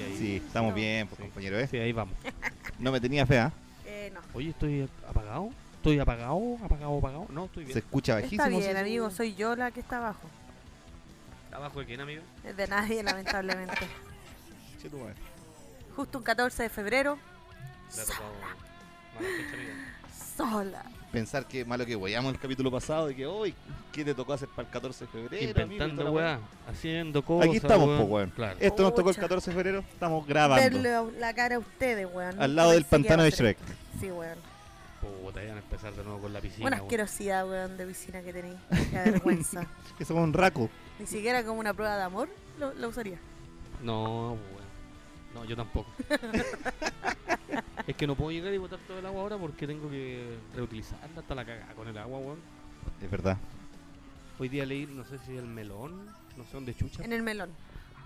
Estamos No. bien, pues, compañero, ¿eh? Sí, ahí vamos. No me tenía fe, ¿ah? Eh, no. Oye, estoy apagado. Estoy apagado, apagado, apagado. No, estoy bien. Se escucha bajísimo. Está bien, ¿sí? amigo, soy yo la que está abajo. ¿Abajo de quién, amigo? Es de nadie, lamentablemente. Che, tu madre. Justo un 14 de febrero, Le ha tocado mala fecha, amigo. sola. Pensar que malo que weyamos el capítulo pasado y que hoy, ¿qué te tocó hacer para el 14 de febrero? amigo? Y toda Inventando la weá, haciendo cosas. Aquí estamos, po, weón. Claro. Esto nos tocó el Pucha. 14 de febrero, estamos grabando. Verle a- la cara a ustedes, weón. Al lado del Pensé que pantano iba de a ser- Shrek. Sí, weón. Puta, ya van a empezar de nuevo con la piscina. una weón. asquerosidad, weón, de piscina que tenéis. Qué vergüenza. Que somos un raco. Ni siquiera como una prueba de amor lo, lo usaría. No, weón. No, yo tampoco. es que no puedo llegar y botar todo el agua ahora porque tengo que reutilizarla hasta la cagada con el agua, weón. Es verdad. Hoy día leí, no sé si el melón, no sé dónde chucha. En el melón.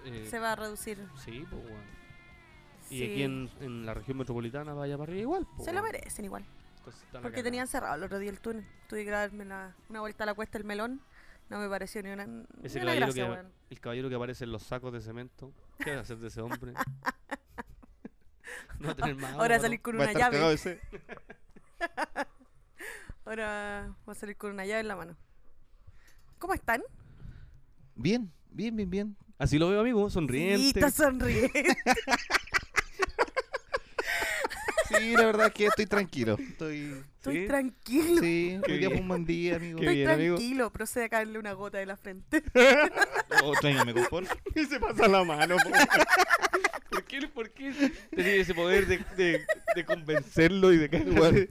eh, Se va a reducir. Sí, pues, weón. Y Sí. aquí en, en la región metropolitana vaya para arriba igual. po, Se lo weón. merecen igual. Entonces está Ah, la Porque cagada. tenían cerrado el otro día el túnel. Tuve que darme la- una vuelta a la cuesta del melón. No me pareció ni una, ni Ese una caballero gracia, que- Ah, weón. El caballero que aparece en los sacos de cemento. ¿Qué va a hacer de ese hombre? no va a tener más agua Ahora para salir to- con Va a una estar cagado llave. ese. Ahora va a salir con una llave en la mano. ¿Cómo están? Bien, bien, bien, bien. Así lo veo, amigo, Y sonriente. está sonriente. Sí, la verdad es que estoy tranquilo. Estoy. Estoy Sí. tranquilo. Sí, Qué hoy día fue bien. un buen día, amigo. Qué Estoy bien, amigo. tranquilo. Procede a caerle una gota de la frente. Oh, tráigame, confort. Y se pasa la mano. ¿Por qué, por qué tenía ese poder de, de- de convencerlo y de que Weón.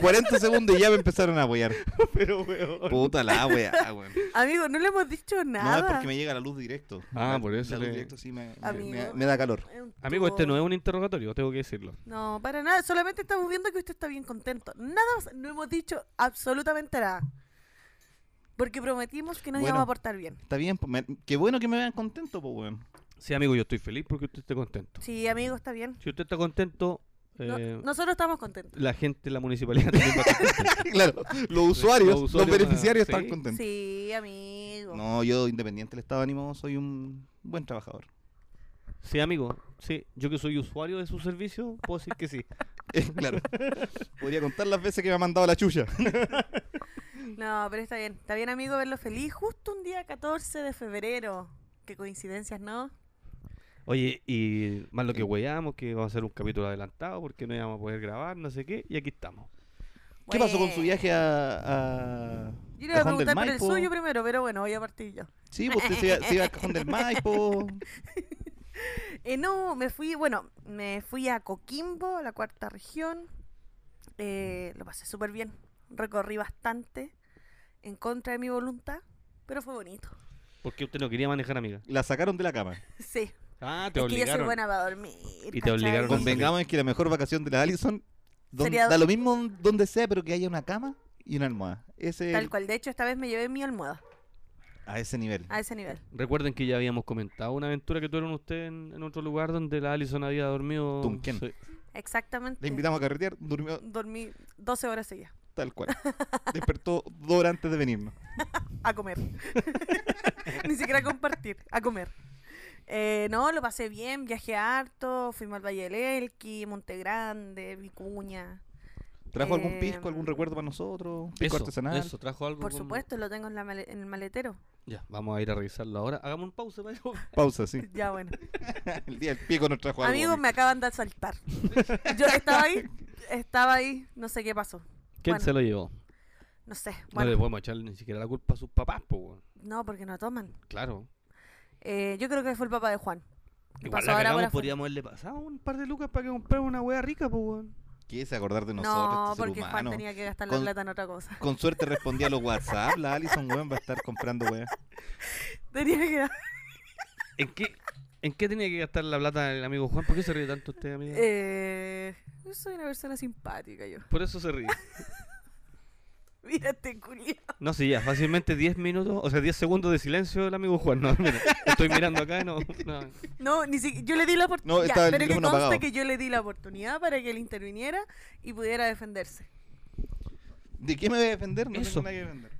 40 segundos y ya me empezaron a apoyar. Pero, weón. Puta la wea, ah, weón. Amigo, no le hemos dicho No, nada. es porque me llega la luz directo. Ah, La- por eso La luz le- directo sí me, me- Amigo. me- me da calor. Es un Amigo, este tubo. no es un interrogatorio, tengo que decirlo. No, para nada. Solamente estamos viendo que usted está bien contento. Nada más. No hemos dicho absolutamente nada. Porque prometimos que nos Bueno. íbamos a portar bien. Está bien, pues, me- qué bueno que me vean contento, pues, weón. Sí, amigo, yo estoy feliz porque usted esté contento. Sí, amigo, está bien. Si usted está contento, No- eh, nosotros estamos contentos. la gente, la municipalidad también va a estar contenta. Claro, los usuarios, los, usuarios, ah, beneficiarios sí. están contentos. Sí, amigo. No, yo, independiente del estado de ánimo, soy un buen trabajador. Sí, amigo, sí. Yo que soy usuario de su servicio, puedo decir que sí. Eh, claro. Podría contar las veces que me ha mandado la chucha. No, pero está bien. Está bien, amigo, verlo feliz justo un día 14 de febrero. Qué coincidencias, ¿no? Oye, y más lo que huellamos, que vamos a hacer un capítulo adelantado porque no íbamos a poder grabar, no sé qué, y aquí estamos. ¿Qué pasó con su Bueno. viaje a. a Yo le iba a Cajón del preguntar por el Maipo? suyo primero, pero bueno, voy a partir yo. Sí, pues usted se iba, se iba al cajón del Maipo. Eh, no, me fui, bueno, me fui a Coquimbo, a la cuarta región. Eh, lo pasé súper bien. Recorrí bastante en contra de mi voluntad, pero fue bonito. Porque usted no quería manejar, amiga. La sacaron de la cama. Sí, Ah, es que yo soy buena para dormir. Y te obligaron. ¿cachai? Convengamos en que la mejor vacación de la Allison. don- Sería- Da lo mismo donde sea, pero que haya una cama y una almohada. Ese, Tal cual, de hecho, esta vez me llevé mi almohada a ese nivel. a ese nivel. Recuerden que ya habíamos comentado una aventura que tuvieron ustedes en, en otro lugar donde la Allison había dormido. Tunquén. Sí. Exactamente. Le invitamos a carretear, durmió Dormí 12 horas seguidas tal cual. Despertó dos horas antes de venirnos. a comer. Ni siquiera a compartir, a comer. Eh, no, lo pasé bien, viajé harto, fuimos al Valle del Elqui, Monte Grande, Vicuña. ¿Trajo algún Eh, pisco, algún recuerdo para nosotros? ¿Pisco Eso, artesanal? eso, trajo algo. Por con- supuesto, lo tengo en, la male- en el maletero. Ya, vamos a ir a revisarlo ahora. Hagamos un pausa para eso. Pausa, sí. Ya bueno. El día del pico nos trajo algo. Amigos, amigo. me acaban de asaltar. Yo estaba ahí, estaba ahí, no sé qué pasó. ¿Quién Bueno. se lo llevó? No sé. No le Bueno, podemos echarle ni siquiera la culpa a sus papás, po, weón. no, porque no toman. Claro. Eh, yo creo que fue el papá de Juan. que Igual pasó la ahora cagamos, por afuera. podríamos haberle pasado un par de lucas para que comprara una wea rica, po, weón. ¿Qué es acordar de nosotros, No, este ser porque Juan humano? tenía que gastar la Con- plata en otra cosa. Con suerte respondía a los WhatsApp. La Alison, weón, va a estar comprando, weón. Tenía que ¿En qué, ¿En qué tenía que gastar la plata el amigo Juan? ¿Por qué se ríe tanto usted, amigo? Eh, yo soy una persona simpática yo. Por eso se ríe. Mira este culiao. No, sí, ya, fácilmente 10 minutos, o sea, 10 segundos de silencio del amigo Juan. No, mira, estoy mirando acá, no, no. No, ni siquiera. Yo le di la No, oportunidad. estaba el pero que micrófono conste apagado. que yo le di la oportunidad para que él interviniera y pudiera defenderse. ¿De qué me voy a defender? No Eso. tengo nada que defender.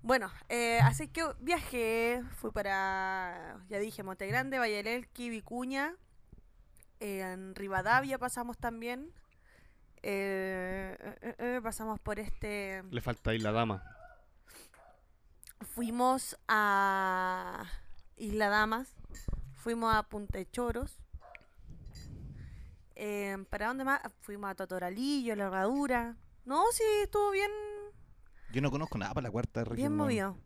Bueno, eh, así que viajé, fui para, ya dije, Monte Grande, Valle del Elqui, Vicuña, En Rivadavia pasamos también. Eh, eh, eh, pasamos por este. Le falta ahí la dama. Fuimos a Isla Damas, fuimos a Punta de Choros. Em, ¿Para dónde más? Fuimos a Totoralillo, La Herradura. No, sí, estuvo bien, Yo no conozco nada para la cuarta región. bien weón. movido.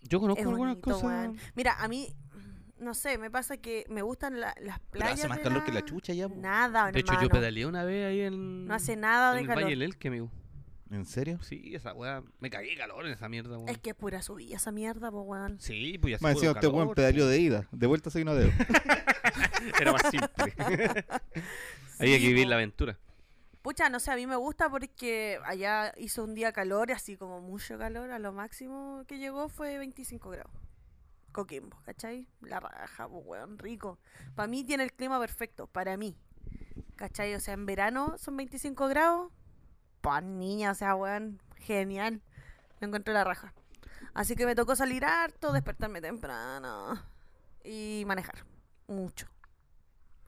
Yo conozco Es algunas bonito, cosas. weón. Mira, a mí, no sé, me pasa que me gustan la- las Pero playas. hace más de calor que la la- chucha ya. po. Nada, De hecho, yo hermano. pedaleé una vez ahí en. No hace nada en de el calor. Valle del Elqui, amigo. ¿En serio? Sí, esa weá. Me cagué de calor en esa mierda, weón. Es que es pura subida esa mierda, po, weón. Sí, pues ya Más puro encima este calor, weón pedaleó de ida. De vuelta se vino de pues. Era más simple. Ahí hay Sí, que vivir po. la aventura. Pucha, no sé, a mí me gusta porque allá hizo un día calor, así como mucho calor, a lo máximo que llegó fue 25 grados. Coquimbo, ¿cachai? La raja, po, weón, rico. Para mí tiene el clima perfecto, para mí. ¿Cachai? O sea, en verano son 25 grados. Pa' niña, o sea, weón, genial. Me encontré la raja. Así que me tocó salir harto, despertarme temprano y manejar. Mucho.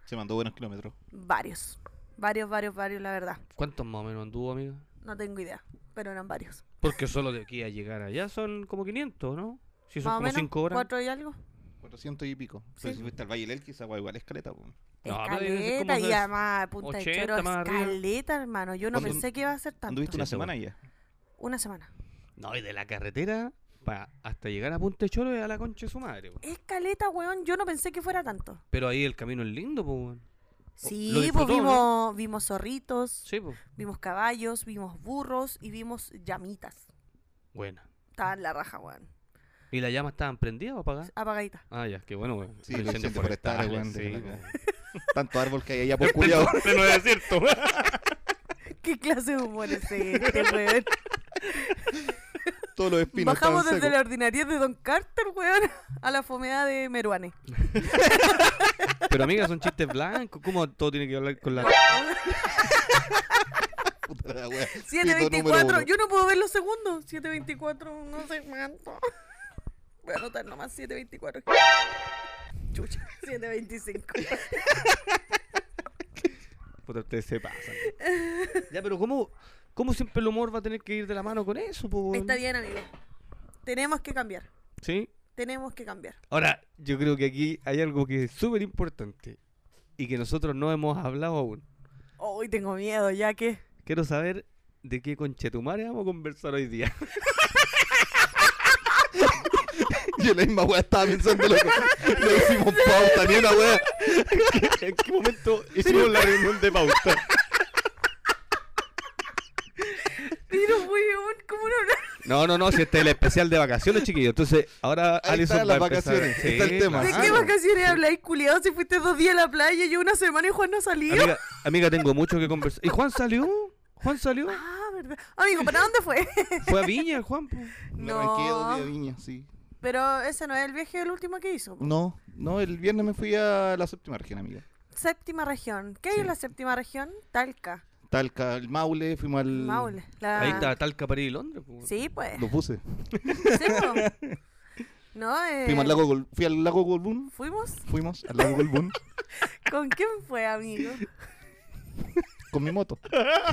Se mandó buenos kilómetros. Varios. Varios, varios, varios, la verdad. ¿Cuántos más o menos anduvo, amigo? No tengo idea, pero eran varios. Porque solo de aquí a llegar allá son como 500, ¿no? Si son Más o como menos, 5 horas. cuatro y algo. 400 y pico. Sí. Pero si fuiste al Valle del Elqui, esa weá igual es caleta. po. No, pero es Escaleta como y de además Punta de 80 Choro, más arriba. escaleta, hermano. Yo no ¿Cuándo- pensé que iba a ser tanto. Anduviste una Sí, semana ya. Una semana. No, y de la carretera pa- hasta llegar a Punta de Choro es a la concha de su madre, weón. Escaleta, weón, yo no pensé que fuera tanto. Pero ahí el camino es lindo, pues, weón. Oh, lo Sí, pues disfrutó, vimos, ¿no? vimos zorritos, Sí, pues. vimos caballos, vimos burros y vimos llamitas. Buena. Estaban la raja, weón. ¿Y la llama estaba prendida o apagada? Apagadita. Ah, ya, qué bueno, weón. Sí, Los los incendios incendios forestales, forestales, weón, de sí, la- weón. Este Tanto árbol que hay allá por culiao. Pleno desierto. Eh. ¿Qué clase de humor es este, weón? Todos los espinos Bajamos estaban desde secos. la ordinariedad de Don Carter, weón, a la fomedad de Meruane. Pero amiga, son chistes blancos. ¿Cómo todo tiene que hablar con la... Puta la wea. Pito número 724. uno. Yo no puedo ver los segundos. 724, no sé cuánto. Voy a anotar nomás 724. Chucha, 725. Puta, ustedes se pasan. ya, pero ¿cómo, ¿cómo siempre el humor va a tener que ir de la mano con eso, po, weón? Está bien, amigo. Tenemos que cambiar. Sí. Tenemos que cambiar. Ahora, yo creo que aquí hay algo que es súper importante y que nosotros no hemos hablado aún. Hoy tengo miedo, ya que. Quiero saber de qué conchetumare vamos a conversar hoy día. Yo la misma wea estaba pensando, loco. No hicimos pauta ni una wea. ¿En qué momento hicimos la reunión de pauta? Pero, weón, ¿cómo no hablar No, no, no, si este es el especial de vacaciones, chiquillos. Entonces, ahora Ahí Alison están las va a empezar- vacaciones, está el tema. ¿De Ah, qué no. vacaciones habláis, culiado? Si fuiste dos días a la playa y una semana y Juan no salió. Amiga, amiga, tengo mucho que conversar. ¿Y Juan salió? ¿Juan salió? Ah, verdad. Amigo, ¿para dónde fue? Fue a Viña, Juan. po. No, me quedo de No. viña, sí. Pero ese no es el viaje el último que hizo. po. No, no, el viernes me fui a la séptima región, amiga. Séptima región. ¿Qué hay Sí. en la séptima región? Talca. Talca, el Maule, fuimos al. Maule. Ah. La... Ahí está Talca, París y Londres. po. Sí, pues. Lo puse. sí, po. no, eh, Fuimos al lago Gol- Fui al lago Golbun. ¿Fuimos? Fuimos al lago Golbun ¿Con quién fue, amigo? con mi moto.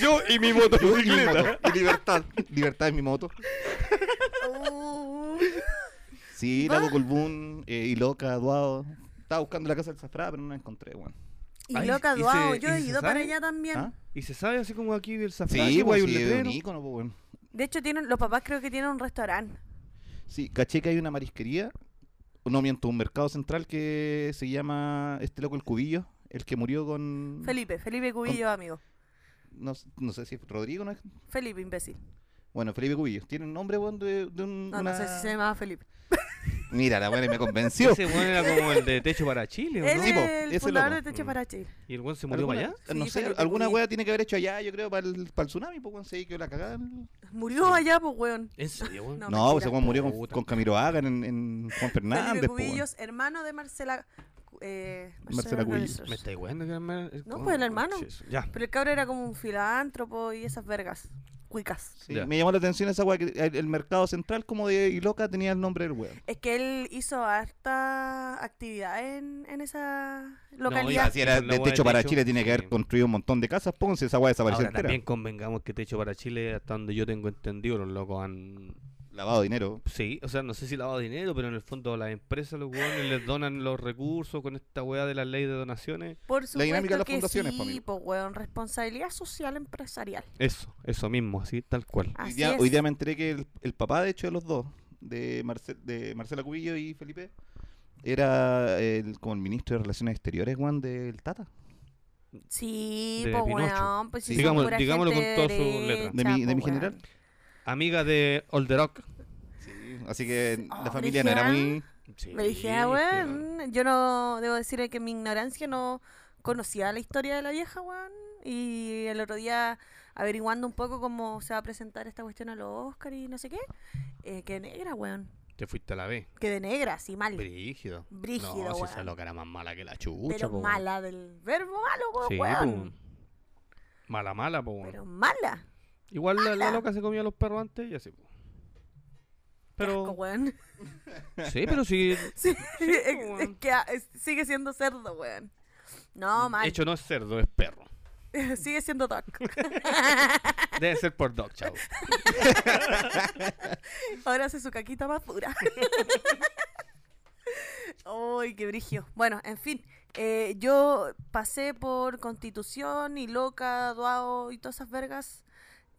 Yo y mi Yo y mi moto. Y libertad. Libertad es mi moto. Uh, Sí, Va. Lago Colbún, eh, Iloca, Duado. Estaba buscando la casa del Zafrada, pero no la encontré, weón. y Ay, loca, ¿y Duao. se- Yo he y se ido para sabe? allá también. ¿Ah? Y se sabe así como aquí el Sí, safari, sí, hay pues, un sí, es un letrero. ícono, pues, weón. De hecho, tienen, los papás creo que tienen un restaurante. Sí, caché que hay una marisquería, no miento, un mercado central que se llama este loco el Cubillo, el que murió con... Felipe, Felipe Cubillo, amigo. No, s- no sé si es Rodrigo, ¿no? es? Felipe, imbécil. Bueno, Felipe Cubillo. Tiene un nombre, weón, de, de un... No, una- no sé si se llamaba Felipe. Mira, la buena me convenció. Ese weón era como el de techo para Chile, ¿o Él ¿no? Sí, po, es el ese fundador de loco. Teche Mm. para Chile. Y el weón se murió ¿Alguna- para allá. No Sí, sé, Felipe alguna Cubillo. weá tiene que haber hecho allá, yo creo, para el, para el tsunami, pues, weón, se quedó la cagada. No, Murió allá, pues, weón. ¿En serio, weón? No, no pues, mentira. ese weón murió con, Puta. con Camiroaga en, en Juan Fernández, Felipe pues, weón. Cubillos, hermano de Marcela. Eh, Marcela Cubillo. Reusers. Me estáis weando que el hermano- el- No, oh, pues, el hermano. Jesus. Ya. Pero el cabro era como un filántropo y esas vergas. cuicas. Sí, Ya. Me llamó la atención esa weá que el, el mercado central como de Iloca tenía el nombre del weón. Es que él hizo harta actividad en, en esa Oye, Ya, localidad. si era con la de weá de techo para techo, Chile, tiene que haber sí. construido un montón de casas. Ponce, esa weá desapareció Ahora entera. también convengamos que Techo para Chile, hasta donde yo tengo entendido, los locos han... Lavado de dinero. Sí, o sea, no sé si lavado dinero, pero en el fondo las empresas, los hueones les donan los recursos con esta weá de la ley de donaciones. Por supuesto dinámica de las que fundaciones, po, sí, amigo. po, weón, responsabilidad social empresarial. Eso, eso mismo, así, tal cual. Hoy Así día, es. hoy día me enteré que el, el papá, de hecho, de los dos, de, Marce- de Marcela Cubillo y Felipe, era el, como el ministro de Relaciones Exteriores, Juan, del Tata. Sí, de po, Pinocho. weón, pues sí, Sí. son Digamos- pura digámoslo gente con todas sus letras. De derecha, mi- de po, mi weón. general. Amiga de Olderock. Así que Oh, la familia no era brígida. muy... Me dije, ah, weón. weón, yo no, debo decir que mi ignorancia no conocía la historia de la vieja, weón. Y el otro día, averiguando un poco cómo se va a presentar esta cuestión a los Oscar y no sé qué, eh, que negra, weón. Te fuiste a la B. Que de negra, así mal. Brígido. Brígido, No, si esa weón. loca era más mala que la chucha, pero po, weón. mala del verbo malo, po, Sí, po, weón. weón. Mala, mala, po, weón. Pero mala. Igual la, la mala. loca se comía a los perros antes y así, po. Pero... Pero, weón. sí, pero sí. Sí, es, weón. es que ah, es- sigue siendo cerdo, weón. No, De mal. hecho, no es cerdo, es perro. sigue siendo dog. Debe ser por dog, chavo. Ahora hace su caquita más dura. Ay, qué brigio. Bueno, en fin, eh, yo pasé por Constitución y Loca, Duao y todas esas vergas.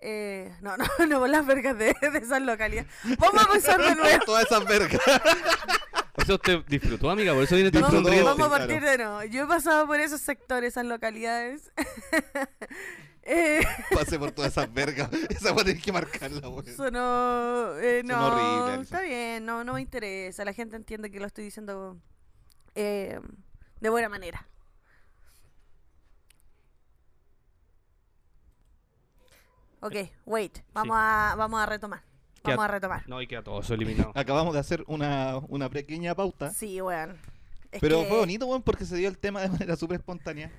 Eh, no, no, no por las vergas de, de esas localidades. Vamos a empezar de nuevo. Todas esas vergas. Por eso usted disfrutó, amiga, por eso viene tan Disfrutó. Vamos, sonriente. vamos a claro. partir de nuevo. Yo he pasado por esos sectores, esas localidades. eh, Pase por todas esas vergas. Esa weá tenés que marcarla, weón. Sonó. eh, no, Sonó horrible, Alison. está bien, no, no me interesa. La gente entiende que lo estoy diciendo eh, de buena manera. Ok, wait, vamos, a, vamos a retomar. Ya. Vamos a retomar. No, y queda todo eso eliminado. Acabamos de hacer una, una pequeña pauta. Sí, weón. Es Pero que- fue bonito, weón, porque se dio el tema de manera súper espontánea.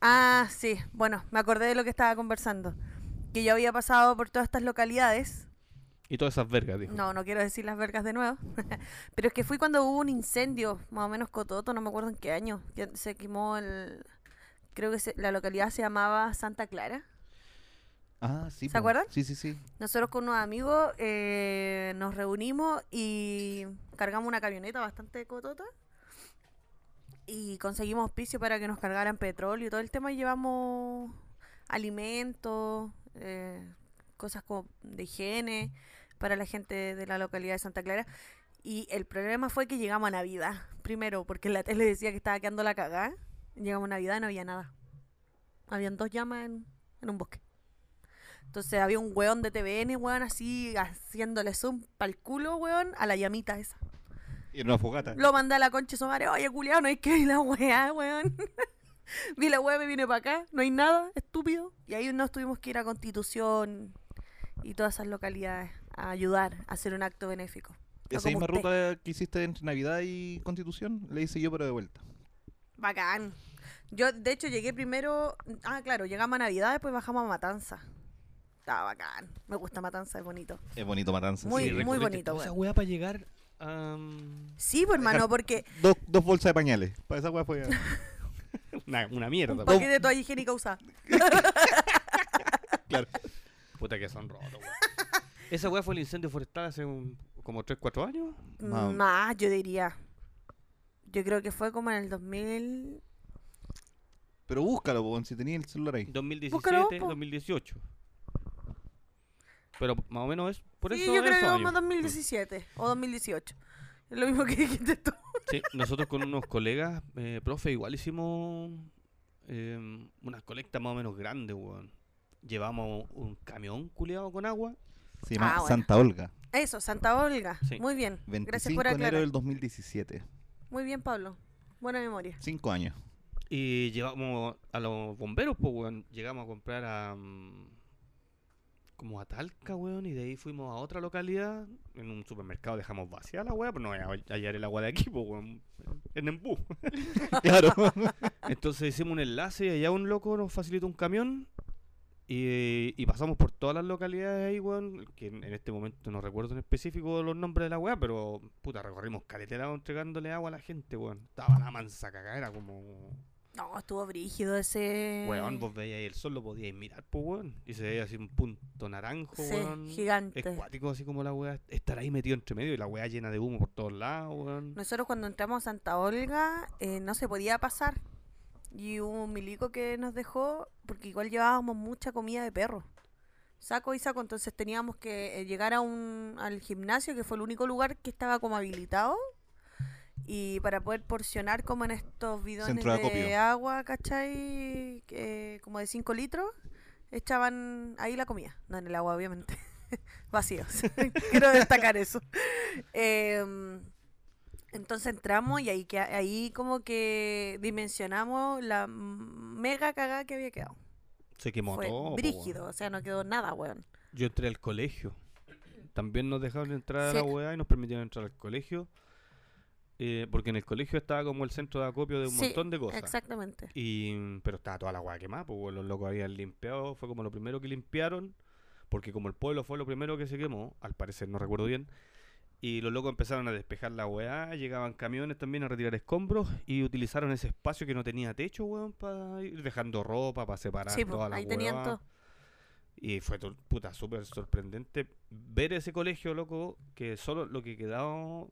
Ah, sí, bueno, me acordé de lo que estaba conversando. Que yo había pasado por todas estas localidades Y todas esas vergas, dijo. No, no quiero decir las vergas de nuevo. Pero es que fui cuando hubo un incendio, más o menos cototo, no me acuerdo en qué año. que se quemó el. Creo que se- la localidad se llamaba Santa Clara. Ah, sí. ¿Se po. acuerdan? Sí, sí, sí. Nosotros con unos amigos eh, nos reunimos y cargamos una camioneta bastante cotota. Y conseguimos auspicio para que nos cargaran petróleo y todo el tema. Y llevamos alimentos, eh, cosas como de higiene para la gente de la localidad de Santa Clara. Y el problema fue que llegamos a Navidad. Primero, porque la tele decía que estaba quedando la cagada. Llegamos a Navidad y no había nada. Habían dos llamas en, en un bosque. Entonces había un weón de TVN, weón, así haciéndole zoom pa'l culo, weón, a la llamita esa. Y en una fogata. Lo mandé a la concha de su madre, oye, culiao, no hay que ir la weá, weón. Vi la weá, me vine para acá, no hay nada, estúpido. Y ahí nos tuvimos que ir a Constitución y todas esas localidades a ayudar, a hacer un acto benéfico. No Esa misma como usted. ruta que hiciste entre Navidad y Constitución, la hice yo, pero de vuelta. Bacán. Yo, de hecho, llegué primero. Ah, claro, llegamos a Navidad, después bajamos a Matanza. Estaba bacán. Me gusta Matanza, es bonito. Es bonito Matanza. Muy- sí. muy recorriste bonito, toda Esa weón. weá para llegar a. um, Sí, pues, hermano, Dejar- porque Dos, dos bolsas de pañales. Para esa weá fue. Una, una mierda, un po. Oh. paquete de toalla higiénica usada. claro. Puta que son rotos, weón. Esa weá fue el incendio forestal hace un- como 3, 4 años. Más o- Más, yo diría. Yo creo que fue como en el 2000. Pero búscalo, po, si tenía el celular ahí. 2017, Búscalo, po. 2018. Pero más o menos es por sí, eso. yo creo que esos como años. 2017 o 2018. Es lo mismo que dijiste tú. Sí, nosotros con unos colegas, eh, profe, igual hicimos eh, unas colectas más o menos grandes, weón. Llevamos un camión culeado con agua. Se llama Ah, bueno. Santa Olga. Eso, Santa Olga. Sí. Muy bien. 25 Gracias por de enero aclarar. del 2017. Muy bien, Pablo. Buena memoria. Cinco años. Y llevamos a los bomberos, pues, weón. Llegamos a comprar a. mm, como a Talca, weón. Y de ahí fuimos a otra localidad. En un supermercado dejamos vacía la weá, pero no voy a hallar el agua de aquí, pues, weón. En Embú. claro. Entonces hicimos un enlace y allá un loco nos facilitó un camión. Y, y pasamos por todas las localidades ahí, weón. Que en, en este momento no recuerdo en específico los nombres de la weá, pero puta, recorrimos caletera entregándole agua a la gente, weón. Estaba la mansa cagada, era como. No, estuvo brígido ese. Weón, vos veíais el sol, lo podíais mirar, pues, weón. Y se veía así un punto naranjo, Sí, weón. gigante. Escuático, así como la weá. Estar ahí metido entre medio y la weá llena de humo por todos lados, weón. Nosotros cuando entramos a Santa Olga eh, no se podía pasar. Y hubo un milico que nos dejó, porque igual llevábamos mucha comida de perro. Saco y saco, entonces teníamos que eh, llegar a un, al gimnasio, que fue el único lugar que estaba como habilitado. Y para poder porcionar como en estos bidones Centro de de acopio. agua, ¿cachai? Que, como de 5 litros, echaban ahí la comida, no en el agua, obviamente. Vacíos. Quiero destacar eso. Em, entonces entramos y ahí, que, ahí como que dimensionamos la mega cagada que había quedado. Se quemó Fue todo. po, brígido, o sea, no quedó nada, weón. weón. Yo entré al colegio. También nos dejaron entrar Sí. a la weá y nos permitieron entrar al colegio. Eh, porque en el colegio estaba como el centro de acopio de un Sí, montón de cosas. Exactamente. Y, mm, pero estaba toda la weá quemada, pues weón, los locos habían limpiado, fue como lo primero que limpiaron, porque como el pueblo fue lo primero que se quemó, al parecer no recuerdo bien, y los locos empezaron a despejar la weá, llegaban camiones también a retirar escombros y utilizaron ese espacio que no tenía techo, weón, para ir dejando ropa, para separar Sí, po, toda la ahí tenían hueá. todo. Y fue to- puta súper sorprendente ver ese colegio, loco, que solo lo que quedaba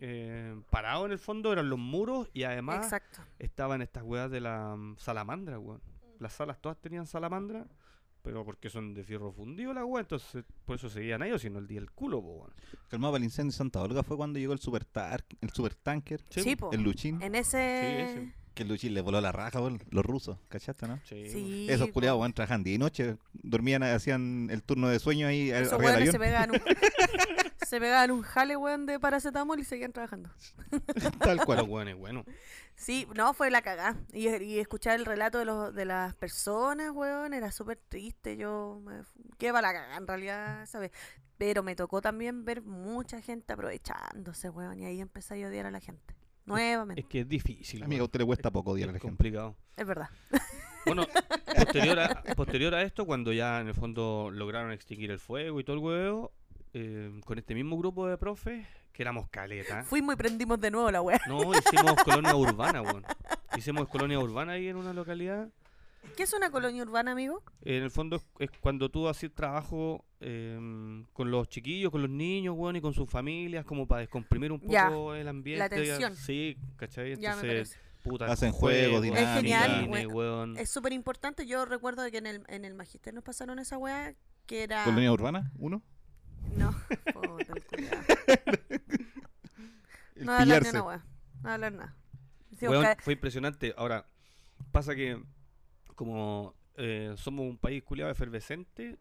eh, parado en el fondo eran los muros y además Exacto. estaban estas weas de la mm, salamandra, weón. Las salas todas tenían salamandra, pero porque son de fierro fundido la weas, entonces por eso seguían ellos, sino el día el culo, po, weón. Calmado para el incendio de Santa Olga fue cuando llegó el super el supertanker, Sí, po. el Luchín, En ese. ese... que el Luchín le voló la raja, weón, los rusos, ¿cachaste, no? Sí, Sí, Esos po. culiados, weón, trabajaban día y noche, dormían, hacían el turno de sueño ahí Esos arriba del weones se avión. pegaban un... se pegaban un jale, weón, de paracetamol y seguían trabajando. Tal weón. cual. Los weones, bueno. Sí, no, fue la cagada. Y, y escuchar el relato de, los, de las personas, weón, era súper triste. Yo me fu- qué para la cagada, en realidad, ¿sabes? Pero me tocó también ver mucha gente aprovechándose, weón, y ahí empecé a odiar a la gente. Nuevamente, Es que es difícil, Amigo, a weón. usted le cuesta poco Es odiar a la gente. complicado. es verdad. Bueno, posterior a, posterior a esto, cuando ya en el fondo lograron extinguir el fuego y todo el huevo, eh, con este mismo grupo de profes, que éramos caleta. Fuimos y prendimos de nuevo la weá. No, hicimos colonia urbana, weón. Hicimos colonia urbana ahí en una localidad. ¿Qué es una colonia urbana, amigo? En el fondo es, es cuando tú haces trabajo em, con los chiquillos, con los niños, weón, y con sus familias, como para descomprimir un poco Ya, el ambiente. tensión. Sí, ¿cachai? Ya me Entonces, parece. puta, Hacen juegos, Es genial, cine, weón. weón. Es súper importante. Yo recuerdo que en el, en el magister nos pasaron esa weá que era. ¿Colonia urbana? ¿Uno? No, puta, el culiao. El no hablar ni una weá. No hablar nada. Sí, Weón, busca- fue impresionante. Ahora, pasa que como eh, somos un país culiado efervescente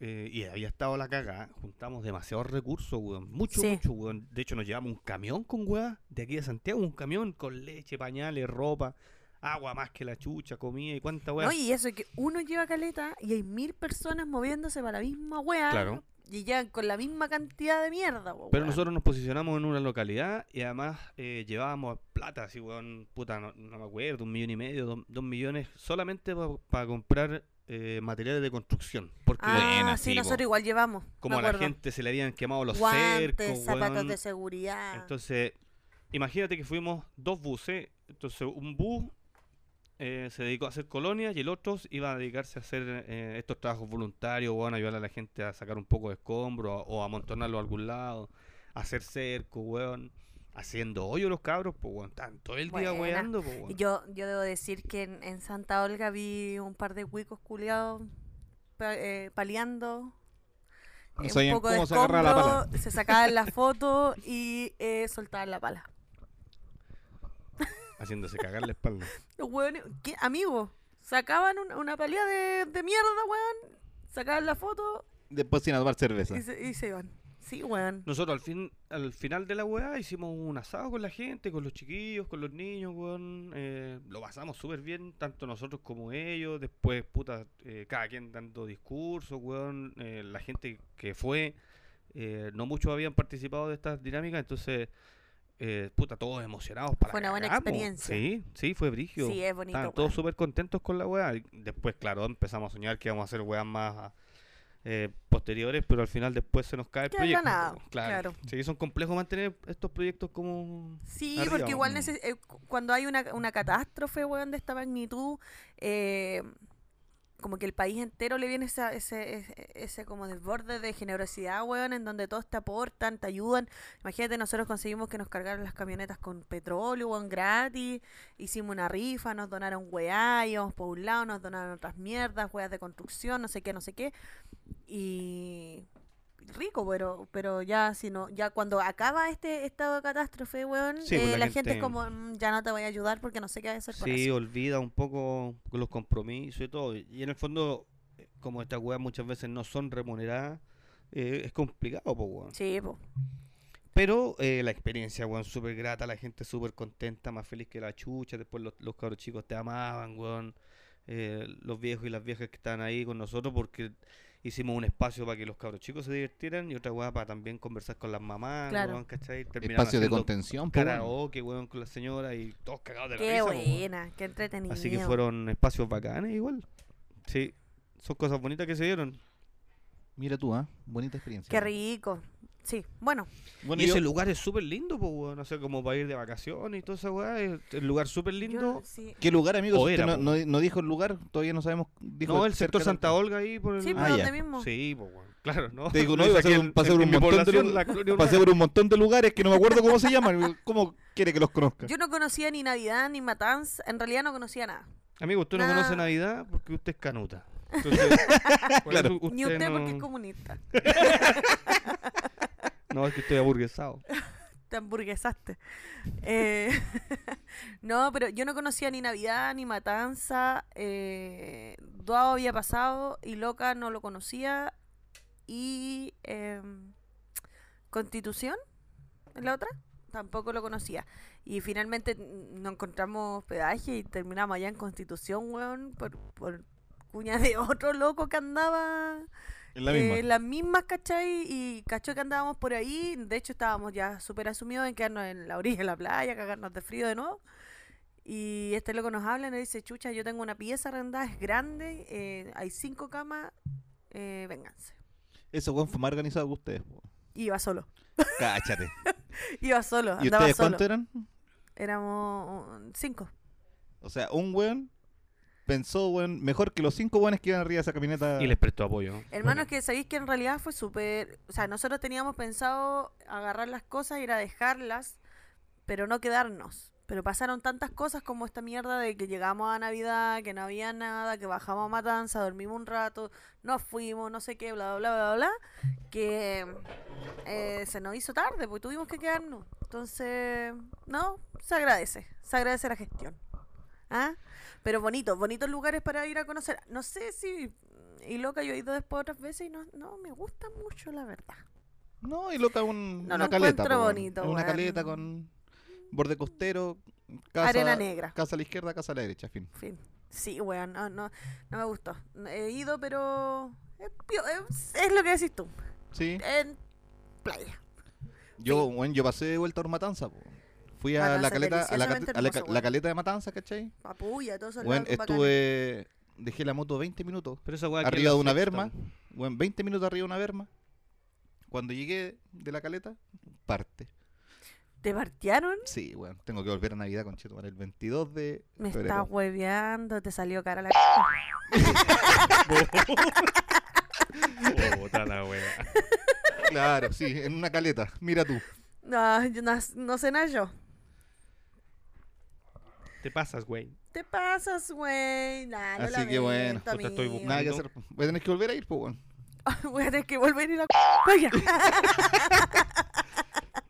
eh, y había estado la caga, juntamos demasiados recursos, weón. Mucho, Sí. mucho, weón. De hecho, nos llevamos un camión con weá de aquí de Santiago, un camión con leche, pañales, ropa, agua más que la chucha, comida y cuánta weá. No, y eso que uno lleva caleta y hay mil personas moviéndose para la misma weá. Claro. Y llegan con la misma cantidad de mierda, po, Pero weón. nosotros nos posicionamos en una localidad y además eh, llevábamos plata, así, weón, puta, no, no me acuerdo, un millón y medio, dos, dos millones, solamente para comprar eh, materiales de construcción. Porque Ah, Buena, sí, sí, po. nosotros igual llevamos. me como a la acuerdo. gente se le habían quemado los Guantes, cercos, zapatos weón. de seguridad. Entonces, imagínate que fuimos dos buses. Entonces, un bus eh, se dedicó a hacer colonias y el otro iba a dedicarse a hacer eh, estos trabajos voluntarios, weón, ayudar a la gente a sacar un poco de escombro o a amontonarlo a algún lado, a hacer cerco, weón. Haciendo hoyo los cabros, pues, weón. Estaban todo el día Buena. weando, pues, Y weón. yo, yo debo decir que en, en Santa Olga vi un par de huicos culiados pa- eh, paliando. No eh, sabían un poco de cómo se agarra la escombro, Se sacaban la foto y eh, soltaban la pala. Haciéndose cagar la espalda. Los hueones, ¿qué? Amigo, sacaban un- una palía de, de mierda, weón. Sacaban la foto Después sin tomar cerveza. y se, y se iban. Sí, weón. Nosotros al fin, al final de la weá hicimos un asado con la gente, con los chiquillos, con los niños, weón. eh, lo pasamos súper bien, tanto nosotros como ellos. Después, puta, eh, cada quien dando discursos, weón. eh, la gente que fue, eh, no muchos habían participado de estas dinámicas, entonces eh, puta, todos emocionados para Fue una buena cagar, po. experiencia. Sí, sí, fue brigio. Sí, es bonito, Estaban todos weón. súper contentos con la weá. Y Después, claro, empezamos a soñar que íbamos a hacer weas más eh, posteriores, pero al final después se nos cae el Queda proyecto. ganado, po. claro. claro. Sí, son complejos mantener estos proyectos como... Sí, Arriba, porque igual mm. neces- eh, cu- cuando hay una, una catástrofe, weón, de esta magnitud, eh, como que el país entero le viene esa- ese, ese, ese como desborde de generosidad, weón, en donde todos te aportan, te ayudan. Imagínate, nosotros conseguimos que nos cargaran las camionetas con petróleo, weón, gratis. Hicimos una rifa, nos donaron weá, íbamos por un lado, nos donaron otras mierdas, weas de construcción, no sé qué, no sé qué. Y rico, pero pero ya si no, ya cuando acaba este estado de catástrofe, weón, Sí, pues eh, la la, gente, es gente- como "Mm, ya no te voy a ayudar porque no sé qué voy a hacer con Sí, eso". olvida un poco los compromisos y todo. Y en el fondo, eh, como estas weas muchas veces no son remuneradas, eh, es complicado, po, weón. Sí, po. Pero eh, la experiencia, weón, súper grata, la gente súper contenta, más feliz que la chucha. Después los, los cabros chicos te amaban, weón. Eh, los viejos y las viejas que estaban ahí con nosotros porque hicimos un espacio para que los cabros chicos se divirtieran y otra weá para también conversar con las mamás, Claro. weón, ¿cachai? Terminaron Espacio de haciendo contención, po, weón. karaoke, weón, con la señora y todos cagados de la Qué risa, po, weón. buena, qué entretenida. Así que fueron espacios bacanes igual. Sí, son cosas bonitas que se dieron. Mira tú, ¿ah? Bonita experiencia. Qué rico. Sí, bueno, Bueno, y yo- ese lugar es súper lindo, pues, weón. O sea, como para ir de vacaciones y toda esa weá. es- El lugar súper yo- lindo. sí. ¿Qué lugar, amigos? O Usted era, no, po. no- no dijo el lugar, todavía no sabemos. Dijo no, el cerca sector de- Santa Olga ahí por el. Sí, pues, Ah, pero ya. donde mismo. Mm, Sí, pues, weón. Claro, ¿no? Te digo, no, Le iba a saqué ser un- el- pasé por en un mi montón de población, lu- la colonia Pasé urbana. por un montón de lugares que no me acuerdo cómo se llaman. ¿Cómo quiere que los conozca? Yo no conocía ni Navidad ni Matanz, en realidad no conocía nada. Amigo, usted no Nah. conoce Navidad porque usted es canuta. Entonces, por eso ni usted no... porque es comunista. No, es que estoy aburguesado. Te hamburguesaste. Eh, no, pero yo no conocía ni Navidad, ni Matanza. Eh, Duao había pasado y Loca no lo conocía. Y em, Constitución, ¿es la otra? Tampoco lo conocía. Y finalmente n- nos encontramos hospedaje y terminamos allá en Constitución, weón, por, por cuña de otro loco que andaba Es la eh, misma. las mismas, ¿cachai? Y cachó que andábamos por ahí. De hecho, estábamos ya súper asumidos en quedarnos en la orilla de la playa, cagarnos de frío de nuevo. Y este loco nos habla y nos dice, chucha, yo tengo una pieza arrendada, es grande, eh, hay cinco camas, eh, vénganse. Ese weón fue más organizado que ustedes. po. Y Iba solo, Cáchate. iba solo, ¿Y Ah, andaba ustedes solo. cuántos eran? Éramos um, cinco. O sea, un weón pensó, weón, mejor que los cinco weones que iban arriba de esa camioneta. Y les prestó apoyo. Hermano, es que sabéis que en realidad fue súper... O sea, nosotros teníamos pensado agarrar las cosas, ir a dejarlas, pero no quedarnos. Pero pasaron tantas cosas como esta mierda de que llegamos a Navidad, que no había nada, que bajamos a Matanza, dormimos un rato, nos fuimos, no sé qué, bla, bla, bla, bla, bla, que eh, se nos hizo tarde, porque tuvimos que quedarnos. Entonces, no, se agradece, se agradece la gestión. ¿Ah? Pero bonitos, bonitos lugares para ir a conocer. No sé si. Y loca, yo he ido después otras veces y no, no me gusta mucho, la verdad. No, y loca un, No lo una caleta. encuentro po, weón. bonito, Es una weón. caleta con borde costero, casa, Arena negra. casa a la izquierda, casa a la derecha, fin. En fin. Sí, weón, no, no, no me gustó. No, He ido, pero. Es, pio- es- es lo que decís tú. Sí. En playa. Yo, weón, yo pasé de vuelta a Matanza. po. Fui a Matanza la es caleta, a la, deliciosamente ca- a la ca- la hermoso, weón. caleta de Matanza, ¿cachai? Papuya, todo eso. Bueno, estuve. Dejé la moto 20 minutos. Pero esa weá que Arriba la de una sexta. berma. Bueno, 20 minutos arriba de una berma. Cuando llegué de la caleta, parte. ¿Te partieron? Sí, bueno, tengo que volver a Navidad con el 22 de Me febrero. estás hueveando, te salió cara la. Oh, Puta la weá. Claro, sí, en una caleta. Mira tú. No, yo no, no sé nada yo. Te pasas, güey. Te pasas, güey. Nah, lo Así que bueno, lamento, puta, estoy amigo. buscando Nada que hacer. Voy a tener que volver a ir, pues, bueno. Voy a tener que volver a ir a la playa.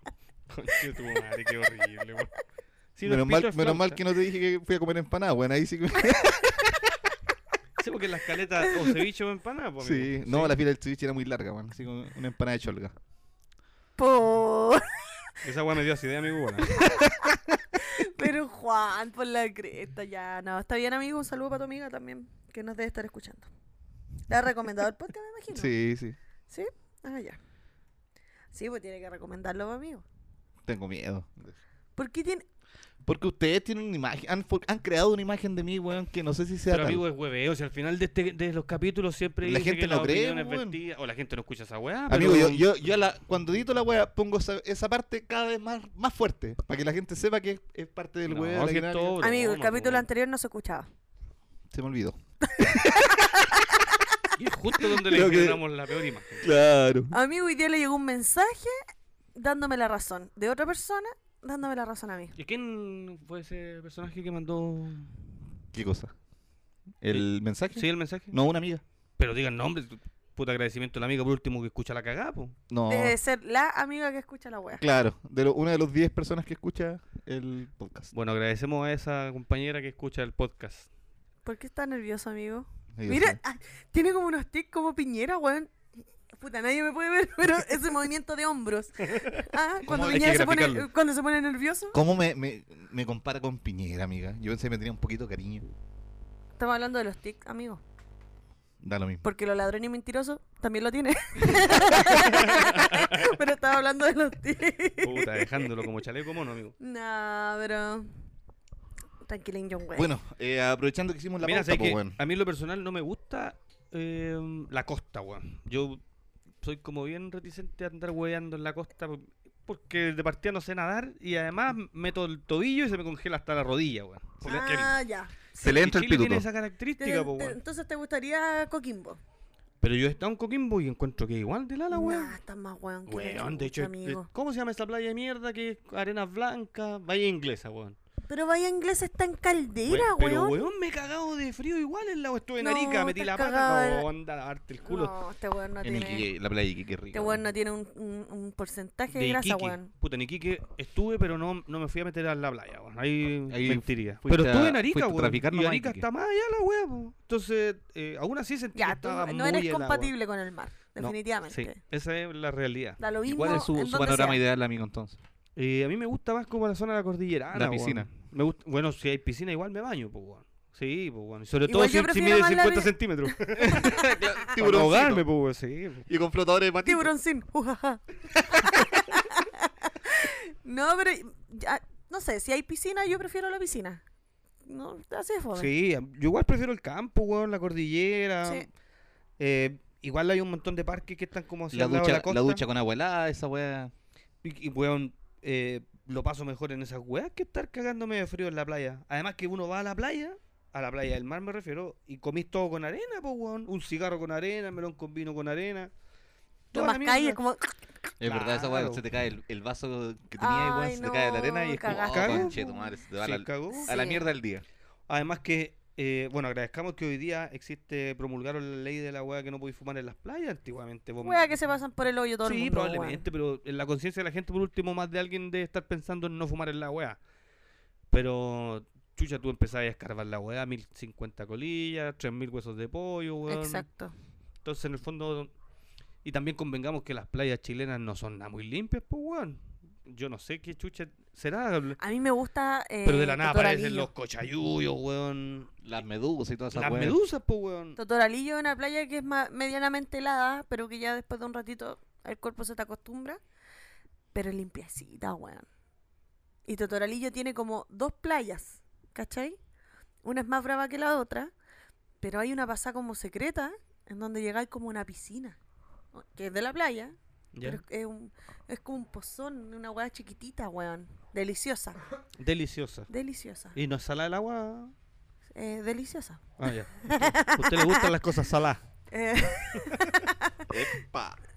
Conche tu madre, qué horrible, weón. Si no menos es mal, pito, es menos mal flauta. que no te dije que fui a comer empanada, bueno, ahí sí que... Sí, porque las caletas o ceviche o empanada, pues, sí, amigo. no, la fila del ceviche era muy larga, bueno, así como una empanada de cholga. Por... Esa weá me dio idea, amigo. weón. Pero Juan, por la cresta, ya. No, está bien, amigo. Un saludo para tu amiga también, que nos debe estar escuchando. ¿Te ha recomendado el podcast, me imagino? Sí, sí. ¿Sí? Ah, ya. Sí, pues tiene que recomendarlo, amigo. Tengo miedo. ¿Por qué tiene.? Porque ustedes tienen una imagen, han, for- han creado una imagen de mí, weón, que no sé si sea Pero tal. amigo, es hueveo. Si al final de, este- de los capítulos siempre La dice gente que no las cree, pues, opiniones weón. vertidas- O la gente no escucha esa weá. Amigo, pero- yo, yo, yo a la- cuando edito la weá, pongo esa, esa parte cada vez más, más fuerte, para que la gente sepa que es, es parte del No, weá. si la es dinámica. todo broma, Amigo, el capítulo weón. anterior no se escuchaba. Se me olvidó. Y es justo donde Creo le que- generamos la peor imagen. Claro. A mí hoy día le llegó un mensaje dándome la razón de otra persona, dándome la razón a mí. ¿Y quién fue ese personaje que mandó ¿Qué cosa? ¿El mensaje? sí el mensaje? No, una amiga. Pero digan nombre, puta agradecimiento a la amiga por último que escucha la cagada, po. No. Debe ser la amiga que escucha la wea. Claro, de lo- una de las 10 personas que escucha el podcast. Bueno, agradecemos a esa compañera que escucha el podcast. ¿Por qué está nervioso, amigo? Ahí Mira, está. ah, tiene como unos tics como piñera, weón. Puta, nadie me puede ver, pero ese movimiento de hombros. Ah, cuando hay que Piñera se pone, graficarlo. cuando se pone nervioso. ¿Cómo me, me, me compara con Piñera, amiga? Yo pensé que me tenía un poquito de cariño. Estamos hablando de los tics, amigo. Da lo mismo. Porque lo ladrón y mentiroso también lo tiene. pero estaba hablando de los tics. Puta, dejándolo como chaleco mono, amigo. No, pero. Tranquilín, John Wayne. Bueno, eh, aprovechando que hicimos la Mira, pauta, sé po, que weón. a mí en lo personal no me gusta eh, la costa, weón. Yo soy como bien reticente a andar hueveando en la costa por- porque de partida no sé nadar y además meto el tobillo y se me congela hasta la rodilla, weón. Porque ah, ya. Se le el- entra el Chile pituto. tiene esa característica, po, Te- te- pues, weón. Entonces te gustaría Coquimbo. Pero yo he estado en Coquimbo y encuentro que igual de la weón. Nah, estás más weón que la Weón, de hecho, chucha, eh, amigo. ¿cómo se llama esa playa de mierda que es arenas blancas? Bahía inglesa, weón. Pero Bahía Inglesa está en caldera, Weón, Pero, weón. weón, me he cagado de frío igual en la estuve en No, Arica, metí estás la cagado. pata, no, anda a lavarte el culo. No, este weón no En tiene. Iquique, la playa de Iquique, rico. Este weón no tiene un, un- un porcentaje de, de grasa, Iquique. weón. Puta, en Iquique estuve, pero no, no me fui a meter a la playa, weón. Ahí, Ahí mentiría. fuiste Pero estuve a- en fuiste Arica, a weón. traficar Y nomás a Arica Iquique. está más allá la weá, po. Entonces, eh, aún así sentí que Ya, tú estaba no muy eres helado, compatible con el mar, No, definitivamente. Sí, esa es la realidad. Da lo ¿Y mismo. cuál es en su, su donde panorama sea. ideal, amigo, entonces? Eh, a mí me gusta más como la zona de la cordillera. La piscina. Me gusta, bueno, si hay piscina, igual me baño, pues, weón. Sí, pues, weón. Y Sobre Igual yo todo si- si, prefiero mide más la 50 vi- centímetros. Para no Tiburoncito. ahogarme, pues, weón. Sí, po. Y con flotadores de patito. Tiburoncín. ujaja. no, pero ya, no sé, si hay piscina, yo prefiero la piscina. No, así es fome. Sí, yo igual prefiero el campo, weón, la cordillera. Sí. Eh, igual hay un montón de parques que están como hacia La el lado ducha, de la costa. la ducha con agua helada, esa weá. Y, y, weón, eh, lo paso mejor en esas weas que estar cagándome de frío en la playa. Además que uno va a la playa, a la playa del mar me refiero, y comís todo con arena, pues, weón. Un cigarro con arena, melón con vino con arena. Toda la Tomas mierda. calles como. "Ah, Es verdad, esa weá, Claro. se te cae el, el vaso que tenía y weón, Ay, se te cae la arena y no, es como, cagaste. oh, conchetumare, se te va Se a la, cagó. a la Sí. mierda el día. Además que, eh, bueno, agradezcamos que hoy día existe, promulgaron la ley de la weá que no podéis fumar en las playas antiguamente. vos- Wea que se pasan por el hoyo todo el sí, mundo. probablemente, pero en la conciencia de la gente, por último, más de alguien debe estar pensando en no fumar en la weá. Pero, chucha, tú empezás a escarbar la weá, 1050 colillas, 3000 huesos de pollo, weón. weón. Exacto. Entonces, en el fondo, y también convengamos que las playas chilenas no son nada muy limpias, pues, weón. Yo no sé qué chucha será, A mí me gusta. Eh, pero de la nada aparecen Totoralillo. los cochayuyos, weón. Las medusas y todas esas Las weas. medusas, pues, weón. Totoralillo es una playa que es ma- medianamente helada, pero que ya después de un ratito el cuerpo se te acostumbra. Pero es limpiecita, weón. Y Totoralillo tiene como dos playas, ¿cachai? Una es más brava que la otra, pero hay una pasada como secreta en donde llegáis como a una piscina, o- que es de la playa, pero es, es un- es como un pozón, una weá chiquitita, weón. Deliciosa, Deliciosa. deliciosa, Y no es salada el agua. eh, deliciosa. Ah, ya. Usted- usted le gustan las cosas saladas. Eh, Epa.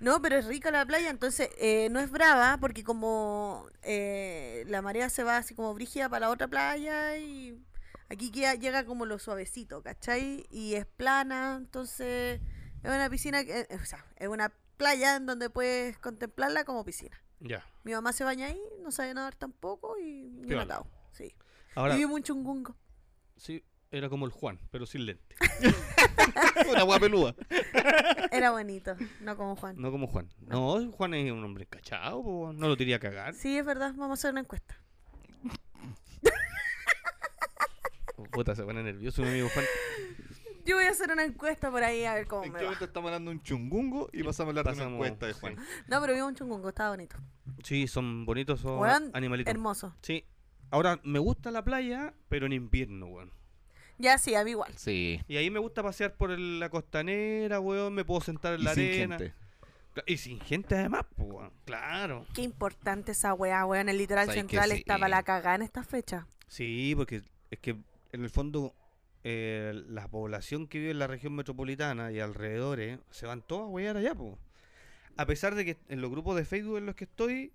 No, pero es rica la playa, entonces eh, no es brava porque como eh, la marea se va así como brígida para la otra playa y aquí queda, llega como lo suavecito, ¿cachai? Y es plana, entonces es una piscina, que- eh, o sea, es una playa en donde puedes contemplarla como piscina. Ya. Mi mamá se baña ahí, no sabe nadar tampoco y ni Piola. matado, sí. Ahora, Vive un chungungo. sí, era como el Juan, pero sin lente. Una wea peluda. Era bonito, no como Juan. No como Juan. No, Juan es un hombre cachado, no lo diría a cagar. Sí, es verdad, vamos a hacer una encuesta. Puta, se pone nervioso mi amigo Juan. Yo voy a hacer una encuesta por ahí a ver cómo ¿En me qué va. momento estamos hablando de un chungungo y pasamos a hablar de una Pasamos- encuesta de Juan? No, pero vi un chungungo, estaba bonito. Sí, son bonitos son Weón, animalitos. Hermoso. Sí. Ahora, me gusta la playa, pero en invierno, weón. Ya sí, a mí igual. Sí. Y ahí me gusta pasear por el- la costanera, weón. Me puedo sentar en Y la sin arena. gente. Cla- Y sin gente además, pues, weón. Claro. Qué importante esa weá, weón. El litoral Sabes que central sí. está para la cagada en esta fecha. Sí, porque es que en el fondo eh, la población que vive en la región metropolitana y alrededores se van todos a huear allá, po. A pesar de que en los grupos de Facebook en los que estoy,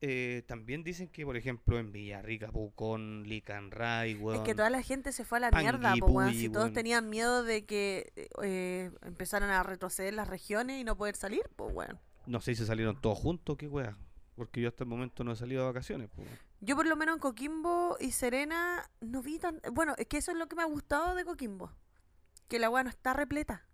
eh, también dicen que, por ejemplo, en Villarrica, Pucón, Licanray, Es weón. que toda la gente se fue a la Pangui, mierda, po, weón. Puyi, Si todos weón. tenían miedo de que eh, empezaran a retroceder las regiones y no poder salir, pues weón. No sé si salieron todos juntos, qué wea. Porque yo hasta el momento no he salido de vacaciones, po. Yo por lo menos en Coquimbo y Serena no vi tan... Bueno, es que eso es lo que me ha gustado de Coquimbo. Que la weá no está repleta.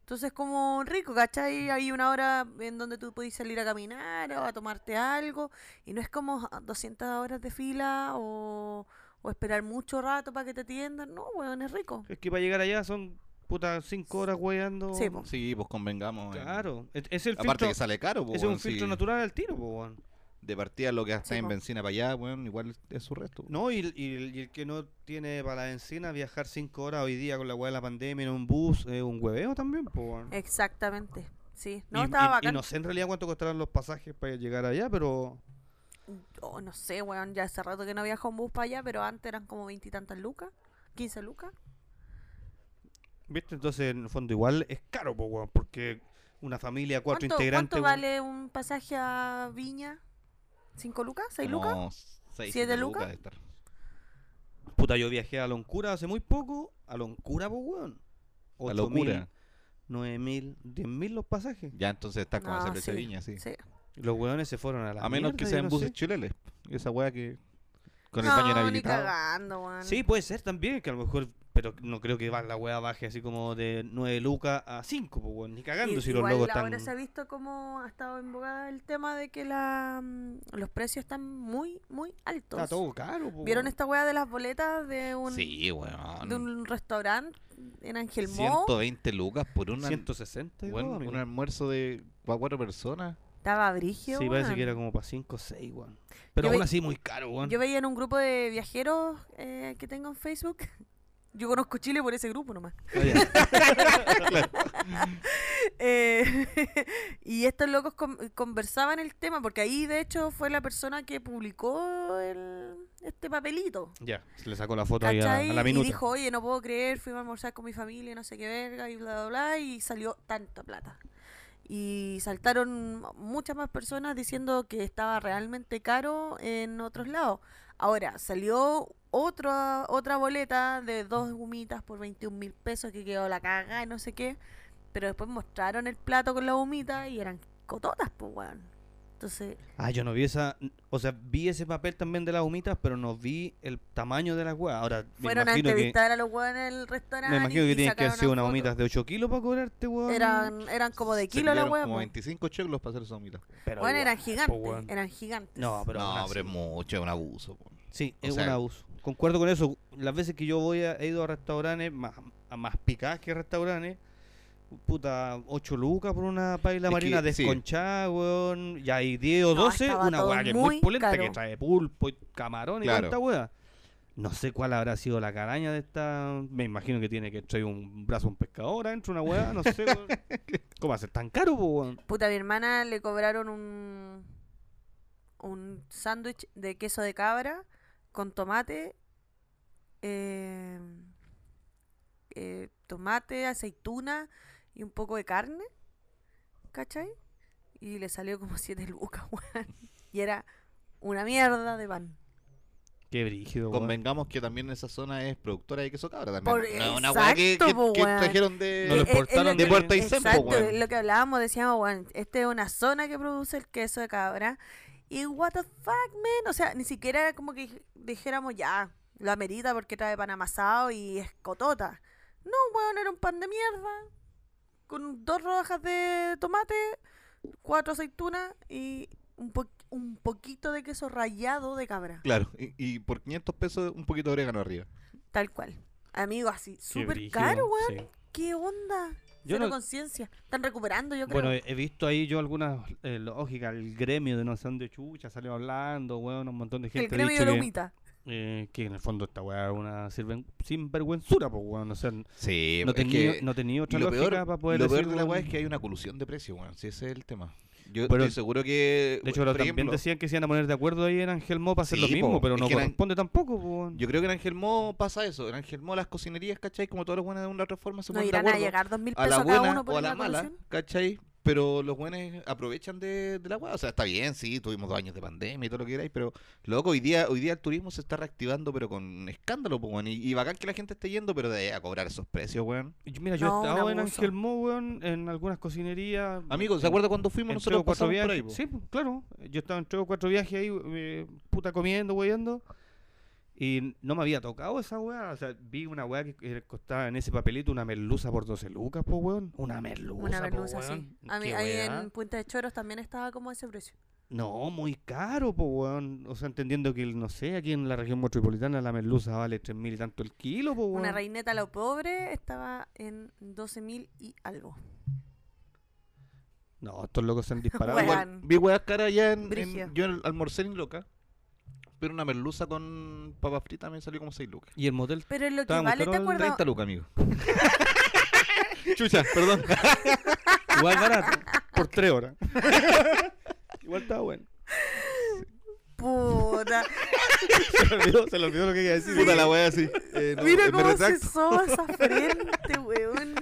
Entonces como rico, ¿cachai? Hay una hora en donde tú podés salir a caminar o a tomarte algo. Y no es como a 200 horas de fila o, o esperar mucho rato para que te atiendan. No, weón, es rico. Es que para llegar allá son puta cinco horas hueando. Sí, po. Sí, pues convengamos. en- Claro. Es, es el Aparte filtro, que sale caro, pues. es un filtro natural al tiro, po, weón. De partida lo que Sí, gastáis en po. benzina para allá, weón, igual es su resto. po. No, y, el- y el- y el que no tiene para la encina viajar cinco horas hoy día con la weá de la pandemia en un bus, es un hueveo también, po, weón. Exactamente. Sí, Eh, no y, estaba y- y bacán. no sé en realidad cuánto costaron los pasajes para llegar allá, pero Oh, no sé, weón, ya hace rato que no viajo en bus para allá, pero antes eran como veintitantas lucas, 15 lucas. viste, entonces en el fondo igual es caro, po, weón, porque una familia cuatro ¿Cuánto, integrantes, ¿Cuánto weón, vale un pasaje a Viña? ¿Cinco lucas? ¿Seis Como lucas? seis, ¿Siete siete lucas? de estar. puta, yo viajé a Loncura hace muy poco, a Loncura, po, weón. La Ocho mil, locura. nueve mil, diez mil los pasajes. Ya entonces está como No, hacer ese Ah, sí, viña, sí. Sí. Los weones se fueron a la A menos mierda, que yo sean no buses sé. chuleles. Esa weá que. Con el no, baño ni inhabilitado. cagando, weón. Sí, puede ser también, que a lo mejor, pero no creo que va- la weá baje así como de 9 lucas a 5, pues, weón, ni cagando Y- si los igual locos ahora están... se ha visto cómo ha estado en boga el tema de que la, mm, los precios están muy, muy altos. Está todo caro, po, ¿Vieron weón. esta weá de las boletas de un, Sí, de weón. un restaurante en Angelmó? 120 lucas por este una. 160 weón, igual, un amigo. almuerzo de. para cuatro personas. Estaba brigio, Sí, parece weón. que era como para 5 o 6, weón. Pero Yo aún ve- así muy caro, weón. Yo veía en un grupo de viajeros eh, que tengo en Facebook. Yo conozco Chile por ese grupo nomás. Ah, ya. Eh, y estos locos con- conversaban el tema, porque ahí de hecho fue la persona que publicó el- este papelito. Ya, se le sacó la foto ahí a, ¿Cachai? a la y minuta. dijo, oye, no puedo creer, fui a almorzar con mi familia, no sé qué verga, y bla, bla, bla, y salió tanta plata. Y saltaron muchas más personas diciendo que estaba realmente caro en otros lados. Ahora, salió otra otra boleta de dos humitas por 21 mil pesos que quedó la caga y no sé qué. Pero después mostraron el plato con la humita y eran cototas, pues, weón. Entonces, Ah, yo no vi esa... O sea, vi ese papel también de las humitas, pero no vi el tamaño de las weas. Ahora, me fueron a imagino que... entrevistar a los weones en el restaurante. Me imagino y que tienen que sacaron haber sido una unas foto. humitas de 8 kilos para cobrarte, weón. Eran, eran como de Se kilo la pillaron hueá. Como po. 25 choclos para hacer esa mitad. Pero Bueno, igual, eran po, gigantes, weón. eran gigantes. No, pero aún No, así. pero es mucho, es un abuso. po. Sí, O es un sea- abuso. Concuerdo con eso. Las veces que yo voy a- he ido a restaurantes, más, a más picadas que restaurantes, puta, 8 lucas por una paila Es marina que, sí. desconchada, weón. Y hay 10 o No, 12, estaba una todo weá que es muy muy polenta, que caro. trae pulpo y camarón y Claro. tanta weá. No sé cuál habrá sido la caraña de esta. Me imagino que tiene que traer un brazo a un pescador adentro, una weá, no sé, weón. ¿Cómo hacer tan caro, po, weón? Puta, a mi hermana le cobraron un un sándwich de queso de cabra con tomate, eh, eh, tomate, aceituna y un poco de carne, ¿cachai? Y le salió como 7 lucas, weón. Y era una mierda de pan. Qué brígido, weón. Convengamos que también esa zona es productora de queso cabra también. Por- No, una weá que, exacto, que- po, que weón. trajeron de. No lo Eh, eh, es exportaron que- de Puerto pues, Aysén, po, Exacto, weón. lo que hablábamos, decíamos, weón, esta es una zona que produce el queso de cabra. Y what the fuck, man. O sea, ni siquiera era como que dij- dijéramos ya, lo amerita porque trae pan amasado y es cotota. No, weón, era un pan de mierda. Con dos rodajas de tomate, cuatro aceitunas y un, po- un poquito de queso rallado de cabra. Claro, y, y por 500 pesos un poquito de orégano arriba. Tal cual. Amigo, así, súper brígido, caro, weón. sí. ¿Qué onda? Yo Cero no- conciencia. Están recuperando, yo creo. Bueno, he he visto ahí yo algunas eh, lógicas, el gremio de no sé dónde chucha salió hablando, weón, un montón de el gente ha gremio de dicho la que, humita. eh, que en el fondo esta weá es una sirven- sinvergüenzura, pues weón, o sea, n- Sí, no es tenía, que no tenía otra lo lógica peor, para poder lo peor decir, de la weá weón. es que hay una colusión de precios, weón. Si ese es el tema. Yo Pero- estoy seguro que. De hecho, pero por también ejemplo, decían que se iban a poner de acuerdo ahí en Ángel Mo para hacer lo Sí, mismo, po, pero es no que eran- corresponde tampoco, po, weón. Yo creo que en Angelmo pasa eso. En Angelmo las cocinerías, ¿cachai? Como todos los buenos de una otra forma se Nos ponen de irán a acuerdo. llegar dos mil a pesos la a cada buena uno o por a la la mala, colusión. ¿cachai? Pero los buenos aprovechan de, de la weá. O sea, está bien, sí, tuvimos dos años de pandemia y todo lo que queráis, pero loco, hoy día, hoy día el turismo se está reactivando, pero con escándalo, pues, weón. Y, y bacán que la gente esté yendo, pero de ahí a cobrar esos precios, weón. Yo- Mira, yo No, he un estado en abuso. Ángel Mo, weón, en algunas cocinerías. Amigos, ¿se Mm, en- acuerdan cuando fuimos en tres nosotros o cuatro pasamos por viajes. ahí, po? sí, pues, claro. Yo estaba en tres o cuatro viajes ahí, eh, puta comiendo, weyando. Y no me había tocado esa weá. O sea, vi una weá que eh, costaba en ese papelito una merluza por 12 lucas, po, weón. Una merluza. Una po, merluza, sí. weón. A mí, Qué ahí weá. en Punta de Choros también estaba como ese precio. No, muy caro, po, weón. O sea, entendiendo que, no sé, aquí en la región metropolitana la merluza vale tres mil y tanto el kilo, po, weón. Una reineta a lo pobre estaba en 12 mil y algo. No, estos locos se han disparado. Weón. Igual- Igual, vi weas caras allá en, en- Brígido. Yo al- almorcé en loca, pero una merluza con papas fritas me salió como 6 lucas. Y el motel. Pero lo que Estaba muy vale, caro ¿te el acuerdas? 30 lucas, amigo. Chucha, perdón. Igual barato. por tres horas. Igual estaba bueno. Puta. Se le olvidó, se le olvidó lo que quería decir. Puta la wea así. Eh, no, Mira eh, me cómo se retracto. soba esa frente, weón.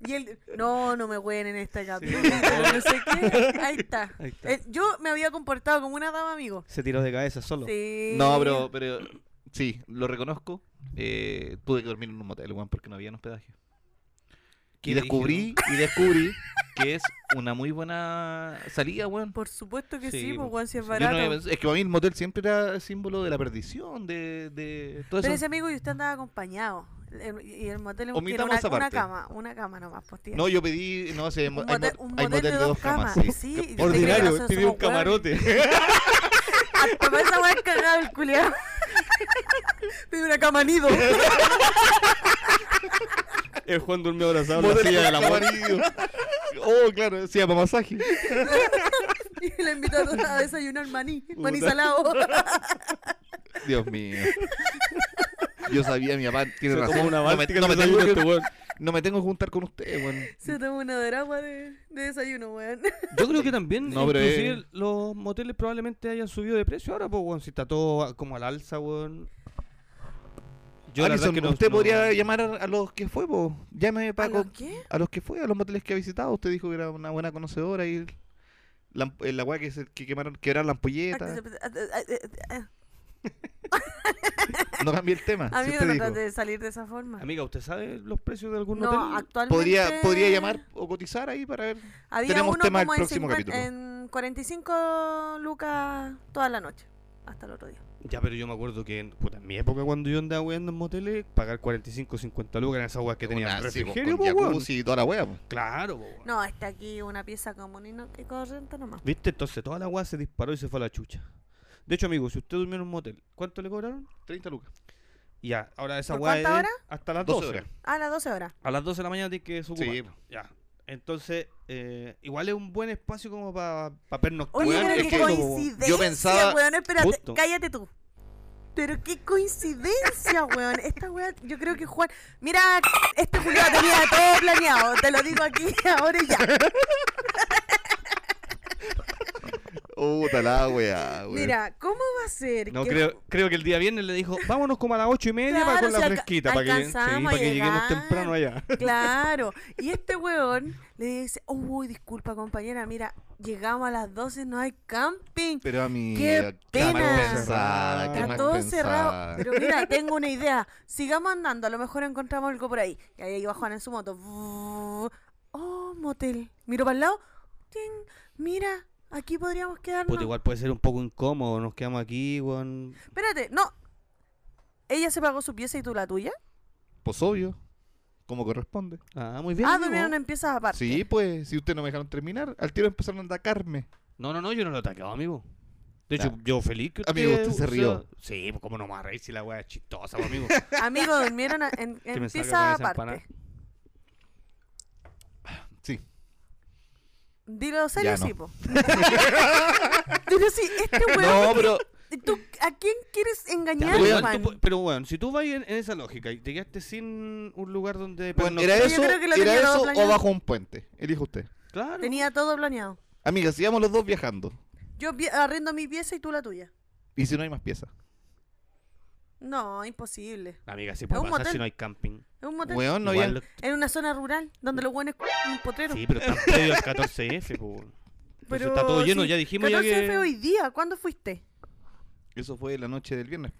Y él, no, no me huelen en esta capilla, pero no sé qué. Ahí está. Ahí está. Eh, yo me había comportado como una dama, amigo. Se tiró de cabeza solo. Sí. No, pero, pero sí, lo reconozco. Eh, tuve que dormir en un motel, weón, porque no había hospedaje. Qué Y descubrí, y descubrí que es una muy buena salida, weón. Por supuesto que sí, Sí, pues, po. weón, si es Yo no barato. había pensado- es que para mí el motel siempre era símbolo de la perdición, de, de todo eso. Pero ese amigo y usted andaba acompañado. El- y el motel era una, Omitamos esa una parte. cama, una cama nomás, pues tía. No, yo pedí, no sé, mo- un hay, motel, mot- un hay motel motel de dos camas. sí. Sí, y yo Ordinario, creía que nosotros pidió somos hueones. Hasta para esa weá es cagado el culiao. Pide una cama nido. El Juan durmió abrazado en la Motel silla de del amor. amarillo. Oh, claro, sí, para masaje. Y le invitó a a desayunar maní, maní salado. Dios mío. Yo sabía, mi papá tiene Se razón. tomó una no, me, báltica no en me el tengo desayuno que, este weón. no me tengo que juntar con usted, weón. Se tomó una drama de, de desayuno, weón. Yo creo que también No, pero inclusive, es- los moteles probablemente hayan subido de precio ahora, pues, weón. Si está todo a- como al alza, weón. la verdad Alison, que no- Ah, usted no- podría llamar a, a los que fue, po. Llame, Paco. ¿A ¿A lo los, que qué? fue, a los moteles que ha visitado. Usted dijo que era una buena conocedora y la, la weá que, se- que quemaron, quebraron la Ah, ampolleta. eh, No cambié el tema. A Ah, si mí usted no dijo. trate de salir de esa forma. Amiga, ¿usted sabe los precios de algún No, motel? actualmente. ¿Podría, podría llamar o cotizar ahí para ver. Había tenemos uno tema el como en, próximo 50 capítulo. en 45 lucas toda la noche, hasta el otro día. Ya, pero yo me acuerdo que en, puta, en mi época, cuando yo andaba weando en moteles, pagar 45, 50 lucas en esas weas que tenían una- sí, po, refrigerio, con po, weón. jacuzzi y toda la weá, po. Claro, po, weón. No, está aquí una pieza común y no que corriente nomás. ¿Viste? Entonces toda la weá se disparó y se fue a la chucha. De hecho, amigo, si usted durmió en un motel, ¿cuánto le cobraron? 30 lucas. Ya, ahora esa ¿Por weá cuánta es hora? hasta las 12. 12 horas. A las 12 horas. A las 12 de la mañana tienes que desocupar. Sí, po. Ya. Entonces, eh, igual es un buen espacio como para pa pernoctar. Oye, Weón, pero es qué que- coincidencia, yo pensaba- weón. Espérate, Justo. cállate tú. Pero qué coincidencia, weón. Esta weón, yo creo que Juan. Mira, este Julio tenía todo planeado. Te lo digo aquí, ahora y ya. Puta la weá, weón. Mira, ¿cómo va a ser? No, que- creo, creo que el día viernes le dijo, vámonos como a las 8 y media para Claro, con la si alca- fresquita, para que, sí, alcanzamos a para que lleguemos llegar. temprano allá. Claro. Y este weón le dice: Uy, disculpa, compañera. Mira, llegamos a las 12, no hay camping. Pero a mí. ¡Qué pena! mal pensada, qué Está mal todo pensada. cerrado. Pero mira, tengo una idea. Sigamos andando, a lo mejor encontramos algo por ahí. Y ahí iba Juan en su moto. Buh. Oh, motel. Miro para el lado. Ting. Mira, aquí podríamos quedarnos. Puta, igual puede ser un poco incómodo, nos quedamos aquí, weón. Espérate, no. ¿Ella se pagó su pieza y tú la tuya? Pues obvio. Como corresponde. Ah, muy bien. ah, amigo. durmieron en piezas aparte. Sí, pues, si ustedes no me dejaron terminar, al tiro empezaron a atacarme. No, no, no, yo no lo he atacado, amigo. De hecho, Nah. yo feliz que Amigo, usted se o sea, rió. sí, pues cómo no me va a reír si la weá es chistosa, pues, amigo. Amigo, durmieron a- en, Que en me salga con pieza esa aparte. Sí. Dilo serio, Ya no. sí, po. Dilo sí, este No, weón. pero ¿Tú a quién quieres engañar, Pero, weón, igual man? tú pu- pero, weón, si tú vas en, en esa lógica y te quedaste sin un lugar donde... bueno, pernoctar- era Yo eso, creo que lo era tenía todo eso o planeado. bajo un puente. Elija usted. Claro. Tenía todo planeado. Amiga, si vamos los dos viajando. Yo vi- arriendo mi pieza y tú la tuya. Y si no hay más piezas. No, imposible. Amiga, si Es puede un pasar si motel. no hay camping. Es un motel. Weón, no Igual había. lo- En una zona rural donde los buenos c- un potrero. Sí, pero está previo al 14F, pues. weón. Entonces está todo lleno, sí, ya dijimos ya 14 que... hoy día, ¿cuándo fuiste? Eso fue la noche del viernes.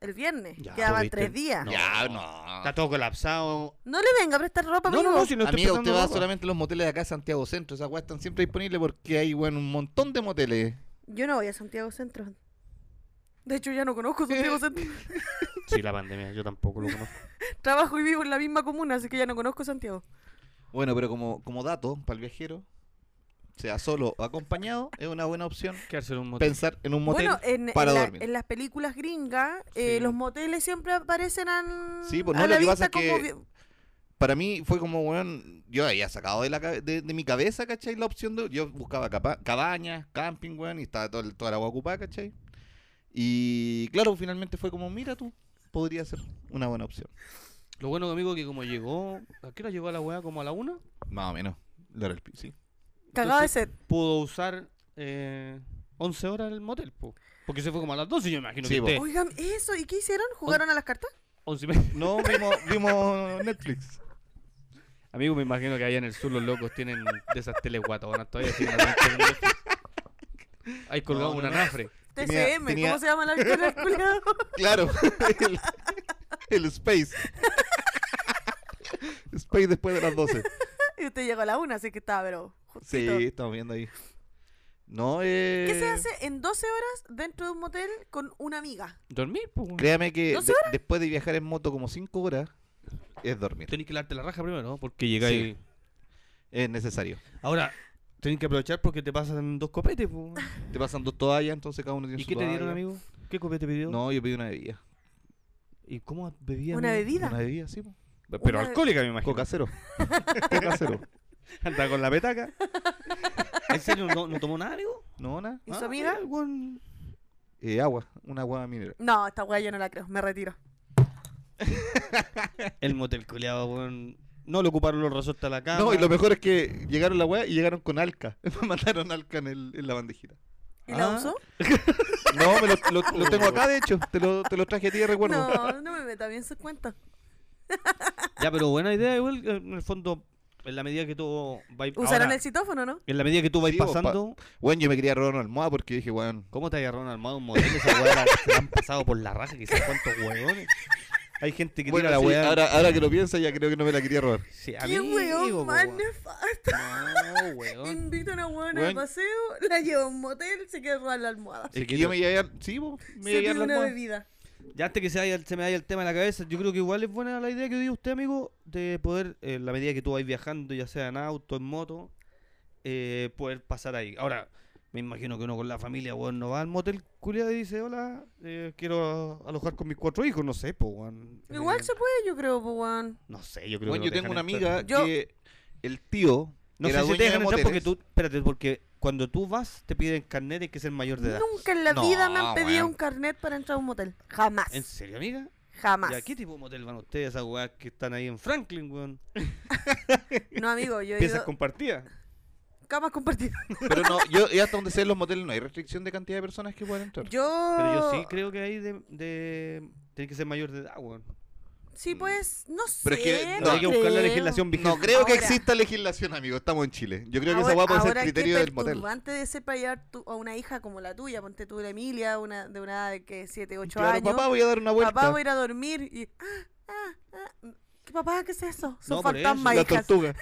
El viernes. Ya, Quedaban tuviste- tres días. No. No. Ya, no. Está todo colapsado. le venga a prestar ropa, No, amigo. no, no, si no estoy Amiga, usted prestando va ropa. solamente a los moteles de acá, Santiago Centro. Esas weas están siempre disponibles porque hay, bueno, un montón de moteles. Yo no voy a Santiago Centro. De hecho, ya no conozco Santiago Centro. Sí, la pandemia, yo tampoco lo conozco. Trabajo y vivo en la misma comuna, así que ya no conozco Santiago. Bueno, pero como, como dato para el viajero, sea solo o acompañado, es una buena opción Quedarse en un motel. pensar en un motel. bueno, en, en para la- dormir. en las películas gringas, eh, Sí. los moteles siempre aparecen al- Sí, pues, a no, lo la que vista pasa es como... que- vi- Para mí fue como, weón, yo había sacado de, la, cabe- de, de mi cabeza, ¿cachai? La opción de... Yo buscaba capa- cabañas, camping, weón, y estaba todo el- toda la agua ocupada, ¿cachai? Y claro, finalmente fue como, mira tú, podría ser una buena opción. Lo bueno, amigo, que como llegó... ¿A qué hora llegó a la weá? ¿Como a la una? Más o menos. La hora del pi- sí. Cagado de Entonces- sed. pudo usar eh, 11 horas en el motel, po. porque se fue como a las 12, yo imagino Sí, que po. esté Oigan, eso, ¿y qué hicieron? ¿Jugaron a las cartas? 11 y media. No, vimos, vimos Netflix. Amigo, me imagino que allá en el sur los locos tienen de esas teles guatonas todavía. así que no tienen Netflix. Hay colgado No, un no, no. anafre. Tenía- TCM, tenía- ¿cómo se llama la alcohol Claro. El, el Space. Space después de las 12. Y usted llegó a la una, así que estaba, pero... Sí, justito. estamos viendo ahí. No, eh... ¿Qué se hace en 12 horas dentro de un motel con una amiga? Dormir, po. weón. Créame que ¿Doce de- después de viajar en moto como 5 horas, es dormir. Tenés que darte la raja primero, ¿no? porque llegáis. Es necesario. Ahora, tenés que aprovechar porque te pasan dos copetes. po. Te pasan dos toallas, entonces cada uno tiene ¿Y su qué te toalla. dieron, amigo? ¿Qué copete pidió? No, yo pedí una bebida. ¿Y cómo bebía? ¿Una amigo? bebida? Una bebida, sí, po. Pero Una- alcohólica, me imagino. Coca cero. Coca cero. Anda con la petaca. ¿En serio no, no tomó nada, amigo? No, nada. ¿Y Ah, su amiga? mira, el weón- Eh, agua. Una agua mineral. No, esta weá yo no la creo, me retiro. El motel culiado, weón. No le ocuparon los resortes a la cama. No, y lo mejor es que llegaron la weá y llegaron con alca. Me mandaron alca en, el- en la bandejita. ¿Y Ah. la usó? No, me lo, lo- lo tengo acá, de hecho. Te lo, te lo traje a ti de recuerdo. No, no me meta bien sus cuentas. Ya, pero buena idea, igual. eh, En el fondo, en la medida que tú vais Usaron ahora, el citófono, ¿no? En la medida que tú vas Sí, vos, pa- pasando, Bueno, yo me quería robar una almohada porque dije, weón, ¿cómo te agarraron armado un motel? Esa weá la- se la han pasado por la raja, quizás cuántos huevones. Hay gente que Bueno, tira la sí, weá. ahora, ahora que lo piensa, ya creo que no me la quería robar. Sí, ¡Qué amigo, po, weón más weón. nefasto! No, weón. Invita a una weona Weón. al paseo, la lleva a un motel, se queda robar la almohada. Es Sí, que que yo no- me llevé a... Sí, po, me Se llevé a la pide una almohada. bebida. Ya antes que se, haya- se me vaya el tema de la cabeza, yo creo que igual es buena la idea que dio usted, amigo, de poder, eh, en la medida que tú vas viajando, ya sea en auto, en moto, eh, poder pasar ahí. Ahora, me imagino que uno con la familia, weón, no va al motel culiado y dice, hola, eh, quiero alojar con mis cuatro hijos, no sé, pues, weón. Igual Eh, se puede, yo creo, po, weón. No sé, yo creo Bueno, que yo no tengo dejan una entrar. amiga Yo- que el tío No era sé si dueño te de dejan entrar porque moteles. tú, espérate, porque cuando tú vas te piden carnet de que ser mayor de edad. Nunca en la No, vida me han pedido weón. un carnet para entrar a un motel. Jamás. ¿En serio, amiga? Jamás. ¿Y a qué tipo de motel van ustedes, esas weas que están ahí en Franklin, weón? No, amigo, yo he Piezas ido... compartidas. Camas compartidas. Pero no, yo y hasta donde sé en los moteles no hay restricción de cantidad de personas que pueden entrar. Yo... Pero yo sí creo que ahí de, de... Tiene que ser mayor de edad, weón. Sí, pues, no sé. Pero es que No, hay que buscar la creo. legislación vigente. No creo que Ahora- exista legislación, amigo. Estamos en Chile. Yo creo que esa Ahora- guapa puede ser ahora, criterio qué del motel. perturbante de ser para llevar tu- a una hija como la tuya, ponte tú la Emilia, una, de una edad de que 7, 8 Claro, años. papá, voy a dar una vuelta. Papá, voy a ir a dormir y. ah, ah, ah, ¿Qué papá? ¿Qué es eso? Son No, por fantasmas, la hijas. tortuga.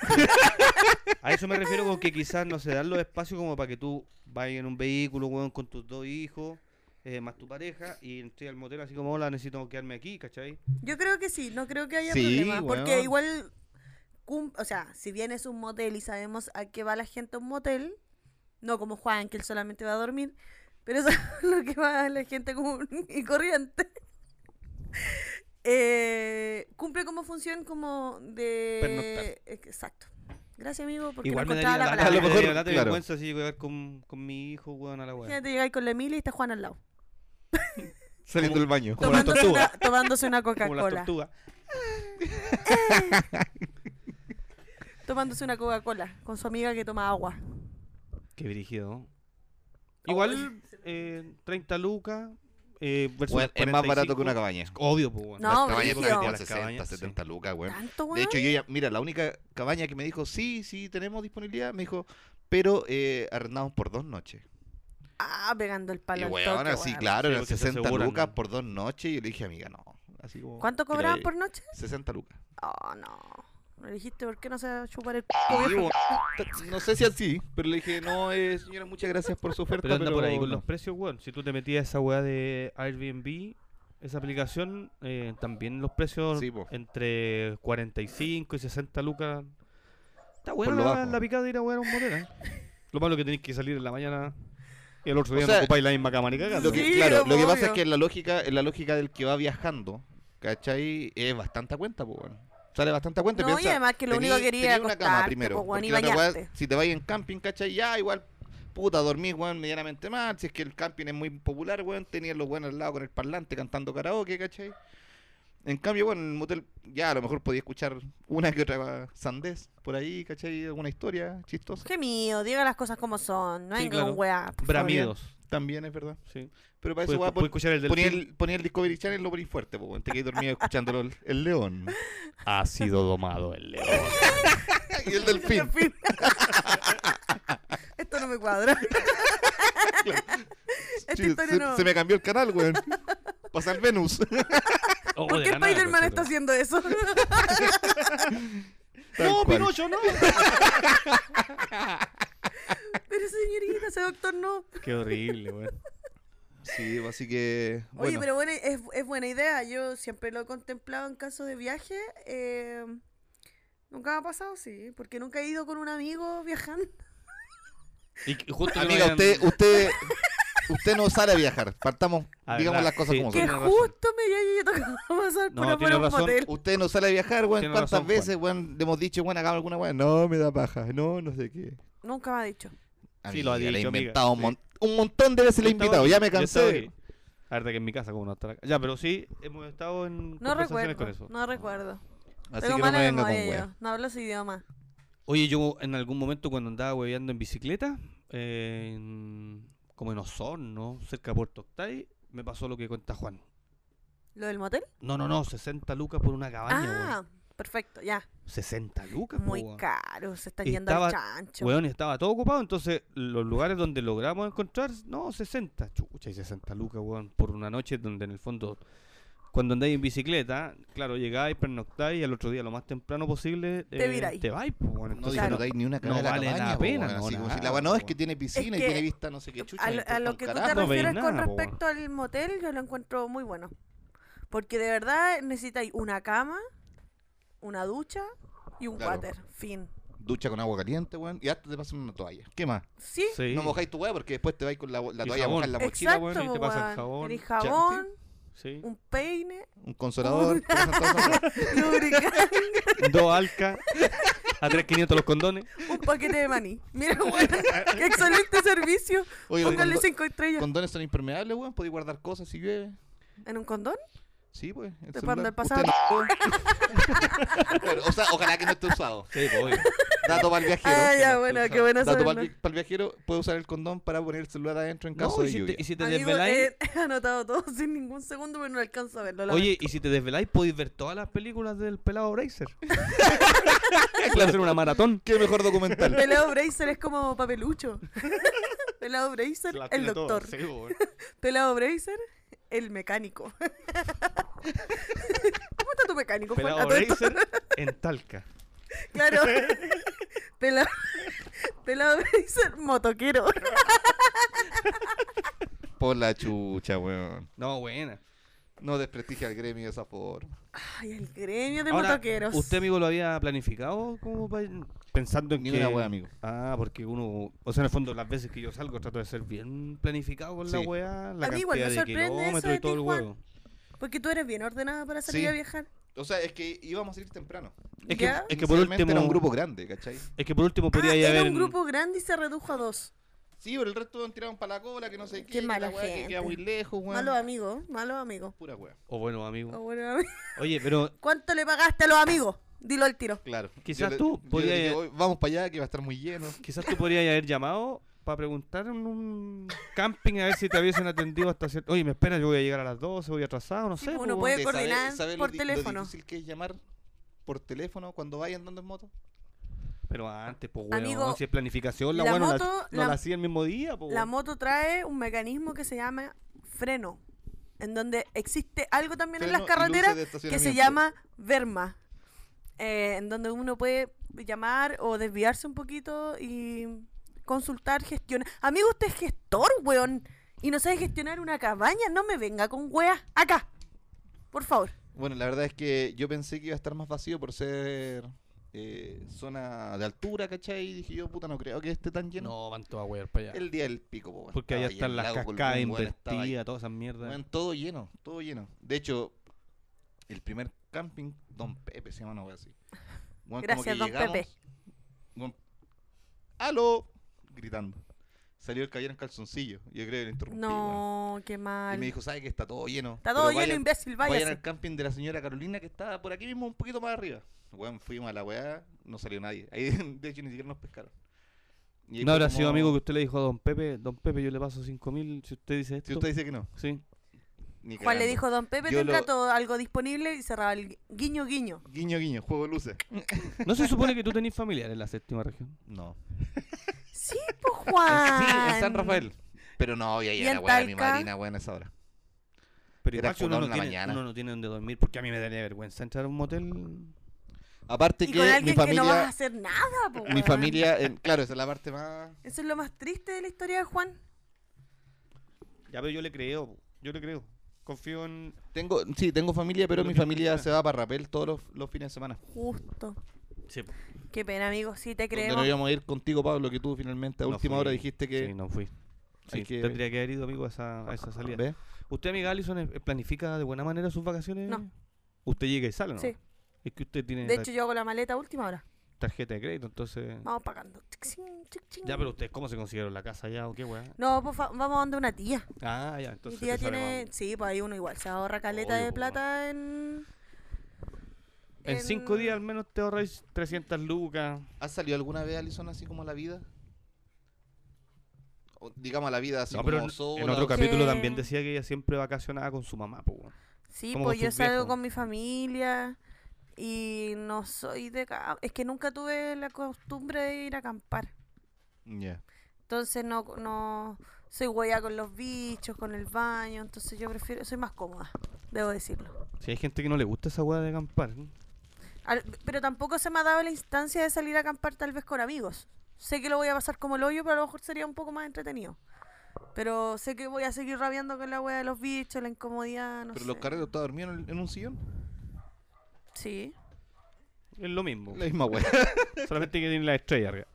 A eso me refiero con que quizás no se dan los espacios como para que tú vayas en un vehículo, weón, con tus dos hijos, eh, más tu pareja, y entres al motel así como, hola, necesito quedarme aquí, ¿cachai? Yo creo que sí, no creo que haya Sí, problema. Porque weón. igual. cum- o sea, si bien es un motel y sabemos a qué va la gente a un motel, no como Juan, que él solamente va a dormir. Pero eso es lo que va a la gente común y corriente. Eh, cumple como función como de... Exacto. Gracias, amigo, porque Igual no me encontraba daría la la palabra. A lo me mejor, daría lata y claro. vergüenza si llegar con, con mi hijo, weón, a la weá. Imagínate llegar con la Emilia y está Juan al lado. Saliendo del baño. Como la tomándose tortuga. una, tomándose una Como la Coca-Cola. tortuga. Tomándose una Coca-Cola con su amiga que toma agua. Qué dirigido. Igual, Oh, eh, 30 lucas. Eh, versus Bueno, es más barato que una 45. cabaña. Obvio, pues, weón. No, Las cabañas brígido. salen como a Las 60, cabañas, sí. 70 lucas, weón. ¿Tanto, De weón? hecho, yo ya, mira, la única cabaña que me dijo, sí, sí, tenemos disponibilidad, me dijo, pero eh, arrendamos por dos noches. Ah, pegando el palo y al weón, toque, así, weón. claro, Sí, eran porque se 60 aseguran, lucas ¿no? por dos noches. Y yo le dije, amiga, no. Así como, ¿Cuánto que lo cobraban de- por noche? 60 lucas. Oh, no. Me dijiste, ¿por qué no se va a chupar el p***? Y yo, no sé si así, pero le dije, no, eh, señora, muchas gracias por su oferta. Pero anda por ahí con no". los precios, weón. Si tú te metías a esa weá de Airbnb, esa aplicación, eh, también los precios Sí, po. entre 45 y 60 lucas. Está buena lo la, bajo. la picada de ir a wear a un motel, ¿eh? Lo malo es que tenéis que salir en la mañana y el otro O día sea, no ocupáis la misma cama ni cagando. Lo que, Sí, claro, lo que obvio. pasa es que en la lógica, en la lógica del que va viajando, ¿cachai? Es bastante a cuenta, pues, weón. Sale bastante a cuenta. No, piensa, y además que lo único que quería tenía era una cama acostarte, primero. po, weón, y porque la otra weá, bañarte. si te vas en camping, ¿cachai? Ya, igual, puta, dormís, weón, medianamente mal. Si es que el camping es muy popular, weón, tenían los weones al lado con el parlante cantando karaoke, ¿cachai? En cambio, bueno, en el motel ya a lo mejor podía escuchar una que otra sandés por ahí, ¿cachai? Alguna historia chistosa. Qué mío, diga las cosas como son. No Sí, hay claro. ningún weá. por favor. Bramidos. También es verdad. Sí. Pero para eso, Puedes, weá, puedes escuchar el del Ponía el, ponía el Discovery Channel lo ponía fuerte, po, weón. te quedé dormido escuchándolo el, el león Ha sido domado el león. y el delfín. Esto no me cuadra. Esta Sí, historia se, no. se me cambió el canal, weón. Pasa el Venus. Oh, ¿Por de qué la nada, Spider-Man por está cierto. haciendo eso? Tal No, cual. Pinocho, no. Pero señorita, ese doctor no. Qué horrible, weón. Sí, pues, así que. Bueno, Oye, pero bueno, es, es buena idea. Yo siempre lo he contemplado en caso de viaje. eh, nunca me ha pasado, sí. Porque nunca he ido con un amigo viajando. Y que- justo que Amiga, vayan- usted, usted, usted no sale a viajar. Partamos, Ah, digamos verdad, las cosas sí. como Que son. tiene razón. justo me haya tocado pasar No, por afuera tiene un razón. motel. Usted no sale a viajar, weón. Tiene ¿Cuántas razón, Juan. veces, weón, le hemos dicho, weón, hagamos alguna weón? No, me da paja. No, no sé qué. Nunca me ha dicho. Sí, lo ha Amiga, le he dicho, amiga, inventado un, sí. mon- un montón de veces, le he Yo invitado. estaba aquí, Ya me yo estaba cansé. aquí. La verdad que en mi casa como no está la ca- Ya, pero sí, hemos estado en No conversaciones recuerdo. con eso. No recuerdo. Así Tengo que no mala me venga con memoria yo. weón. No hablo su idioma. Oye, yo en algún momento cuando andaba hueveando en bicicleta, eh, en- como en Osorno, cerca de Puerto Octay, me pasó lo que cuenta Juan. ¿Lo del motel? No, no, no, 60 lucas por una cabaña, ah, weón. perfecto, ya. 60 lucas, po, Muy weón. caro, se están Y yendo estaba- al chancho. Weón, y estaba todo ocupado, entonces los lugares donde logramos encontrar, no, 60, chucha, y 60 lucas, weón, por una noche donde en el fondo, cuando andáis en bicicleta, claro, llegáis, pernoctáis y al otro día lo más temprano posible Te eh, viráis. te vais, pues, weón. No Entonces, Claro. disfrutáis ni una No cagada de vale la cabaña, po, pena, weón, no, así como si nada, la no es po. que tiene piscina Es y tiene que vista no sé qué chucha. a, me lo, a importa lo un que tú carajo. te No veis refieres con nada, po, weón. respecto al motel, yo lo encuentro muy bueno. Porque de verdad necesitáis una cama, una ducha y un Claro. water. Fin. Ducha con agua caliente, weón, y hasta te pasan una toalla. ¿Qué más? ¿Sí? sí. No mojáis tu weá porque después te vais con la, la Y toalla a jabón. mojar la mochila, Exacto, weón. weón, y te po, pasan weón. jabón, Tenéis chanti. jabón, sí. un peine, Un consolador. Un- te pasan todas esas weas. lubricante, Dos alcas, a 3.500 los condones. un paquete de maní. Mira, weón, qué excelente servicio. Oye, los Póngale condo- cinco estrellas. condones son impermeables, weón. Podéis guardar cosas si llueve. ¿En un condón? Sí, pues. el Te celular. mando el Usted pasado. no- Claro, o sea, ojalá que no esté usado. Sí, pues, obvio. Dato para el viajero. Ah, ya, bueno, qué bueno Dato para saberlo. el, vi- para el viajero, puede usar el condón para poner el celular adentro en caso No, de y si lluvia. te, y si te Amigo, desveláis, he he anotado todo sin ningún segundo, pero no alcanzo a verlo. la oye, y si te desveláis, podéis ver todas las películas del pelado Bracer. claro, hacer una maratón. Qué mejor documental. Pelado Bracer es como papelucho. Pelado Bracer, Las el tiene todas, doctor. sí, po, weón. Pelado Bracer, el mecánico. ¿Cómo está tu mecánico, Pues, Juan? Pelado A todo esto, Bracer en Talca. Claro. Pelado, Pelado Bracer, motoquero. Por la chucha, weón. No, buena. No desprestigia al gremio de esa forma. Ay, el gremio de Ahora, motoqueros. ¿Usted, amigo, lo había planificado como para pensando en Ni que... una wea, amigo. Ah, porque uno... O sea, en el fondo, las veces que yo salgo trato de ser bien planificado con la Sí. wea, la A mí cantidad igual me de sorprende eso kilómetros de y todo ti, el Juan. huevo. Porque tú eres bien ordenada para salir Sí. a viajar. O sea, es que íbamos a ir temprano. Es que, ¿Ya? es que por Inicialmente último... Era un grupo grande, ¿cachai? Es que por último podría Ah, ya era haber... un grupo grande y se redujo a dos. Sí, pero el resto nos tiraron para la cola, que no sé qué. Qué que mala la wea gente. Que queda muy lejos, weón. Malos amigos, malos amigos. Pura wea. O bueno, amigo. Oh, bueno, amigo. Oye, pero ¿Cuánto le pagaste a los amigos? Dilo al tiro. Claro. Quizás Yo le- tú yo le podías- dije, "Oye, Vamos para allá, que va a estar muy lleno. quizás tú podrías haber llamado para preguntar en un camping a ver si te hubiesen atendido hasta cierto... Oye, me espera, yo voy a llegar a las 12, voy atrasado, no Sí, sé. pues po, uno weón. puede De coordinar lo por di- teléfono. Lo difícil que es llamar por teléfono cuando vayas andando en moto. Pero antes, pues, weón, Amigo, si es planificación, la, la weón no la- moto, no la- la hacía el mismo día, po, La weón. moto trae un mecanismo que se llama freno, en donde existe algo también en Freno y las luces carreteras de que se estacionamiento. llama verma, eh, en donde uno puede llamar o desviarse un poquito y consultar, gestionar. Amigo, usted es gestor, weón, y no sabe gestionar una cabaña, no me venga con weas acá, por favor. Bueno, la verdad es que yo pensé que iba a estar más vacío por ser eh, zona de altura, ¿cachai? Y dije yo, puta, no creo que esté tan lleno. No, van todas a wear para allá. El día del pico, po, weón. Porque allá Estaba están lleno, las Lago Colbún, cascadas weón, estaba invertidas, todas esas mierdas. Weón, todo lleno, todo lleno. De hecho, el primer camping, Don Pepe se llama una wea así. Weón, como Gracias, que Don Pepe. weón, ¡Aló! Gritando. Salió el caballero en calzoncillo. Yo creo que le interrumpí. weón. No, qué mal. Y me dijo, ¿sabe que está todo lleno? Está pero todo lleno, vayan- imbécil, Vayan váyase. al camping de la señora Carolina que está por aquí mismo, un poquito más arriba. Weón, fuimos a la weá, no salió nadie. Ahí, de hecho, ni siquiera nos pescaron. Y ahí No fue habrá como- sido amigo que usted le dijo a don Pepe, don Pepe, yo le paso 5 mil si usted dice esto. Si usted dice que no, Sí. ni Juan le cagando. dijo, don Pepe, Yo tendrá lo- todo algo disponible y cerraba el gui- guiño, guiño. Guiño, guiño, juego de luces. ¿No se supone que tú tenés familiares en la séptima región? No. Sí, pues En- Juan. Sí, en San Rafael. Pero no, ya ¿Y ya la en weá de mi Talca? madrina, weón, a esa hora. Pero Era igual si uno funado no, en la tiene, mañana. uno no tiene donde dormir, porque a mí me daría vergüenza entrar a un motel. Aparte Y que con mi alguien que no vas a familia. hacer nada, po, mi weón. familia, eh, claro, esa es la parte más. Eso es lo más triste de la historia de Juan. Ya, pero yo le creo, po. yo le creo. Confío en... Tengo, sí, tengo familia, pero Lo mi mismo familia acá. se va para Rapel todos los, los fines de semana. Justo. Sí, Qué pena, amigo. Sí, te Donde creo. no íbamos a ir contigo, Pablo, que tú finalmente a No última fui. hora dijiste que. sí no fui. Hay Sí, que- Tendría que haber ido, amigo, a esa, a esa salida. ¿Ves? ¿Usted, amiga Allison, eh, planifica de buena manera sus vacaciones? No. Usted llega y sale, ¿no? Sí. Es que usted tiene De tar- hecho, yo hago la maleta a última hora. tarjeta de crédito, entonces... Vamos pagando. Tic, chin, tic, chin. Ya, pero ustedes, ¿cómo se consiguieron la casa ya o qué, weá? No, por fa- vamos a donde una tía. Ah, ya, Mi entonces... tía te sale tiene. más- Sí, pues ahí uno igual. Se ahorra caleta Obvio, de po, plata en. En cinco días al menos te ahorras 300 lucas. ¿Has salido alguna vez, Alison, así como a la vida? O, digamos a la vida así No, como pero en, sola, en otro o- cap- capítulo Sí. también decía que ella siempre vacacionaba con su mamá, po, weón. Sí, como pues con yo sus salgo viejos. con mi familia. Y no soy de. ca- Es que nunca tuve la costumbre de ir a acampar. Ya. Entonces no, no soy hueá con los bichos, con el baño, entonces yo prefiero, soy más cómoda, debo decirlo. Si hay gente que no le gusta esa weá de acampar. ¿eh? Al- pero tampoco se me ha dado la instancia de salir a acampar tal vez con amigos. Sé que lo voy a pasar como el hoyo, pero a lo mejor sería un poco más entretenido. Pero sé que voy a seguir rabiando con la hueá de los bichos, la incomodidad, no Pero sé. los carreros está dormido en, el- en un sillón. Sí. Es lo mismo. La misma weá. Solamente que tiene la estrella arriba.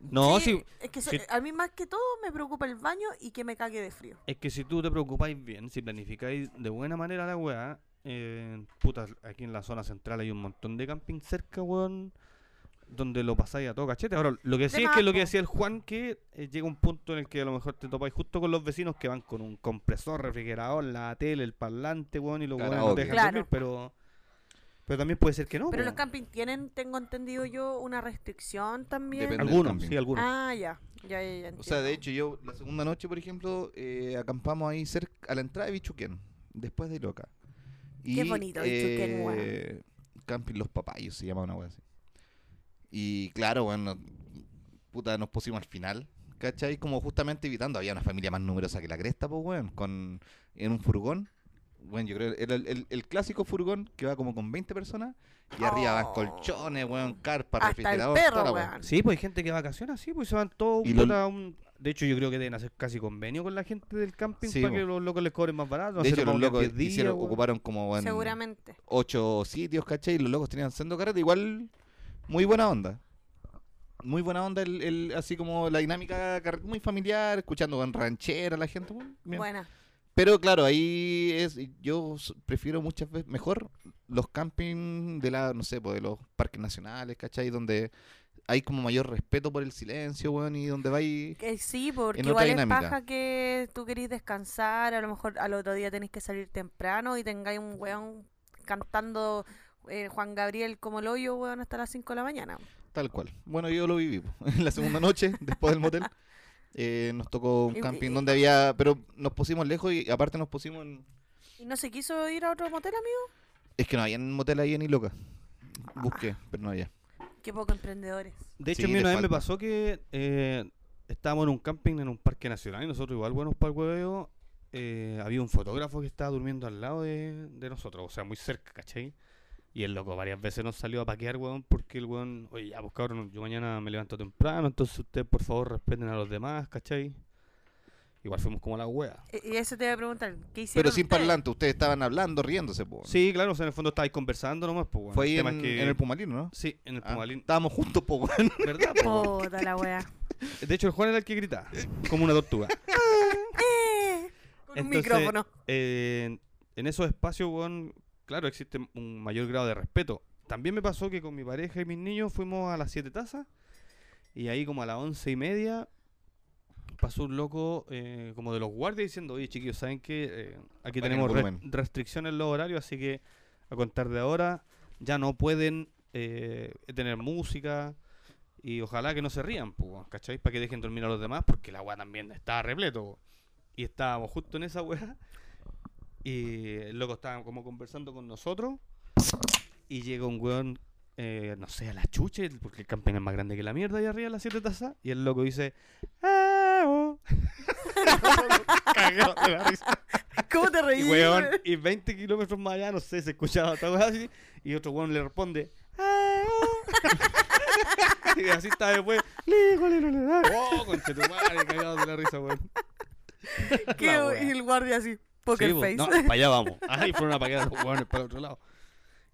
No, Sí, si, Es que so- si- a mí más que todo me preocupa el baño y que me cague de frío. es que si tú te preocupáis bien, si planificáis de buena manera la weá, eh, putas, aquí en la zona central hay un montón de camping cerca, weón, donde lo pasáis a todo cachete. Ahora, lo que sí es que lo que más, po. decía el Juan, que eh, llega un punto en el que a lo mejor te topáis justo con los vecinos que van con un compresor, refrigerador, la tele, el parlante, weón, y los weones no Karaoke. te dejan Claro. dormir, pero, pero también puede ser que no. Pero los po. camping tienen, tengo entendido yo, una restricción también. Depende. Algunos, camping. sí, algunos. Ah, ya. Ya, ya, ya O sea, de entiendo. hecho, yo la segunda noche, por ejemplo, eh, acampamos ahí cerca, a la entrada de Bichuquén, después de Loca. Y, Qué bonito Bichuquén, weón. eh, Camping Los Papayos se llama una weá así. Y claro, bueno, puta, nos pusimos al final, ¿cachai? Como justamente evitando, había una familia más numerosa que la cresta, pues, weón, con, en un furgón. Bueno, yo creo, era el, el- el clásico furgón que va como con 20 personas y arriba van Oh. colchones, weón, carpa, Hasta el refrigerador, toda perro, la weá. weón. Sí, pues hay gente que vacaciona así, pues se van todos Y lo- puta, a un- De hecho, yo creo que deben hacer casi convenio con la gente del camping Sí, para po. que los locos les cobren más barato. De hacer hecho, los como que locos 10 días, hicieron, weón. ocuparon como, weón, Seguramente. ocho sitios, ¿cachai? Y los locos tenían siendo carrete. Igual, muy buena onda. muy buena onda, el, el- así como la dinámica car- muy familiar, escuchando en ranchera la gente. bueno, bien. Buena. Pero claro, ahí es, yo s- prefiero muchas veces mejor los campings de la, no sé, pues, de los parques nacionales, ¿cachai? Donde hay como mayor respeto por el silencio, weón, y donde va y... Que eh, sí, porque otra igual es dinámica. paja que tú querís descansar, a lo mejor al otro día tenés que salir temprano y tengáis un weón cantando eh, Juan Gabriel como el hoyo, weón, hasta las 5 de la mañana. Tal cual. Bueno, yo lo viví po. en la segunda noche, después del motel. eh, nos tocó un Y- camping y- donde había, pero nos pusimos lejos y aparte nos pusimos en... ¿Y no se quiso ir a otro motel, amigo? Es que no había un motel ahí en Iloca. Busqué, pero no había. Qué poco emprendedores. De hecho, Sí, a mí te una vez me falta. pasó que eh, estábamos en un camping en un parque nacional y nosotros igual buenos para el hueveo. eh, había un fotógrafo que estaba durmiendo al lado de, de nosotros, o sea, muy cerca, ¿cachai? Y el loco varias veces nos salió a paquear, weón, porque el weón, oye, ya, pues cabrón, yo mañana me levanto temprano, entonces ustedes por favor respeten a los demás, ¿cachai? Igual fuimos como la wea. E, Y y eso te voy a preguntar, ¿qué hicieron Pero sin ustedes? parlante, ustedes estaban hablando, riéndose, po. Sí, claro, o sea, en el fondo estáis conversando nomás, pues, weón. Fue ahí en, tema es que- en el Pumalino, ¿no? Sí, en el Ah, Pumalín. estábamos juntos, po, weón. ¿Verdad, po, weón? Puta la wea. De hecho, el Juan era el que gritaba, como una tortuga. Con un Entonces, micrófono. eh, en- en esos espacios, weón, claro, existe un mayor grado de respeto. También me pasó que con mi pareja y mis niños fuimos a las 7 tazas y ahí como a las once y media pasó un loco eh, como de los guardias diciendo, oye chiquillos, ¿saben que aquí Bajen el tenemos re- volumen". restricciones en los horarios, así que a contar de ahora ya no pueden eh, tener música y ojalá que no se rían, pues, weón, ¿cachai? Para que dejen dormir a los demás porque la weá también estaba repleto. weón. Y estábamos justo en esa weá. Y el loco estaba como conversando con nosotros. Y llega un weón, eh, no sé, a la chuche, porque el camping es más grande que la mierda allá arriba, las siete tazas. Y el loco dice, "Ah, oh". Cagado de la risa. ¿Cómo te Y reí? weón, y 20 kilómetros más allá, no sé, se escuchaba otra weá así. Y otro weón le responde, "Ah, oh". Y así está después, "Le, gole, le, le, ah". ¡Oh, conchetumare, cagado de la risa, weón! Qué- la wea. y el guardia así, poker Sí, po. pues, face. No, para allá vamos. Ahí fueron a pagar los hueones para el otro lado.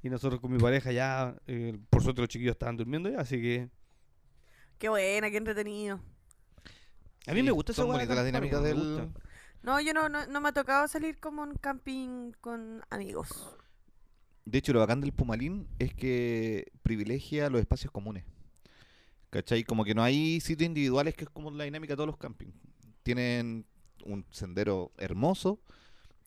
Y nosotros con mi pareja ya, eh, por suerte los chiquillos estaban durmiendo ya, así que... Qué buena, qué entretenido. A mí Sí, me gusta esa son hueá de bonitas las dinámicas acampar, weón, me del- gusta. No, yo no, no, no me ha tocado salir como en camping con amigos. De hecho, lo bacán del Pumalín es que privilegia los espacios comunes. ¿Cachai? Como que no hay sitios individuales, que es como la dinámica de todos los campings. Tienen un sendero hermoso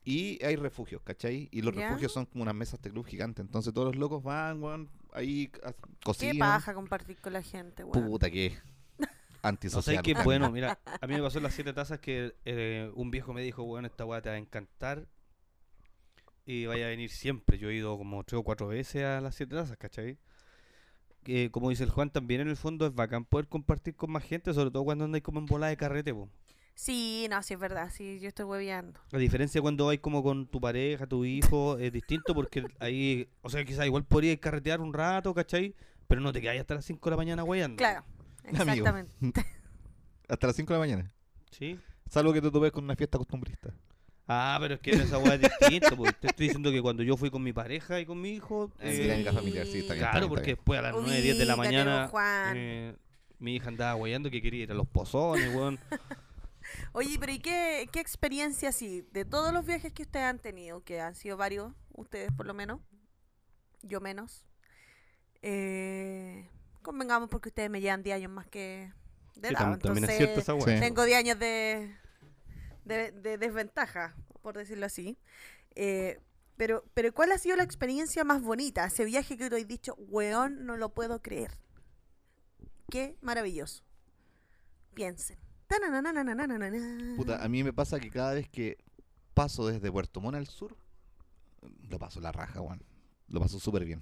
y hay refugios, ¿cachai? Y los Ya. refugios son como unas mesas de club gigantes. Entonces todos los locos van, weón, ahí a- Qué cocinan. paja compartir con la gente, weón. Puta que No antisocial. sé qué weón. bueno, mira, a mí me pasó en las siete tazas que eh, un viejo me dijo, bueno, esta weá te va a encantar y vaya a venir siempre. Yo he ido como tres o cuatro veces a las siete tazas, ¿cachai? Que, como dice el Juan, también en el fondo es bacán poder compartir con más gente, sobre todo cuando andáis como en bola de carrete, po. Sí, no, sí es verdad, sí, yo estoy hueveando. La diferencia cuando vais como con tu pareja, tu hijo, es distinto porque ahí, o sea, quizás igual podrías carretear un rato, ¿cachai? Pero no te quedáis hasta las 5 de la mañana weyando. Claro, Amigo. exactamente. Hasta las 5 de la mañana. Sí. Salvo que te topes con una fiesta costumbrista. Ah, pero es que en esa weá es distinto, porque te estoy diciendo que cuando yo fui con mi pareja y con mi hijo, En eh, dinámica familiar, sí, está bien. está claro, bien, está porque bien. después a las 9, 10 de la Ubícate, mañana, don Juan. eh, mi hija andaba weyando que quería ir a los pozones, weón. Oye, pero ¿y qué, qué experiencia así? De todos los viajes que ustedes han tenido, que han sido varios, ustedes por lo menos, yo menos, eh, convengamos porque ustedes me llevan 10 años más que de edad. entonces, weá. Tengo 10 años de, de, de desventaja, por decirlo así. Eh, pero, pero ¿cuál ha sido la experiencia más bonita? Ese viaje que tú has dicho, weón, no lo puedo creer. Qué maravilloso. Piensen. Tanananananananana. Puta, a mí me pasa que cada vez que paso desde Puerto Montt al sur, lo paso la raja, weón. Lo paso súper bien.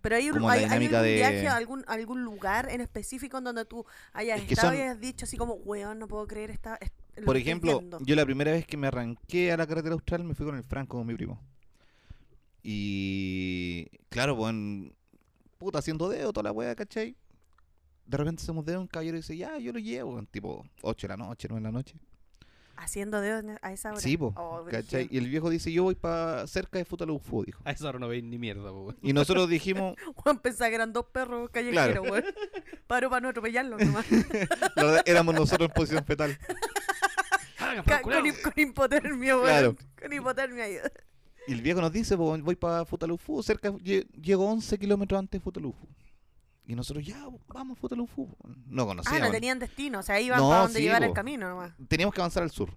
pero hay, un, como la hay- hay dinámica algún de- viaje a algún, algún lugar en específico en donde tú hayas Es que estado y son- hayas dicho así como, weón, no puedo creer esta... est- lo Por que estoy ejemplo, viendo". yo la primera vez que me arranqué a la carretera austral me fui con el Franco, con mi primo. Y claro, pues en- puta, haciendo dedo toda la wea, ¿cachai? De repente hacemos dedo, un caballero dice, ya, yo lo llevo, weón, tipo 8 de la noche, 9 de la noche. Haciendo dedos en- a esa hora. Sí, po, Oh, ¿cachai? brígido. Y el viejo dice, yo voy para cerca de Futalufo, dijo. A esa hora no veis ni mierda, po, weón. Y nosotros dijimos, Juan pensaba que eran dos perros callejeros, Claro. weón. Paró para no atropellarlo nomás. La verdad, éramos nosotros en posición fetal. ¡Hagan, Ca- Ah, culiao! con, hip- con hipotermia, weón. Claro. Con hipotermia. yo. Y el viejo nos dice, "Pues, voy para Futalufu, cerca, lle- llego 11 kilómetros antes de Futalufu. Y nosotros, ya, vamos a Futalufu. No ah, conocíamos. no tenían destino. O sea, iban No, para donde sí, llevara el po. camino nomás. Teníamos que avanzar al sur.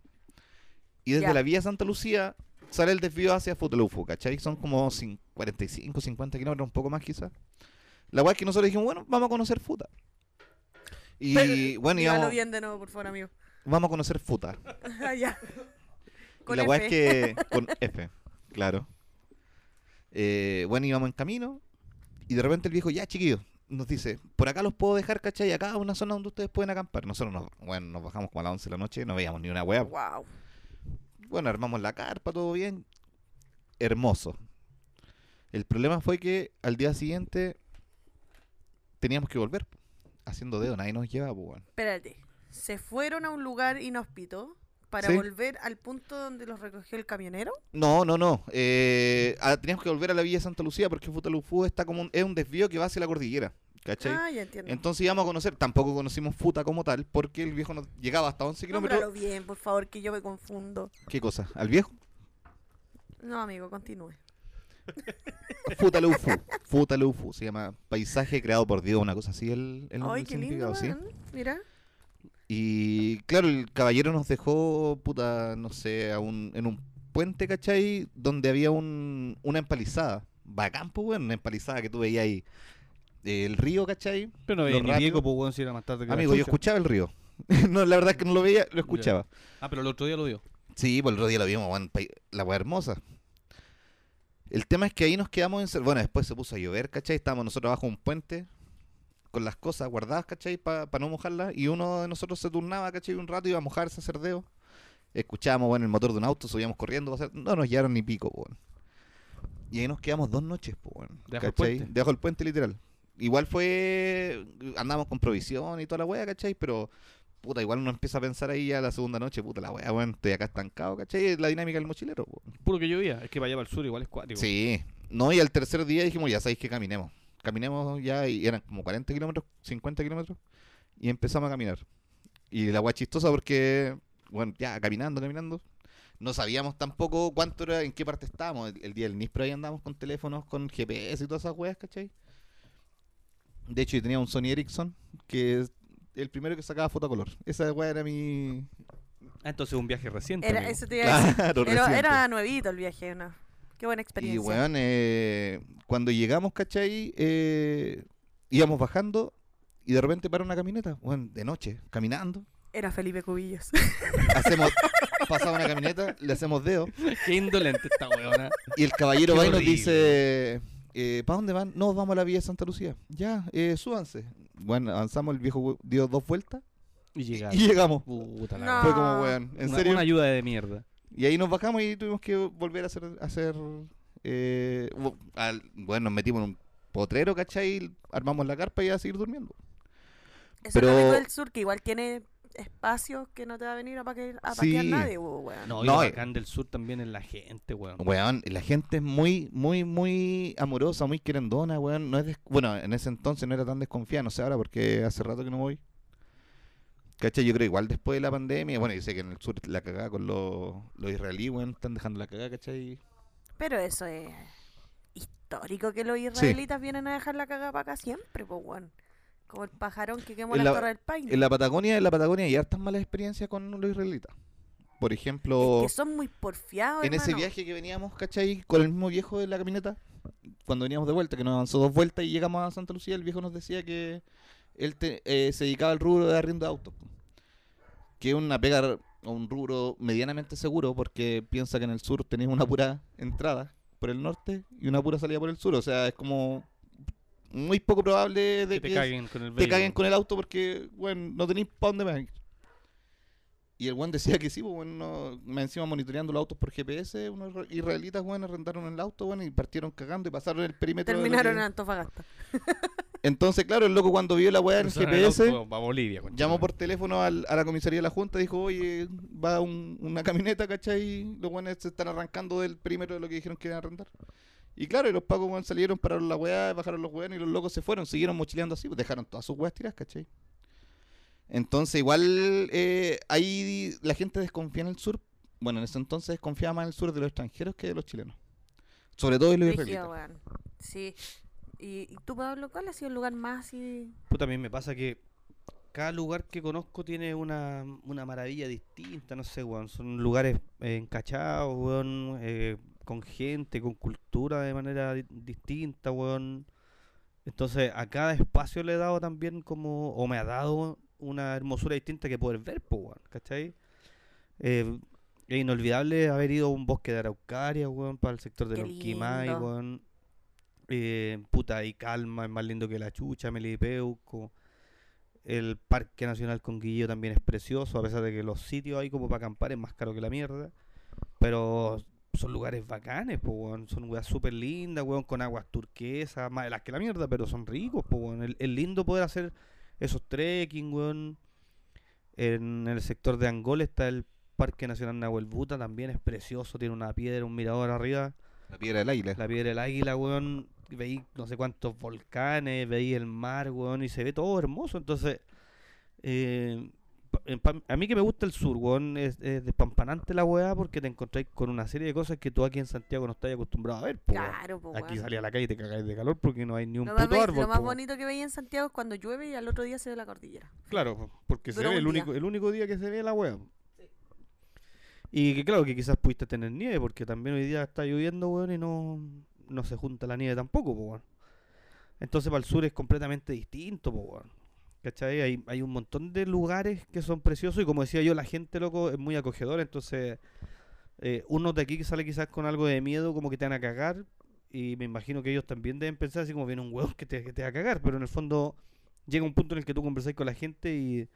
Y desde Ya. la vía Santa Lucía sale el desvío hacia Futalufu, ¿cachai? Son como cin- 45, 50 kilómetros, un poco más quizás. La guay es que nosotros dijimos, bueno, vamos a conocer Futa. Y Pero- bueno, Dígalo íbamos- bien de nuevo, por favor, amigo. vamos a conocer Futa. Ah, ya. Y Con la weá F. es que. Con F, claro. Eh, bueno, íbamos en camino. Y de repente el viejo, ya chiquillos, nos dice: Por acá los puedo dejar, ¿cachai? Acá es una zona donde ustedes pueden acampar. Nosotros nos, bueno, nos bajamos como a las 11 de la noche, no veíamos ni una weá. Wow. Bueno, armamos la carpa, todo bien. Hermoso. El problema fue que al día siguiente teníamos que volver. po. Haciendo dedo, nadie nos lleva, po, weón. Espérate. Se fueron a un lugar inhóspito para Sí. volver al punto donde los recogió el camionero. No, no, no. Eh, ah, teníamos que volver a la Villa Santa Lucía porque Futalufú está como un- es un desvío que va hacia la cordillera. ¿Cachai? Ah, ya entiendo. Entonces íbamos a conocer, tampoco conocimos Futa como tal, porque el viejo no llegaba hasta 11 kilómetros. Nómbralo bien, por favor, que yo me confundo. ¿Qué cosa? ¿Al viejo? No, amigo, continúe. Futalufú. Futalufú. Se llama Paisaje Creado por Dios, una cosa así. El, el nombre Ay, del qué significado, lindo, ¿sí? weón. Mira. Y claro, el caballero nos dejó, puta, no sé, a un- en un puente, ¿cachai? Donde había un, una empalizada. Bacán, pues, weón, una empalizada que tú veías ahí. El río, ¿cachai? Pero no Lo veía ni rápido. Diego, pues, weón, si era más tarde que la Amigo, yo chucha. escuchaba el río. no, la verdad es que no lo veía, lo escuchaba. Ah, pero el otro día lo vio. Sí, pues el otro día lo vimos, weón, pa- la weá hermosa. El tema es que ahí nos quedamos en... Bueno, después se puso a llover, ¿cachai? Estábamos nosotros bajo un puente con las cosas guardadas, ¿cachai? Para no mojarlas. Y uno de nosotros se turnaba, ¿cachai? Un rato iba a mojarse, a hacer dedo. Escuchábamos, bueno, el motor de un auto, subíamos corriendo. o sea, No nos llevaron ni pico, po, weón. Y ahí nos quedamos dos noches, po, weón. Debajo del ¿cachai? puente. Debajo del puente, literal. Igual fue... Andábamos con provisión y toda la weá, ¿cachai? Pero puta, igual uno empieza a pensar ahí ya la segunda noche, puta, la weá, weón, estoy acá estancado, ¿cachai? La dinámica del mochilero, po. Puro que llovía. Es que vaya para el sur igual es cuático. Sí. No, y al tercer día dijimos, ya sabéis que caminemos. Caminemos ya y eran como 40 kilómetros, 50 kilómetros, y empezamos a caminar. Y la weá chistosa porque, bueno, ya caminando, caminando. No sabíamos tampoco cuánto era, en qué parte estábamos. El, el día del NISPRO ahí andábamos con teléfonos, con GPS y todas esas weas, ¿cachai? De hecho, yo tenía un Sony Ericsson, que es el primero que sacaba foto a color. Esa weá era mi, Ah, entonces un viaje reciente. Era, amigo. eso te iba a decir. Claro, Pero reciente. era nuevito el viaje, ¿no? Qué buena Y experiencia. weón, eh, cuando llegamos, ¿cachai? Eh, íbamos bajando y de repente para una camioneta, weón, de noche, caminando. Era Felipe Cubillos. Hacemos, pasaba una camioneta, le hacemos dedo Qué indolente esta weona. y el caballero Qué va y nos horrible. dice, ¿para dónde van? No, vamos a la vía de Santa Lucía. Ya, eh, súbanse. Bueno, avanzamos, el viejo we- dio dos vueltas Y llegar. y llegamos. Puta la No. no. Fue como, weón, en Ah. una, serio. una ayuda de mierda. Y ahí nos bajamos y tuvimos que volver a hacer... a hacer eh, bo- al- bueno, nos metimos en un potrero, ¿cachai? Armamos la carpa y a seguir durmiendo. Eso Pero- es lo rico del sur, que igual tiene espacios que no te va a venir a, paque- a Sí. paquear nadie, uh, weón. No, y No, lo eh. bacán del sur también es la gente, weón. Weón, la gente es muy, muy, muy amorosa, muy querendona, weón. No es des- Bueno, en ese entonces no era tan desconfiada, no sé ahora porque hace rato que no voy. ¿Cachai? Yo creo igual después de la pandemia, bueno, yo sé que en el sur la cagada con los, los israelíes, weón, están dejando la cagada, ¿cachai? Pero eso es histórico que los israelitas vienen a dejar la cagada para acá siempre, pues, weón. Como el pajarón que quemó En la, la- torre del paine. En la Patagonia, en la Patagonia hay hartas malas experiencias con los israelitas. Por ejemplo, Es que son muy porfiados, en ese hermano. viaje que veníamos, ¿cachai? Con el mismo viejo de la camioneta, cuando veníamos de vuelta, que nos avanzó dos vueltas y llegamos a Santa Lucía, el viejo nos decía que él te- eh, se dedicaba al rubro de arriendo de autos. po. Que es una pega o un rubro medianamente seguro, porque piensa que en el sur tenés una pura entrada por el norte y una pura salida por el sur. O sea, es como muy poco probable de Que que, te caguen con el te vehículo. caguen con el auto porque, bueno, no tenéis para dónde más ir. Y el weón decía que sí, pues, weón, no- más encima monitoreando los autos por GPS, unos ra- israelitas, weón, arrendaron el auto, weón, y partieron cagando y pasaron el perímetro. de lo Terminaron en que- Antofagasta. Entonces, claro, el loco cuando vio la weá del Personas en GPS, auto Va a Bolivia, concha llamó madre. por teléfono al- a la comisaría de la Junta, dijo, oye, va un- una camioneta, ¿cachai? Los weones se están arrancando del perímetro de lo que dijeron que iban a arrendar. Y claro, y los pacos, weón, salieron, pararon la weá, bajaron los weones y los locos se fueron, siguieron mochileando así, pues dejaron todas sus weas tiradas, ¿cachai? Entonces, igual eh, ahí la gente desconfía en el sur. Bueno, en ese entonces desconfiaba más en el sur de los extranjeros que de los chilenos. Sobre todo de los Brígido, israelitas. weón. Sí. ¿Y, y tú, Pablo, cuál ha sido el lugar más y... Pues también me pasa que cada lugar que conozco tiene una, una maravilla distinta, no sé, weón. Son lugares eh, encachados, weón, eh, con gente, con cultura de manera di- distinta, weón. Entonces, a cada espacio le he dado también como, o me ha dado una hermosura distinta que poder ver, pues, weón, ¿cachai? Eh, es inolvidable haber ido a un bosque de araucaria, weón, para el sector de Qué los Quimay, lindo. weón. Eh, puta y calma, es más lindo que la chucha, Melipeuco. El Parque Nacional Conguillo también es precioso, a pesar de que los sitios ahí como para acampar es más caro que la mierda. Pero son lugares bacanes, po, weón. Son weas súper lindas, weón, con aguas turquesas, más de las que la mierda, pero son ricos, po, weón. El- Es lindo poder hacer esos trekking, weón. En el sector de Angol está el Parque Nacional Nahuel Buta, también es precioso, tiene una piedra, un mirador arriba. La piedra del águila. La piedra del águila, weón. Veí no sé cuántos volcanes, veí el mar, weón, y se ve todo hermoso. Entonces, eh, pa- en pa- a mí que me gusta el sur, weón, es, es despampanante la weá porque te encontráis con una serie de cosas que tú aquí en Santiago no estás acostumbrado a ver, po, weón. Claro, po, Aquí weón. salí a la calle y te cagáis de calor porque no hay ni un Lo más, puto be- árbol. lo más po, weón. bonito que veía en Santiago es cuando llueve y al otro día se ve la cordillera. Claro, po, porque se Dura ve un el día. único, el único día que se ve la wea. Y que claro, que quizás pudiste tener nieve, porque también hoy día está lloviendo, weón, y no, no se junta la nieve tampoco, po, weón. Entonces para el sur es completamente distinto, po, weón. ¿Cachai? Hay, hay un montón de lugares que son preciosos y como decía yo, la gente, loco, es muy acogedora, entonces eh, uno de aquí que sale quizás con algo de miedo, como que te van a cagar, y me imagino que ellos también deben pensar así como viene un hueón que te, que te va a cagar, pero en el fondo llega un punto en el que tú conversás con la gente y,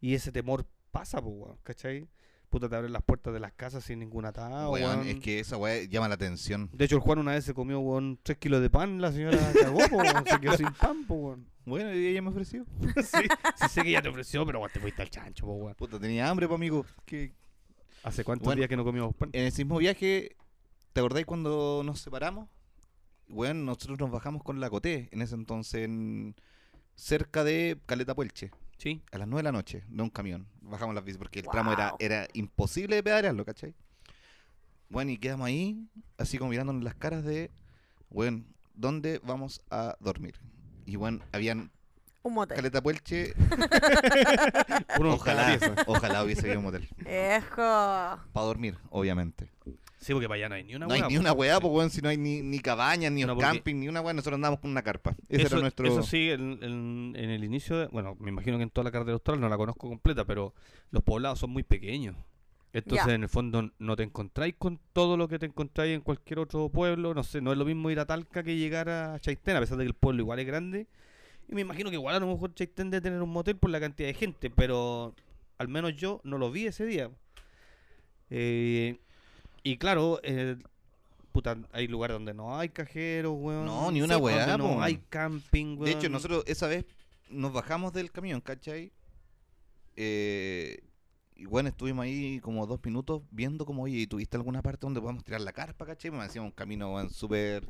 y ese temor pasa, po, weón, ¿cachai? Puta, te abren las puertas de las casas sin ningún Ah, atado, Weón, weón. es que esa weá llama la atención. De hecho, el Juan una vez se comió, weón, 3 kilos de pan, la señora cagó, po, weón, se quedó sin pan, po, weón. Bueno, y ella me ofreció. sí, sí sé que ya te ofreció, pero weón, te fuiste al chancho, po, weón. Puta, tenía hambre, pues, amigo. Que ¿Hace cuántos Bueno, días que no comíamos pan? en ese mismo viaje, ¿te acordáis cuando nos separamos? Weón, nosotros nos bajamos con la Coté en ese entonces, en- cerca de Caleta Puelche, Sí. a las 9 de la noche, de un camión. Bajamos las bici porque el tramo era, Guau. era imposible de pedalearlo, ¿cachai? Bueno, y quedamos ahí, así como mirándonos las caras de, weón, ¿dónde vamos a dormir? Y bueno, habían Un motel. Caleta Puelche, Uno ojalá, ojalá hubiese habido un motel. ¡Ejo! Para dormir, obviamente. Sí, porque para allá no hay ni una no hay weá, ni po. una weá, Sí. pues, weón, si no hay ni, ni cabaña, ni No, porque- camping, ni una weá, nosotros andamos con una carpa. Ese eso, era nuestro... eso sí, en, en- en el inicio, de- bueno, me imagino que en toda la carretera austral no la conozco completa, pero los poblados son muy pequeños. Entonces, Ya. en el fondo, no te encontráis con todo lo que te encontráis en cualquier otro pueblo. No sé, no es lo mismo ir a Talca que llegar a Chaitén, a pesar de que el pueblo igual es grande. Y me imagino que igual a lo mejor Chaitén debe tener un motel por la cantidad de gente, pero al menos yo no lo vi ese día. Eh, y claro, eh, puta, hay lugares donde no hay cajeros, weón. No, ni una donde weá, po. No hay camping, weón. De hecho, nosotros esa vez nos bajamos del camión, ¿cachai? Eh, y bueno, estuvimos ahí como dos minutos viendo como, oye, ¿tuviste alguna parte donde podamos tirar la carpa, cachai? Me decíamos un camino weón, súper...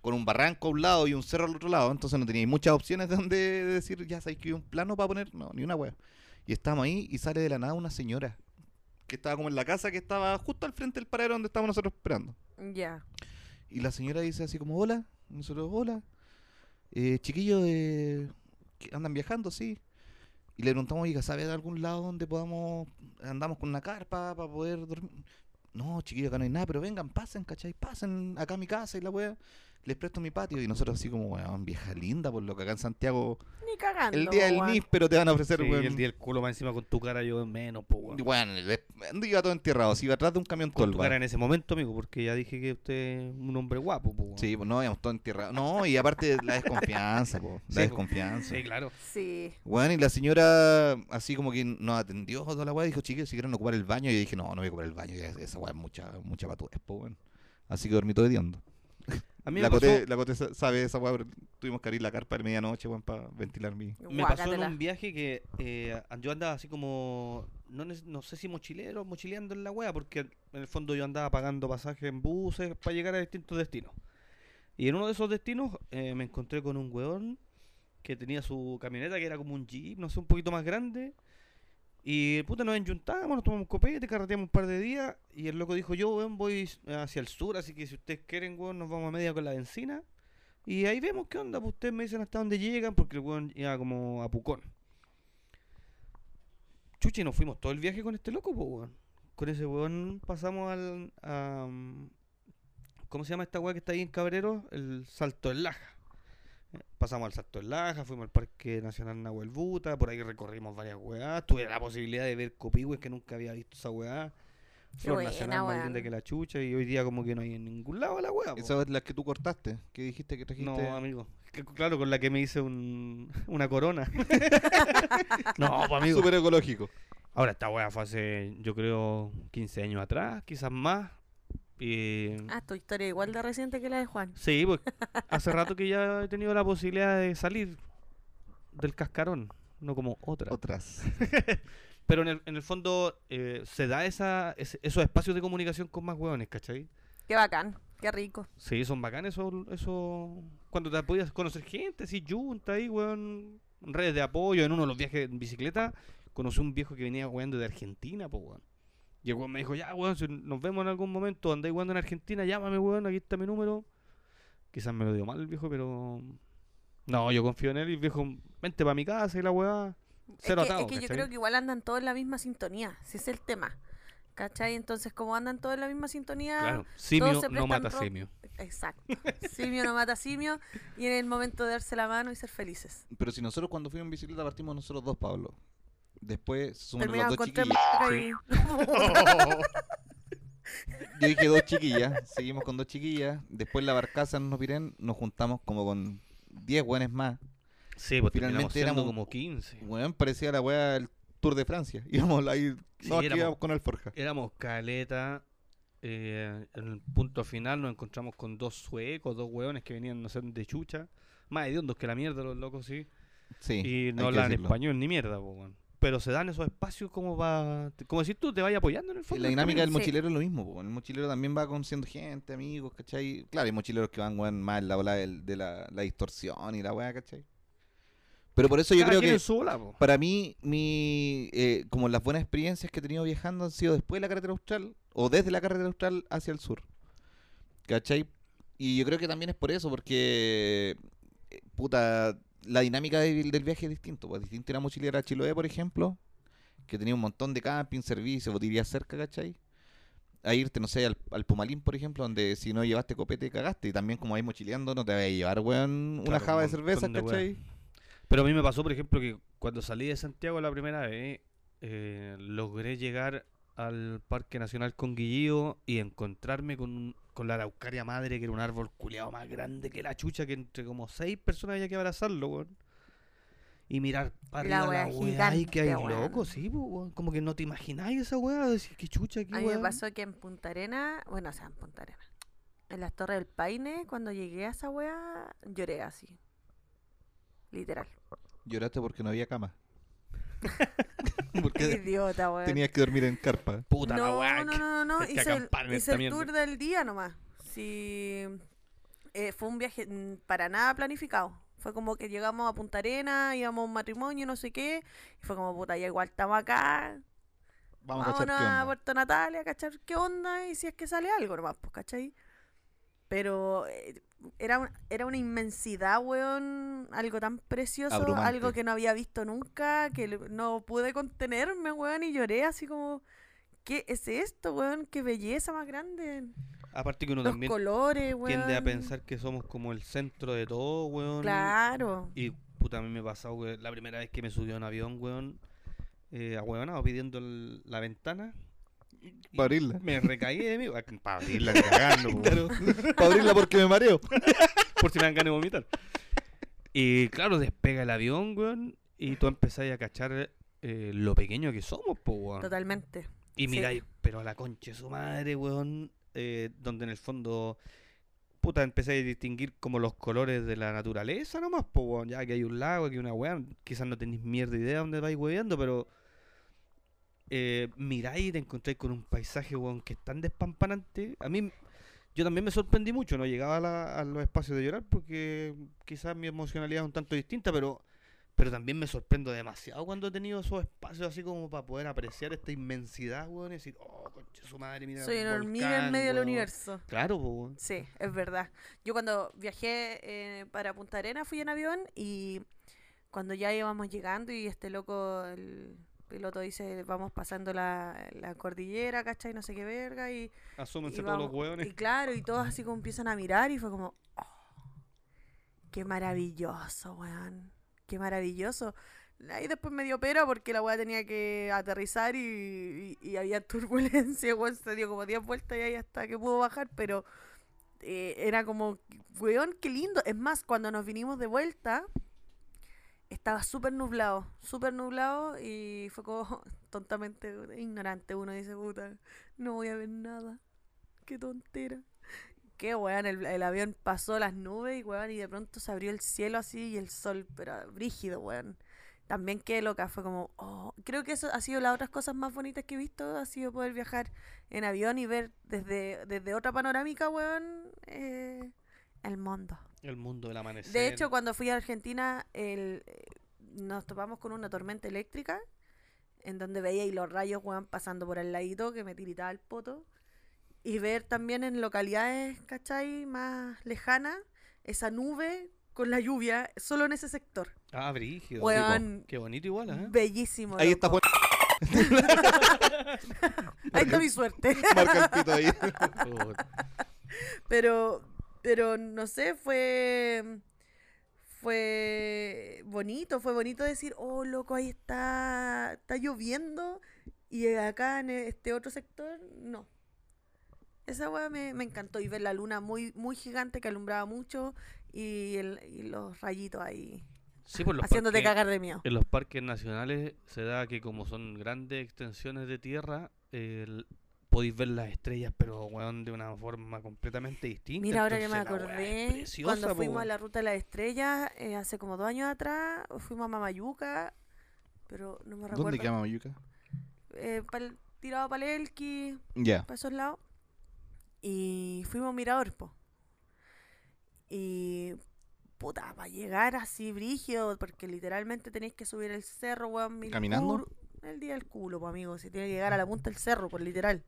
Con un barranco a un lado y un cerro al otro lado, entonces no teníais muchas opciones de donde decir, ya sabéis que hay un plano para poner, no, ni una weá. Y estábamos ahí y sale de la nada una señora que estaba como en la casa que estaba justo al frente del paradero donde estábamos nosotros esperando. Ya. Y la señora dice así como, hola, y nosotros, hola, eh, chiquillos eh, que andan viajando, sí. Y le preguntamos, oiga, ¿sabe de algún lado donde podamos, andamos con una carpa para poder dormir? No, chiquillos, acá no hay nada, pero vengan, pasen, ¿cachai? Pasen acá a mi casa y la wea. Les presto mi patio y nosotros así como, weón, vieja linda, por lo que acá en Santiago, Ni cagando. el día del weón. NIF, pero te van a ofrecer, Sí, weón. el día del culo más encima con tu cara yo menos, po, weón. Y Bueno, le- iba todo entierrado, si iba atrás de un camión Con tu tolva. cara en ese momento, amigo, porque ya dije que usted es un hombre guapo, po, weón. Sí, pues no, habíamos todo entierrado. No, y aparte la desconfianza, po, la Sí, po. desconfianza. Sí, claro. Sí. Bueno, y la señora, así como que nos atendió toda la weá, dijo, chiquillos, si quieren ocupar el baño. Y yo dije, no, no voy a ocupar el baño, ya esa weá es mucha, mucha patudez, po, weón. Así que dormí todo hediondo. A mí La me pasó, Cote, la Cote sa- sabe esa weá, pero tuvimos que abrir la carpa de medianoche, weón, para ventilar mi... me pasó en Guácatela. un viaje que eh, yo andaba así como, no, neces- no sé si mochilero, mochileando en la wea, porque en el fondo yo andaba pagando pasajes en buses para llegar a distintos destinos. Y en uno de esos destinos eh, me encontré con un weón que tenía su camioneta, que era como un jeep, no sé, un poquito más grande. Y puta, nos enyuntábamos, nos tomamos copete, carreteamos un par de días. Y el loco dijo: Yo, weón, voy hacia el sur, así que si ustedes quieren, weón, nos vamos a media con la encina. Y ahí vemos qué onda, pues ustedes me dicen hasta dónde llegan, porque el weón iba como a Pucón. Chuchi, nos fuimos todo el viaje con este loco, pues, weón. Con ese weón pasamos al. a, mm, ¿Cómo se llama esta weá que está ahí en Cabrero? El Salto del Laja. Eh, Pasamos al Salto del Laja, fuimos al Parque Nacional Nahuel Buta, por ahí recorrimos varias weás. Tuve la posibilidad de ver Copihue, que nunca había visto esa weá. Flor buena, Nacional más weón. grande que la chucha, y hoy día como que no hay en ningún lado la weá. pues. po. Esa es la que tú cortaste, que dijiste que trajiste. No, amigo. Que- Claro, con la que me hice un, una corona. no, pues, amigo. Ah, Súper ecológico. Ahora, esta weá fue hace, yo creo, 15 años atrás, quizás más. Y... Ah, tu historia igual de reciente que la de Juan. Sí, pues hace rato que ya he tenido la posibilidad de salir del cascarón, no como otra. Otras. Pero en el, en el fondo eh, se da esa, ese- esos espacios de comunicación con más hueones, ¿cachai? Qué bacán, qué rico. Sí, son bacanes esos... esos- Cuando te podías conocer gente, sí, junta ahí, weón. Redes de apoyo. En uno de los viajes en bicicleta conocí un viejo que venía weando de Argentina, pues, weón. Y el weón me dijo, ya, weón, si nos vemos en algún momento, andáis weando en Argentina, llámame, weón, aquí está mi número. Quizás me lo dio mal el viejo, pero... No, yo confío en él y el viejo, vente para mi casa y la weá. Cero es que, atado, es que yo ¿cachai? creo que igual andan todos en la misma sintonía, si es el tema. ¿Cachai? Entonces, como andan todos en la misma sintonía, Claro, simio no se prestan mata ro- simio. exacto. Simio no mata simio y en el momento de darse la mano y ser felices. Pero si nosotros cuando fuimos en bicicleta partimos nosotros dos, Pablo. Después se suman Terminaba los dos con tres chiquillos. marcas Yo dije dos chiquillas, seguimos con dos chiquillas. Después la barcaza no nos pirén, nos juntamos como con 10 buenes más. Sí, Finalmente pues terminamos siendo éramos- como 15. Weón, parecía la weá del Tour de Francia. Íbamos ahí, Sí, no, aquí éramos- íbamos con Alforja. Éramos caleta. eh, en el punto final nos encontramos con dos suecos, dos hueones que venían, no sé, de chucha. Más hediondos que la mierda, los locos, sí. Sí, y hay no que hablan decirlo. español ni mierda, po, weón. Pero se dan esos espacios como va. Como si tú te vayas apoyando en el Y fondo. la dinámica del Sí. mochilero es lo mismo, po. el mochilero también va conociendo gente, amigos, ¿cachai? Claro, hay mochileros que van weón, más en la ola del- de la, la distorsión y la weá, ¿cachai? Pero por eso yo Cada creo quien que en su ola, po. para mí, mi, eh, como las buenas experiencias que he tenido viajando han sido después de la carretera austral o desde la carretera austral hacia el sur. ¿Cachai? Y yo creo que también es por eso, porque, eh, puta, la dinámica del, del viaje es distinto. Pues, distinto era mochilera a Chiloé, por ejemplo, que tenía un montón de camping, servicios, botirías cerca, ¿cachai? A irte, no sé, al, al Pumalín, por ejemplo, donde si no llevaste copete, cagaste. Y también, como ahí mochileando, no te vas a llevar, weón, una Claro, java de un cerveza, montón de weas. ¿cachai? Pero a mí me pasó, por ejemplo, que cuando salí de Santiago la primera vez, eh, logré llegar al Parque Nacional Conguillío y encontrarme con, un- con la araucaria madre, que era un árbol culeado más grande que la chucha, que entre como seis personas había que abrazarlo, weón. Y mirar para La arriba la wea weá, ay, que hay gigante, weón. loco, sí, po, weón. Como que no te imagináis esa weá, decís, qué chucha, qué A mí me weá. pasó que en Punta Arena, bueno, o sea, en Punta Arena, en las Torres del Paine, cuando llegué a esa wea, lloré así. Literal. Lloraste porque no había cama. porque Qué idiota, weón. tenías que dormir en carpa. Puta la no, weá. No, que- no, no, no. hay que Hice el, acampar en hice esta el mierda. tour del día nomás. Sí. eh, fue un viaje mm, para nada planificado. Fue como que llegamos a Punta Arena, íbamos a un matrimonio, no sé qué. Y fue como, puta, ya igual estamos acá. Vamos a Vámonos cachar qué a, onda. Puerto Natalia a cachar qué onda y si es que sale algo nomás, pues, ¿cachai? Pero eh, era, un- era una inmensidad, weón. Algo tan precioso, Abrumante. algo que no había visto nunca, que le- no pude contenerme, weón, y lloré así como. ¿Qué es esto, weón? ¡Qué belleza más grande! Aparte que uno Los también colores, weón. tiende a pensar que somos como el centro de todo, weón. Claro. Y puta, a mí me pasó, weón, la primera vez que me subió a un avión, weón, eh, ahueonado, pidiendo el- la ventana. y Para abrirla. Me recaí de mí, para abrirla, cagando, po, weón, Para abrirla porque me mareo. por si me dan ganas de vomitar. Y claro, despega el avión, weón, y tú empezás a cachar eh, lo pequeño que somos, po, weón. Totalmente. Y Sí. miráis, pero a la concha de su madre, weón. eh, donde en el fondo, puta, empecé a distinguir como los colores de la naturaleza nomás, po, weón. Ya que hay un lago, aquí una weá. Quizás no tenéis mierda idea dónde vais weando, pero. Eh, miráis y te encontráis con un paisaje, weón, que es tan despampanante. A mí, Yo también me sorprendí mucho, no llegaba a, la- a los espacios de llorar porque quizás mi emocionalidad es un tanto distinta, pero, pero también me sorprendo demasiado cuando he tenido esos espacios así como para poder apreciar esta inmensidad, weón, y decir, oh, concha su madre, mira. Soy un una hormiga en volcán, medio del weón". universo. Claro, po, weón. Sí, es verdad. Yo cuando viajé eh, para Punta Arenas fui en avión y cuando ya íbamos llegando y este loco, el piloto dice, vamos pasando la, la cordillera, ¿cachai? No sé qué verga. Y, y Asúmense todos vamos- los hueones. y claro, y todos así como empiezan a mirar y fue como, "Oh, qué maravilloso, weón. Qué maravilloso. Ahí después me dio pera porque la weá tenía que aterrizar y, y- y había turbulencia, weón. Se dio como 10 vueltas y ahí hasta que pudo bajar, pero eh, era como, weón, qué lindo. Es más, cuando nos vinimos de vuelta, estaba súper nublado, súper nublado y fue como tontamente ignorante. Uno dice, puta, no voy a ver nada. Qué tontera. Qué weón, el, el avión pasó las nubes y weón, y de pronto se abrió el cielo así y el sol, pero brígido, weón. También qué loca, fue como, oh, creo que eso ha sido las otras cosas más bonitas que he visto, ha sido poder viajar en avión y ver desde, desde otra panorámica, weón, eh, el mundo. El mundo del amanecer. De hecho, cuando fui a Argentina, el- eh, nos topamos con una tormenta eléctrica en donde veía y los rayos weón, pasando por el ladito que me tiritaba el poto. Y ver también en localidades, ¿cachai? Más lejanas, esa nube con la lluvia, solo en ese sector. Ah, brígido. Weón. Tipo, Qué bonito igual, ¿eh? Bellísimo. Ah. Ahí loco. está Juan. Ahí está mi suerte. Marca el pito ahí. Oh, Pero, pero no sé, fue. Fue bonito, fue bonito decir, oh, loco, ahí está, está lloviendo y acá en este otro sector, no. Esa weá me, me encantó y ver la luna muy, muy gigante que alumbraba mucho y, el- y los rayitos ahí, Sí, por los haciéndote parques- cagar de miedo. En los parques nacionales se da que como son grandes extensiones de tierra, el- podéis ver las estrellas, pero weón, de una forma completamente distinta. Mira, ahora que me Entonces, la weá es acordé, preciosa, cuando po, fuimos a weón. la Ruta de las Estrellas, eh, hace como dos años atrás, fuimos a Mamayuca, pero no me recuerdo. ¿Dónde queda Mamayuca? eh, pal- tirado para el Elqui, Ya. para esos lados. Y fuimos a Mirador, po. Y. Puta, para llegar así brígido, porque literalmente tenéis que subir el cerro, weón. mil ¿Caminando? cur- El día del culo, po, amigo. Si tiene que llegar a la punta del cerro, por literal.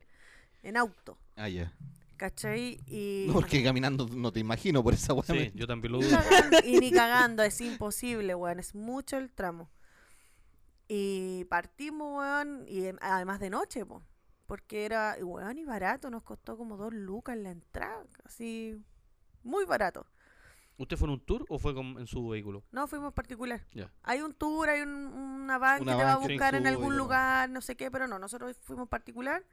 En auto, Ah, ya. ¿cachai? Y. No, porque caminando no te imagino por esa weá. Sí, me- yo también lo Ni dudo. cagando, y ni cagando, es imposible, weón. Es mucho el tramo. Y partimos, weón, y em- además de noche, po, porque era, y weón, y barato, nos costó como dos lucas la entrada, así, muy barato. ¿Usted fue en un tour o fue con- en su vehículo? No, fuimos particular. Ya. Hay un tour, hay un, una van Una que te va a van que buscar en sube y algún todo. lugar, no sé qué, pero no, nosotros fuimos particular,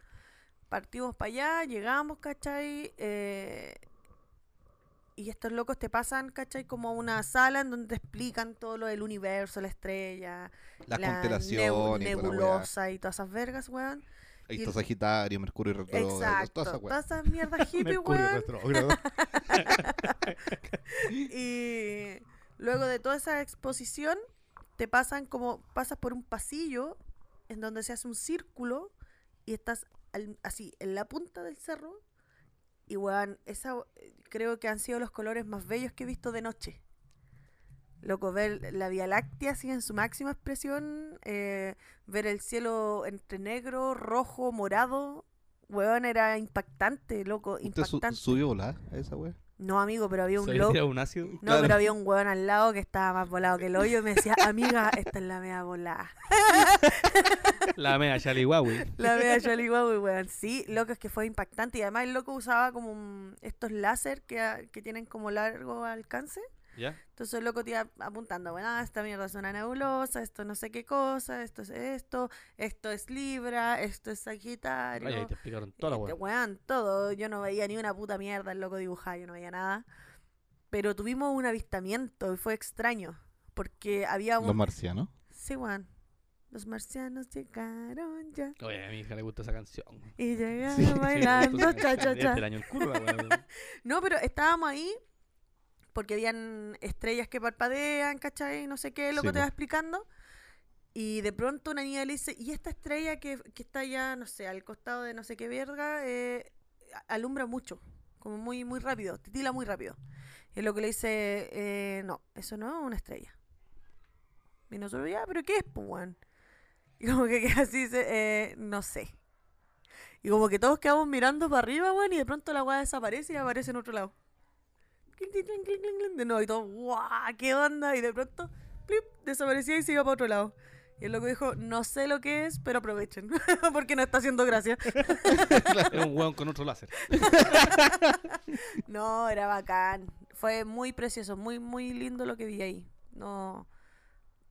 partimos para allá, llegamos, ¿cachai? Eh, y estos locos te pasan, ¿cachai? Como a una sala en donde te explican todo lo del universo, la estrella, Las la constelaciones. y toda la weá. nebulosa y todas esas vergas, weón. Ahí y está el- Sagitario, Mercurio y retrógrado. Exacto, Toda esa weá. todas esas mierdas hippie, weón. retrógrado. Y luego de toda esa exposición, te pasan como, pasas por un pasillo en donde se hace un círculo y estás al- así, en la punta del cerro. Y weón, esa eh, creo que han sido los colores más bellos que he visto de noche. Loco, ver la Vía Láctea así en su máxima expresión, eh, ver el cielo entre negro, rojo, morado, weón, era impactante, loco, ¿Usted su- impactante. subió volada a esa weá? No, amigo, pero había un ¿Se loco. tira un ácido? No, pero había un huevón al lado que estaba más volado que el hoyo y me decía, amiga, esta es la mea volada. La mea Yalihuahua. La mea Jolly Wow, weón. Sí, loco, es que fue impactante. Y además el loco usaba como un- estos láser que, a- que tienen como largo alcance. ¿Ya? Entonces el loco te iba apuntando, bueno, ah, esta mierda es una nebulosa, esto no sé qué cosa, esto es esto, esto es Libra, esto es Sagitario. Ay, ahí te explicaron toda la Este, weá. weón, todo. Yo no veía ni una puta mierda el loco dibujado, yo no veía nada. Pero tuvimos un avistamiento y fue extraño. Porque había Los un. marcianos. sí, weón. Los marcianos llegaron ya. Oye, a mi hija le gusta esa canción. weón. Y llegaron Sí, sí, bailando, cha, cha, Desde cha. el año en curva, weón. No, pero estábamos ahí porque habían estrellas que parpadean, ¿cachai? No sé qué, lo Sí, que te po. va explicando. Y de pronto una niña le dice, y esta estrella que, que está ya, no sé, al costado de no sé qué verga, eh, a- alumbra mucho. como muy, muy rápido, titila muy rápido. Y es lo que le dice, eh, no, eso no es una estrella. Y nosotros, ya, pero ¿qué es, pues, weón? Y como que queda así, dice, eh, no sé. Y como que todos quedamos mirando para arriba, weón, y de pronto la weá desaparece y aparece en otro lado. Clink, clink, clink, clink, clink, clink, De nuevo, y todo, guau, qué onda. Y de pronto, plip, desaparecía y se iba para otro lado. Y el loco dijo, no sé lo que es, pero aprovechen, porque no está haciendo gracia. Es un weón con otro láser. No, era bacán. Fue muy precioso, muy, muy lindo lo que vi ahí. No,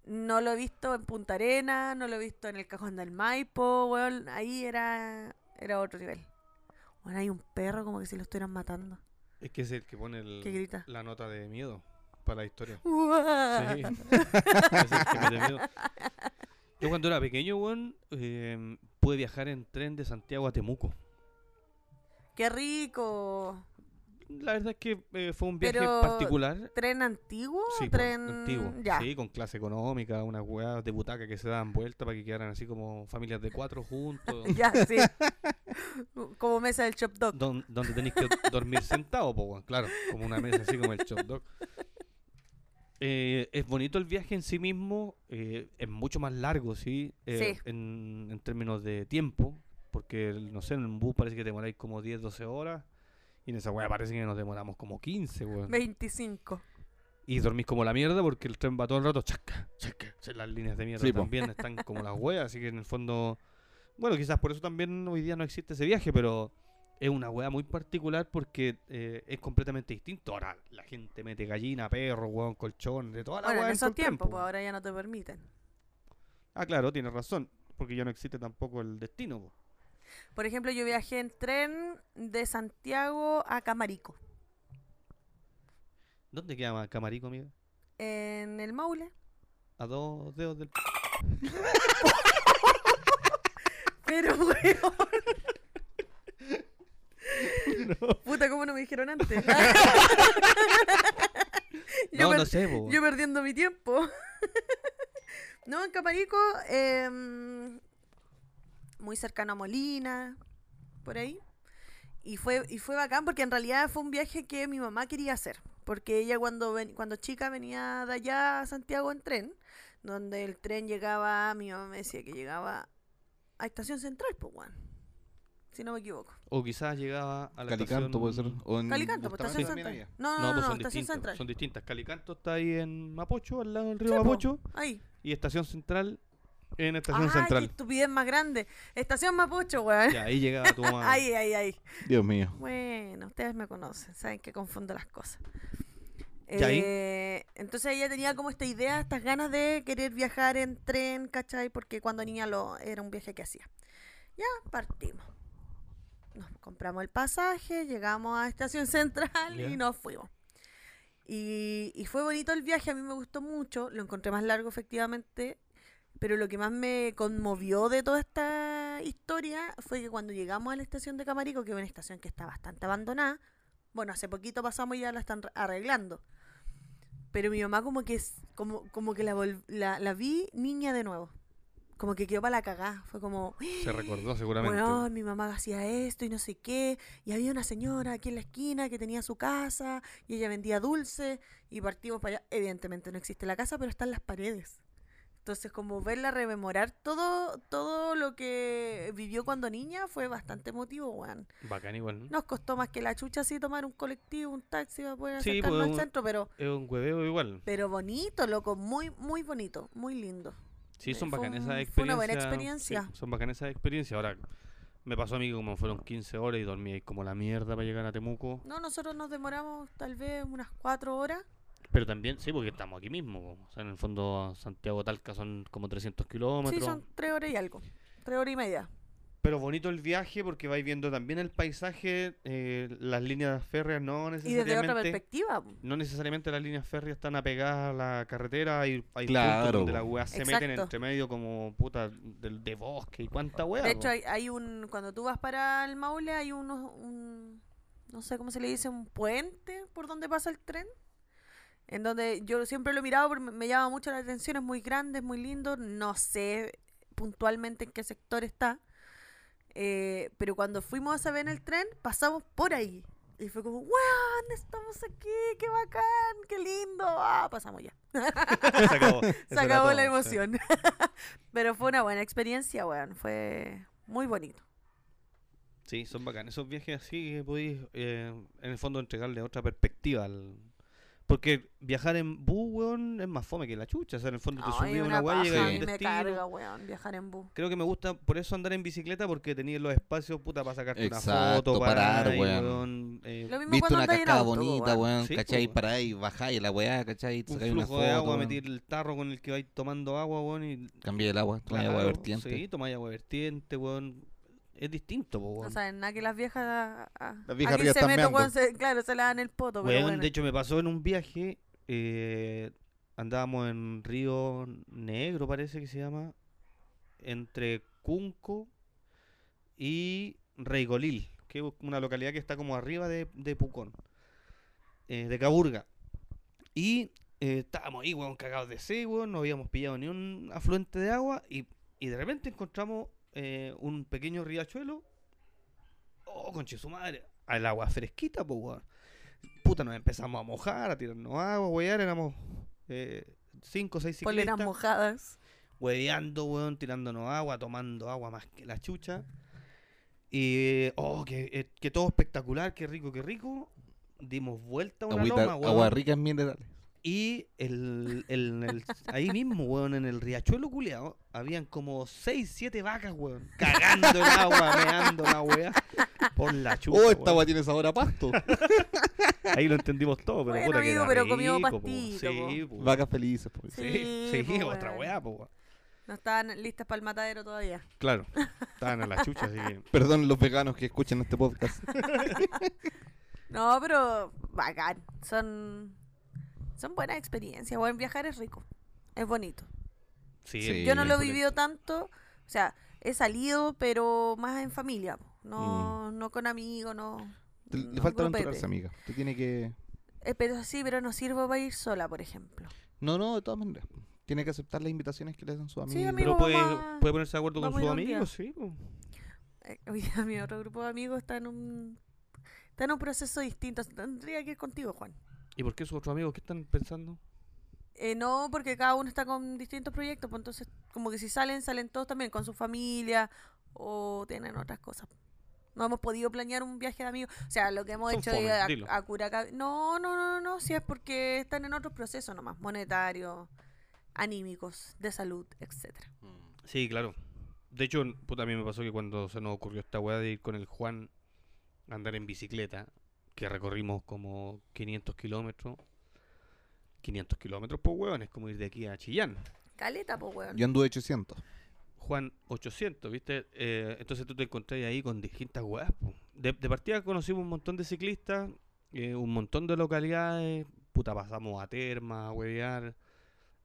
no lo he visto en Punta Arena, no lo he visto en el Cajón del Maipo, weón. Ahí era, era otro nivel. Bueno, hay un perro como que si lo estuvieran matando. Es que es el que pone el- Que grita. la nota de miedo para la historia. ¡Uah! Sí. Es el que me da miedo. Yo cuando era pequeño, weón, eh, pude viajar en tren de Santiago a Temuco. ¡Qué rico! La verdad es que eh, fue un viaje Pero- particular. ¿Tren antiguo? Sí, po, ¿Tren antiguo. Ya. Sí, con clase económica, unas weas de butaca que se daban vuelta para que quedaran así como familias de cuatro juntos. Ya, sí. como mesa del Chop Dog. don- donde tenéis que dormir sentado, po, weón, claro, como una mesa así como el chop dog. Eh, es bonito el viaje en sí mismo, eh, es mucho más largo, ¿sí? Eh, Sí. En, en términos de tiempo, porque, el- no sé, en un bus parece que te demoráis como 10, 12 horas, y en esa weá parece que nos demoramos como 15, weón. 25. Y dormís como la mierda porque el tren va todo el rato, chasca, chasca. O sea, Las líneas de mierda Sí, po. también están como las weas, así que en el fondo. Bueno, quizás por eso también hoy día no existe ese viaje, pero es una wea muy particular porque eh, es completamente distinto. Ahora la gente mete gallina, perro, weón, colchón, de toda la Bueno, wea en dentro del esos tren, tiempos, po, pues weón. ahora ya no te permiten. Ah, claro, tienes razón, porque ya no existe tampoco el destino. po. Por ejemplo, yo viajé en tren de Santiago a Camarico, ¿Dónde queda Ma- Camarico, amiga? en el Maule. A dos dedos del. Pero, weón. Puta, ¿cómo no me dijeron antes? yo, No, per- no sé, po, yo weón. perdiendo mi tiempo. no, en Camarico, em, muy cercano a Molina, por ahí. Y fue, y fue bacán porque en realidad fue un viaje que mi mamá quería hacer. Porque ella cuando, ven- cuando chica venía de allá a Santiago en tren, donde el tren llegaba, mi mamá me decía que llegaba a Estación Central, pues, weón. Si no me equivoco. O quizás llegaba a la Calicanto puede ser. estación- O en Calicanto, pues, Bustamante Estación Mm, también Central. había. No, No, no, no, pues no, son Ah, Estación distintas, Central. son distintas. Calicanto está ahí en Mapocho, al lado del río Sí, po, Mapocho, Ahí. y Estación Central en Estación Ay, qué Central. estupidez más grande. Estación Mapucho, weón. Ya, ahí llegaba tu mamá. Ay, ay, ay. Dios mío. Bueno, ustedes me conocen, saben que confundo las cosas. ¿Y ahí? Eh, entonces ella tenía como esta idea, estas ganas de querer viajar en tren, ¿cachai? Porque cuando niña lo, era un viaje que hacía. Ya partimos. Nos compramos el pasaje, llegamos a Estación Central Ya. y nos fuimos. Y, y fue bonito el viaje, a mí me gustó mucho, lo encontré más largo efectivamente, pero lo que más me conmovió de toda esta historia fue que cuando llegamos a la estación de Camarico, que es una estación que está bastante abandonada, bueno, hace poquito pasamos y ya la están arreglando. Pero mi mamá como que es- como, como que la, vol- la, la vi niña de nuevo. Como que quedó para la cagada. Fue como, Se recordó seguramente. bueno, mi mamá hacía esto y no sé qué. Y había una señora aquí en la esquina que tenía su casa y ella vendía dulce y partimos para allá. Evidentemente no existe la casa, pero están las paredes. Entonces, como verla rememorar todo, todo lo que vivió cuando niña fue bastante emotivo, weón. Bacán igual, ¿no? Nos costó más que la chucha así tomar un colectivo, un taxi para poder Sí, acercarnos pues, al un- centro, pero, Es un hueveo igual. pero bonito, loco, muy, muy bonito, muy lindo. Sí, son Eh, Fue bacanes esas un- experiencias. fue una buena sí, experiencia. son bacanes esas experiencias. Ahora, me pasó a mí que como fueron 15 horas y dormí ahí como la mierda para llegar a Temuco. No, nosotros nos demoramos tal vez unas cuatro horas. Pero también, sí, porque estamos aquí mismo. po. O sea, en el fondo, a Santiago Talca son como 300 kilómetros. Sí, son tres horas y algo. Tres horas y media. Pero bonito el viaje porque vais viendo también el paisaje, eh, las líneas férreas no Y desde otra necesariamente. perspectiva. po. no necesariamente las líneas férreas están apegadas a la carretera. Hay, hay puntos Claro, donde po. las weas se meten Exacto. entre medio como puta de, de bosque y cuánta wea. De po. hecho, hay, hay un. Cuando tú vas para el Maule, hay unos. Un, no sé cómo se le dice, un puente por donde pasa el tren. En donde yo siempre lo he mirado porque me- me llama mucho la atención. Es muy grande, es muy lindo. No sé puntualmente en qué sector está. Eh, pero cuando fuimos a ver el tren, pasamos por ahí. Y fue como, ¡Wow! Estamos aquí, qué bacán, qué lindo. Ah, pasamos ya. Se acabó. Se acabó la emoción. Pero fue una buena experiencia, weón. Fue muy bonito. Sí, son bacanes. Esos viajes así que podéis, eh, en el fondo, entregarle otra perspectiva al. Porque viajar en bus, weón, es más fome que la chucha. O sea, en el fondo te Ay, subís a una weá, paja, llegas a a mí un me destino. carga, weón, viajar en bus. Creo que me gusta por eso andar en bicicleta, porque tenías los espacios, puta, para sacarte una Exacto, foto, parar, ahí, weón. eh, Lo mismo Viste cuando una andáis en cascada auto, po, bonita, weón. weón, Sí, ¿cachai? po, Pará y bajá y la weá, ¿cachai? un Sacáis una flujo foto, de agua, weón. meter el tarro con el que vais tomando agua, weón, y Cambié el agua, tomé agua Claro, vertiente. Sí, tomáis agua vertiente, weón. Es distinto, po, No weón. saben nada que las viejas. a- a- Las viejas aquí arriba se están meto, meando. weón, se- claro, se la dan el poto, pero Weón, bueno. De hecho, me pasó en un viaje. eh, andábamos en Río Negro, parece que se llama. Entre Cunco y Reigolil, que es una localidad que está como arriba de, de Pucón, eh, de Caburga. Y eh, estábamos ahí, weón, cagados de sed, weón, no habíamos pillado ni un afluente de agua y, y de repente encontramos eh, un pequeño riachuelo. Oh, conche su madre, al agua fresquita, pues, weón. Puta, nos empezamos a mojar, a tirarnos agua, weón, éramos 5 o 6 Poleras ciclistas mojadas. hueveando, weón, tirándonos agua, tomando agua más que la chucha. Y, oh, que, eh, que todo espectacular, qué rico, qué rico. Dimos vuelta a una Agüita- loma, weón. agua rica en minerales. Y el, el- en el- ahí mismo, weón, en el riachuelo culeado, habían como 6, 7 vacas, weón, cagando el agua, meando la weá, por la chucha. Oh, esta weón. agua tiene sabor a pasto. Ahí lo entendimos todo, pero Bueno, puta que amigo, era pero comió rico, po. pastito, po. Sí, po. Vacas felices, pues. po. Sí, Sí, sí, po, otra weón. weá, po. weón. No estaban listas para el matadero todavía. Claro, estaban a la chucha, así que... Perdón los veganos que escuchan este podcast. No, pero bacán. Son, son buenas experiencias. Buen viajar es rico. Es bonito. Sí, Sí. Yo no lo he excelente. vivido tanto. O sea, he salido, pero más en familia. po. No, no con amigos, no. Mm. Te- le no falta grupete. aventurarse, amiga. Te tiene que... Eh, pero sí, pero no sirvo para ir sola, por ejemplo. No, no, de todas maneras. Tiene que aceptar las invitaciones que le hacen sus Sí, amigos. Pero amigo. puede, vamos a- puede ponerse de acuerdo con vamos a sus ir un día. amigos, sí. po. Eh, hoy día mi otro grupo de amigos está en un, está en un proceso distinto. Tendría que ir contigo, Juan. ¿Y por qué sus otros amigos qué están pensando? Eh, no, porque cada uno está con distintos proyectos, pues entonces como que si salen, salen todos también con su familia o tienen otras cosas. No hemos podido planear un viaje de amigos. O sea, lo que hemos Son hecho es fome, a, dilo. a Curaca- No, no, no, no, no, si es porque están en otros procesos nomás, monetarios, anímicos, de salud, etcétera. Sí, claro. De hecho, puta, a mí me pasó que cuando se nos ocurrió esta weá de ir con el Juan a andar en bicicleta, que recorrimos como 500 kilómetros. 500 kilómetros, pues weón, es como ir de aquí a Chillán. Caleta, pues, weón. Yo anduve 800. Juan 800, ¿viste? Eh, entonces tú te encontrás ahí con distintas weas. po. De, de partida conocimos un montón de ciclistas, eh, un montón de localidades, puta, pasamos a termas, a huevear.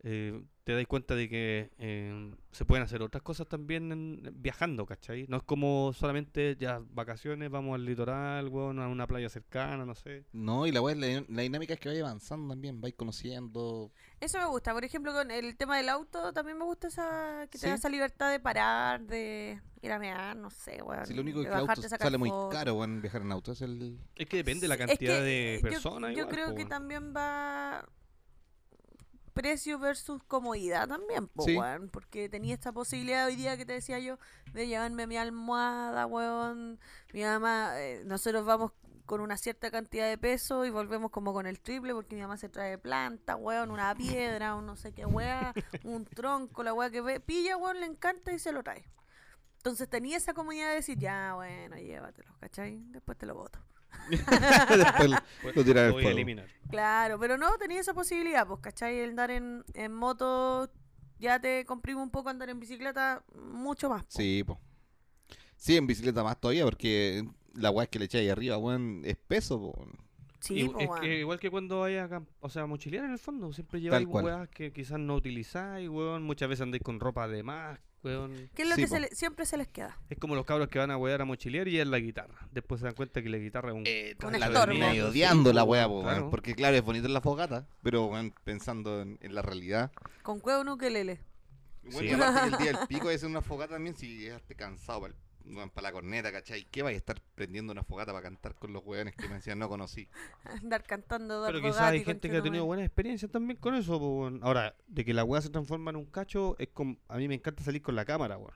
Eh, te das cuenta de que eh, se pueden hacer otras cosas también en- viajando, ¿cachai? No es como solamente ya vacaciones, vamos al litoral, weón, a una playa cercana, no sé. No, y la, weá, la, la dinámica es que vaya avanzando también, vais conociendo. Eso me gusta. Por ejemplo, con el tema del auto, también me gusta esa que te da Sí. esa libertad de parar, de ir a mear, no sé, weón. si lo único de es que el auto bajarte a sacar sale muy fotos. caro, weón, viajar en auto. Es el... Es que depende de la Sí, es cantidad que, eh, de yo- personas. Yo, igual, creo po, que weón. también va precio versus comodidad también, po, Sí. weón, porque tenía esta posibilidad hoy día que te decía yo de llevarme mi almohada, weón. Mi mamá, eh, nosotros vamos con una cierta cantidad de peso y volvemos como con el triple porque mi mamá se trae planta, weón, una piedra, un no sé qué weá, un tronco, la weá que ve, pilla, weón, le encanta y se lo trae. Entonces tenía esa comodidad de decir, ya, bueno, llévatelo, ¿cachai? Después te lo boto. Después lo- Pues, lo tiran al voy a fuego. eliminar. Claro, pero no tenía esa posibilidad, pues, ¿cachai? El andar en, en moto ya te comprime un poco andar en bicicleta mucho más. po. Sí, po. Sí, en bicicleta más todavía, porque la weá que le echáis arriba, weón, es peso, po. Sí, Igu- po, es weón. que igual que cuando vayas a o sea, a mochilear en el fondo, siempre lleváis cual. weas que quizás no utilizáis, weón. Muchas veces andáis con ropa de más, weón. ¿Qué es lo sí, que po. se le- siempre se les queda? Es como los cabros que van a wear a mochilear y es la guitarra. Después se dan cuenta que la guitarra es un. Un Eh, la estorbo. termináis odiando la weá, po, Claro. weón, Porque, claro, es bonito en la fogata, pero, weón, pensando en, en la realidad. Con cueva un ukelele. Bueno, y aparte que el día del pico es una fogata también, si llegaste cansado, pa'l- weón, para la corneta, ¿cachai? ¿Qué vais a estar prendiendo una fogata para cantar con los weones que me decían no conocí? Andar cantando Dor Pero quizás Bugatti, hay gente que ha tenido conchetumare. buenas experiencias también con eso, po, weón. Ahora, de que la weá se transforma en un cacho, es com- a mí me encanta salir con la cámara, weón.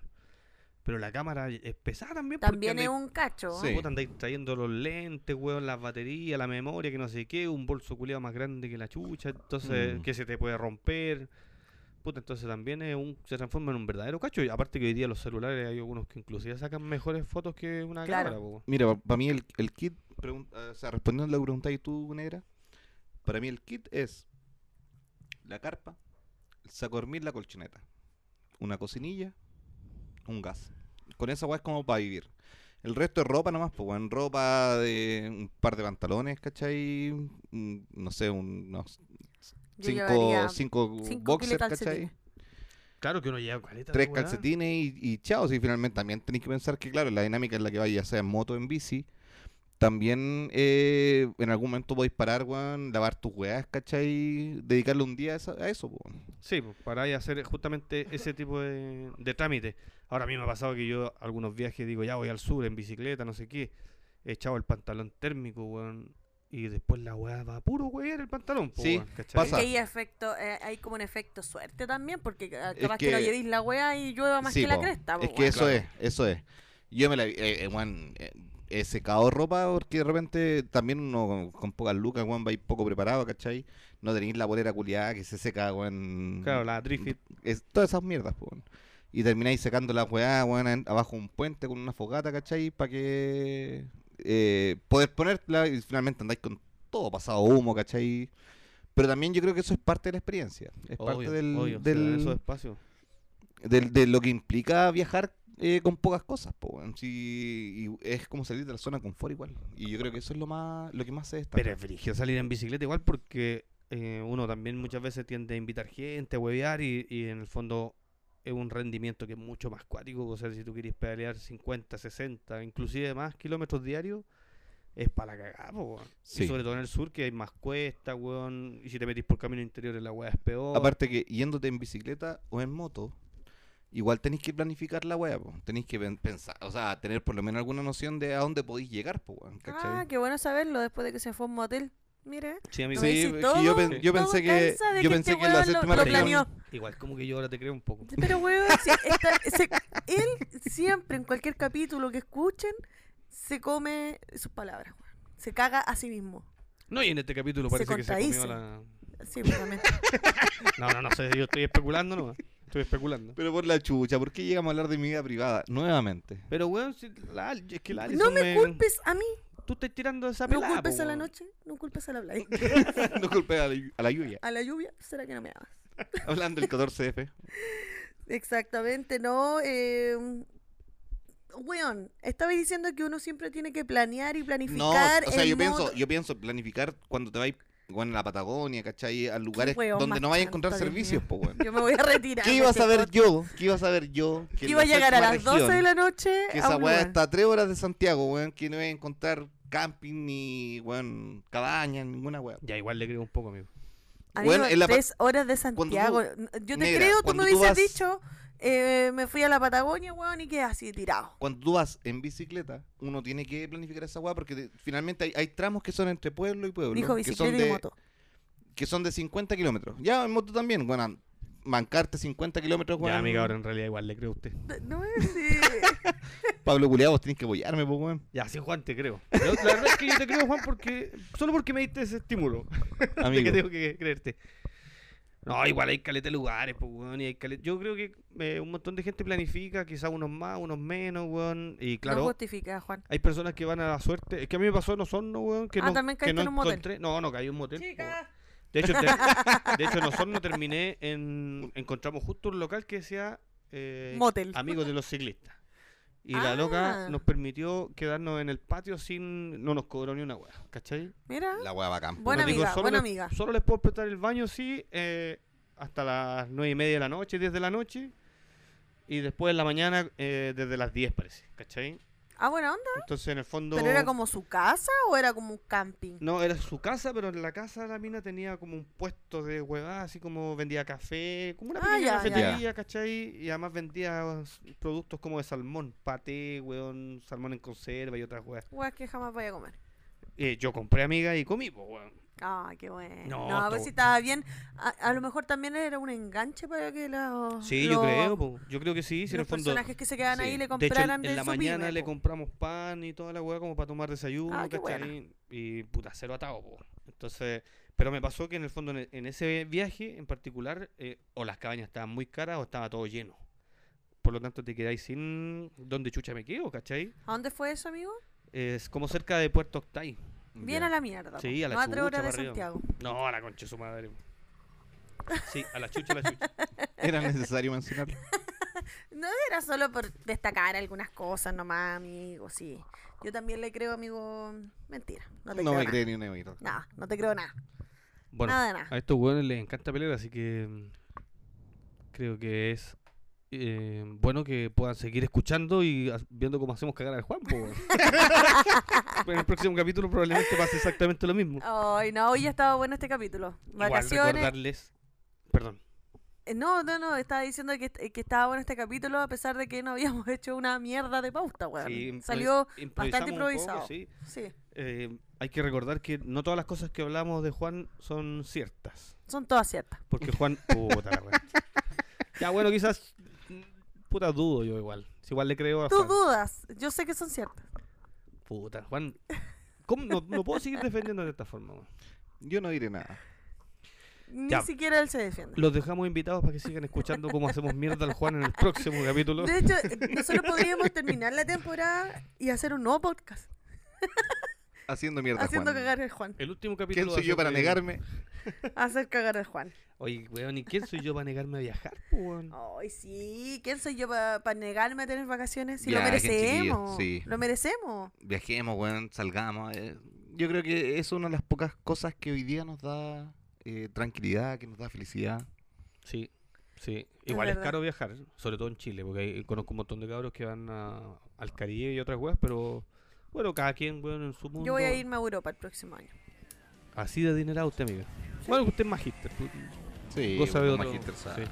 Pero la cámara es pesada también. porque También es andáis- un cacho. Sí. puta, andáis trayendo los lentes, weón, las baterías, la memoria, que no sé qué, un bolso culiado más grande que la chucha, entonces, Mm. que se te puede romper. Puta, entonces también es un, se transforma en un verdadero cacho. Y aparte que hoy día los celulares hay algunos que inclusive sacan mejores fotos que una Claro. cámara, po, weón. Mira, para mí el, el kit, pregun- ah, o sea, respondiendo a la pregunta y tú, negra, para mí el kit es la carpa, el saco de dormir, la colchoneta, una cocinilla, un gas. Con esa weá es como para vivir. El resto es ropa nomás, pues weón, ropa de un par de pantalones, ¿cachai? Un- No sé, unos Yo llevaría cinco, cinco, cinco boxers, kilos de ¿cachai? calcetines. Claro que uno lleva caleta, Tres weón. calcetines y, y chao. Si finalmente también tenéis que pensar que, claro, la dinámica en la que vais, ya sea en moto o en bici, también eh, en algún momento podéis parar, weón, lavar tus weas, ¿cachai? Dedicarle un día a esa- a eso, po, weón. Sí, pues, para ir a hacer justamente ese tipo de, de trámite. Ahora a mí me ha pasado que yo algunos viajes digo, ya voy al sur en bicicleta, no sé qué. He echado el pantalón térmico, weón. Y después la weá va a puro weón el pantalón, po, Sí, weón, ¿cachai? Es pasa. que hay, efecto, eh, hay como un efecto suerte también, porque eh, Es capaz que, no que- llevéis la wea y llueva más Sí, que la po. cresta. po, Es que weón. eso es, eso es. Yo me la vi, eh, eh, weón, eh, he secado ropa porque de repente también uno con, con pocas lucas, weón, vais poco preparado, ¿cachai? No tenéis la bolera culiada que se seca, weón. Claro, la Drifit. es- todas esas mierdas, po, weón. Y termináis sacando la weá, weón, en- abajo un puente con una fogata, ¿cachai? Para que eh, poder ponerla y finalmente andáis con todo pasado humo, ¿cachai? Pero también yo creo que eso es parte de la experiencia. Es parte del, se dan del- esos espacios. del- de lo que implica viajar eh, con pocas cosas, po, weón. Sí, y es como salir de la zona de confort igual. Y yo creo que eso es lo más lo que más se destaca. Pero es brígido salir en bicicleta igual porque eh, uno también muchas veces tiende a invitar gente, a huevear y, y en el fondo es un rendimiento que es mucho más cuático. O sea, si tú quieres pedalear 50, 60, inclusive más kilómetros diarios, es para la cagada, po, weón. Sí. Y sobre todo en el sur que hay más cuestas, weón. Y si te metís por camino interior la weá es peor. Aparte que yéndote en bicicleta o en moto, igual tenéis que planificar la weá, po. tenéis que pen- pensar, o sea, tener por lo menos alguna noción de a dónde podéis llegar, po, weón, Ah, ¿cachai? qué bueno saberlo después de que se fue a un motel. Mire, Sí, amigo. tú me Sí, decís es que todo, yo pen- yo todo pensé que- calza de yo que pensé este que la weón séptima región- lo, lo planeó. Igual como que yo ahora te creo un poco. Pero weón, si esta- se- él siempre, en cualquier capítulo que escuchen, se come sus palabras, weón. Se caga a sí mismo. No, y en este capítulo Se parece que se comió contradice. la... Sí, pues, también. No, no, no sé, yo estoy especulando nomás. Estoy especulando. Pero por la chucha, ¿por qué llegamos a hablar de mi vida privada? Nuevamente. Pero, weón, si la Al- es que la No Alison me culpes a mí, Tú estás tirando esa no pelada, culpes po, a la weón. noche, no culpes a la Blay. no culpé a la, llu- a la lluvia. A la lluvia, será que no me amas. Hablando del 14F. Exactamente, no. Eh, weón, estaba diciendo que uno siempre tiene que planear y No, o planificar. sea, el yo pienso, modo- yo pienso planificar cuando te vais, weón, a la Patagonia, ¿cachai? A lugares weón donde más no vais a encontrar chanta, Dios servicios, mío. po, weón. Yo me voy a retirar. ¿Qué de iba a este saber podcast. yo? ¿Qué iba a saber yo? Que en iba a la llegar a séptima las 12 región- de la noche. Que a esa un weá lugar. está a tres horas de Santiago, weón, que no voy a encontrar camping ni, weón, cabaña, ninguna weá. Ya, igual le creo un poco, amigo. Amigo, Bueno, en la pa- tres horas de cuando tú- Santiago. Yo te Negra, creo, tú me cuando tú hubieses vas- dicho, eh, me fui a la Patagonia, weón, y quedé así tirado. Cuando tú vas en bicicleta, uno tiene que planificar esa weá porque te- finalmente hay, hay tramos que son entre pueblo y pueblo. Dijo que son bicicleta de, y moto. Que son de 50 kilómetros. Ya, en moto también, weón. Mancarte 50 kilómetros, weón. Ya, amiga, ahora en realidad igual le creo a usted. No es. eh, Pablo Culeado, vos tenés que apoyarme, pues, weón. Ya, sí, Juan, te creo. Yo- la verdad es que yo te creo, Juan, porque solo porque me diste ese estímulo de que Amigo. tengo que creerte. No, igual hay caleta de lugares, pues, weón, y hay caleta- Yo creo que eh, un montón de gente planifica, quizás unos más, unos menos, weón, y No pues. claro... justifica, Juan. hay personas que van a la suerte. Es que a mí me pasó en Osorno, weón. Que Ah, no, también que caíste no en un motel. encontré- No, no caí en un motel. po, weón. De hecho, te- de hecho, en Osorno terminé en. Encontramos justo un local que decía. eh, Motel. Amigos de los ciclistas. Y la loca Ah. nos permitió quedarnos en el patio sin. No nos cobró ni una weá, ¿cachai? Mira. La weá bacán. Buena Nos dijo, amiga, "Solo buena les- amiga. Solo les puedo prestar el baño, sí, eh, hasta las nueve y media de la noche, 10 de la noche. Y después en la mañana, eh, desde las 10, parece, ¿cachai? Ah, buena onda. Entonces, en el fondo. ¿Pero era como su casa o era como un camping? No, era su casa, pero en la casa la mina tenía como un puesto de huevada, así como vendía café, como una Ah, pequeña ya, ya, cafetería, ¿cachai? Y además vendía uh, s- productos como de salmón, paté, weón, salmón en conserva y otras weas. Weas que jamás voy a comer. Eh, yo compré amiga y comí, pues, weón. Ah, qué bueno. No, No, a está ver si bueno. estaba bien. A, a lo mejor también era un enganche para que los. Sí, los- yo creo, pues. Yo creo que sí, si Oh, en el los fondo. personajes que se quedan ahí le sí. de hecho, en- compraran de, en la su pyme, mañana le po. compramos pan y toda la weá como para tomar desayuno, Ah, qué ¿cachai? buena. Y puta, cero atado, po. Entonces, pero me pasó que en el fondo, en, e- en ese viaje en particular, eh, o las cabañas estaban muy caras o estaba todo lleno. Por lo tanto, te quedáis sin donde chucha me quedo, ¿cachai? ¿A dónde fue eso, amigo? Es como cerca de Puerto Octay. Bien Ya. a la mierda. Sí, po. a la no a tres chucha, horas de para arriba. Santiago. No, a la concha de su madre. Sí, a la chucha, a la chucha. Era necesario mencionarlo. Era solo por destacar algunas cosas nomás, amigo. Sí. Yo también le creo, amigo. Mentira. No te No creo. me nada. cree ni una mierda. Nada, no te creo nada. Bueno, Nada de nada. a estos hueones les encanta pelear, así que mm, creo que es eh, bueno que puedan seguir escuchando y as- viendo cómo hacemos cagar al Juan. po, weón. Pero en el próximo capítulo probablemente pase exactamente lo mismo. Ay, no, hoy ha estado bueno este capítulo. Igual Vacaciones. recordarles. Perdón. Eh, No, no, no, estaba diciendo que, est- que estaba bueno este capítulo a pesar de que no habíamos hecho una mierda de pauta, weón. Sí, pues, eh, improvis- Em, Salió, improvisamos un poco, improvisado. sí. sí, Eh, hay que recordar que no todas las cosas que hablamos de Juan son ciertas. son todas ciertas. Porque Juan. Puta la wea. Ya, bueno, quizás. mm, Puta, dudo yo igual. Si igual le creo a Tú Juan. dudas, yo sé que son ciertas. Puta, Juan. ¿cómo? No, no puedo seguir defendiendo de esta forma. weón. Yo no diré nada. Ni Ya. siquiera él se defiende. Los dejamos invitados para que sigan escuchando cómo hacemos mierda al Juan en el próximo capítulo. De hecho, eh, nosotros podríamos terminar la temporada y hacer un nuevo podcast, Haciendo mierda, haciendo Juan. cagar al Juan, El último capítulo. ¿Quién va a soy yo ser para de- negarme? hacer cagar al Juan. Oye, weón, ¿y quién soy yo para negarme a viajar? po, weón? Ay, sí, ¿quién soy yo para negarme a tener vacaciones? Si lo Ya, que chiquillo, merecemos, sí. lo merecemos. Viajemos, weón, salgamos. eh. Yo creo que es una de las pocas cosas que hoy día nos da eh, tranquilidad, que nos da felicidad. Sí, sí. Igual es, verdad. caro viajar, sobre todo en Chile, porque hay- conozco un montón de cabros que van a- al Caribe y otras weas, pero bueno, cada quien, weón, en su mundo. Yo voy a irme a Europa el próximo año. Así de dinero usted, amiga. Bueno, usted es magíster. pues. tú- Sí, vos sabés más otro- interesada. sí.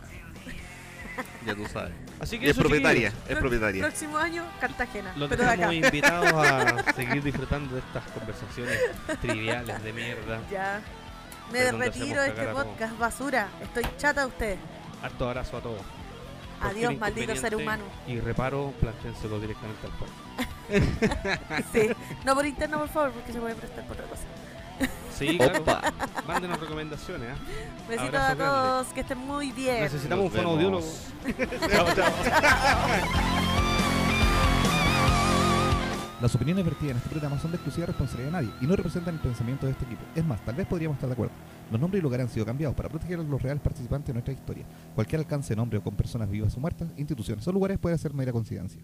Ya tú sabes. Así que Es eso, propietaria, chiquillos, es Pro- propietaria. Próximo año, Cartagena. Los pero de acá. dejamos invitados a seguir disfrutando de estas conversaciones triviales de mierda. Ya. Me Pero nunca retiro hacemos de este cagar a podcast, basura. Estoy chata de ustedes. Harto abrazo a todos. Cualquier Adiós, maldito ser humano. inconveniente Y reparo, planténselo directamente al pueblo. Sí. No por interno, por favor, porque se puede prestar por otra cosa. Sí, claro. Mándenos recomendaciones. ¿ah? Besitos Abrazo a todos, que estén muy bien. Necesitamos un Nos vemos. fonoaudiólogo. chao, chao. Las opiniones vertidas en este programa son de exclusiva responsabilidad de nadie y no representan el pensamiento de este equipo. Es más, tal vez podríamos estar de acuerdo. Los nombres y lugares han sido cambiados para proteger a los reales participantes de nuestra historia. Cualquier alcance de nombre o con personas vivas o muertas, instituciones o lugares puede ser mera coincidencia.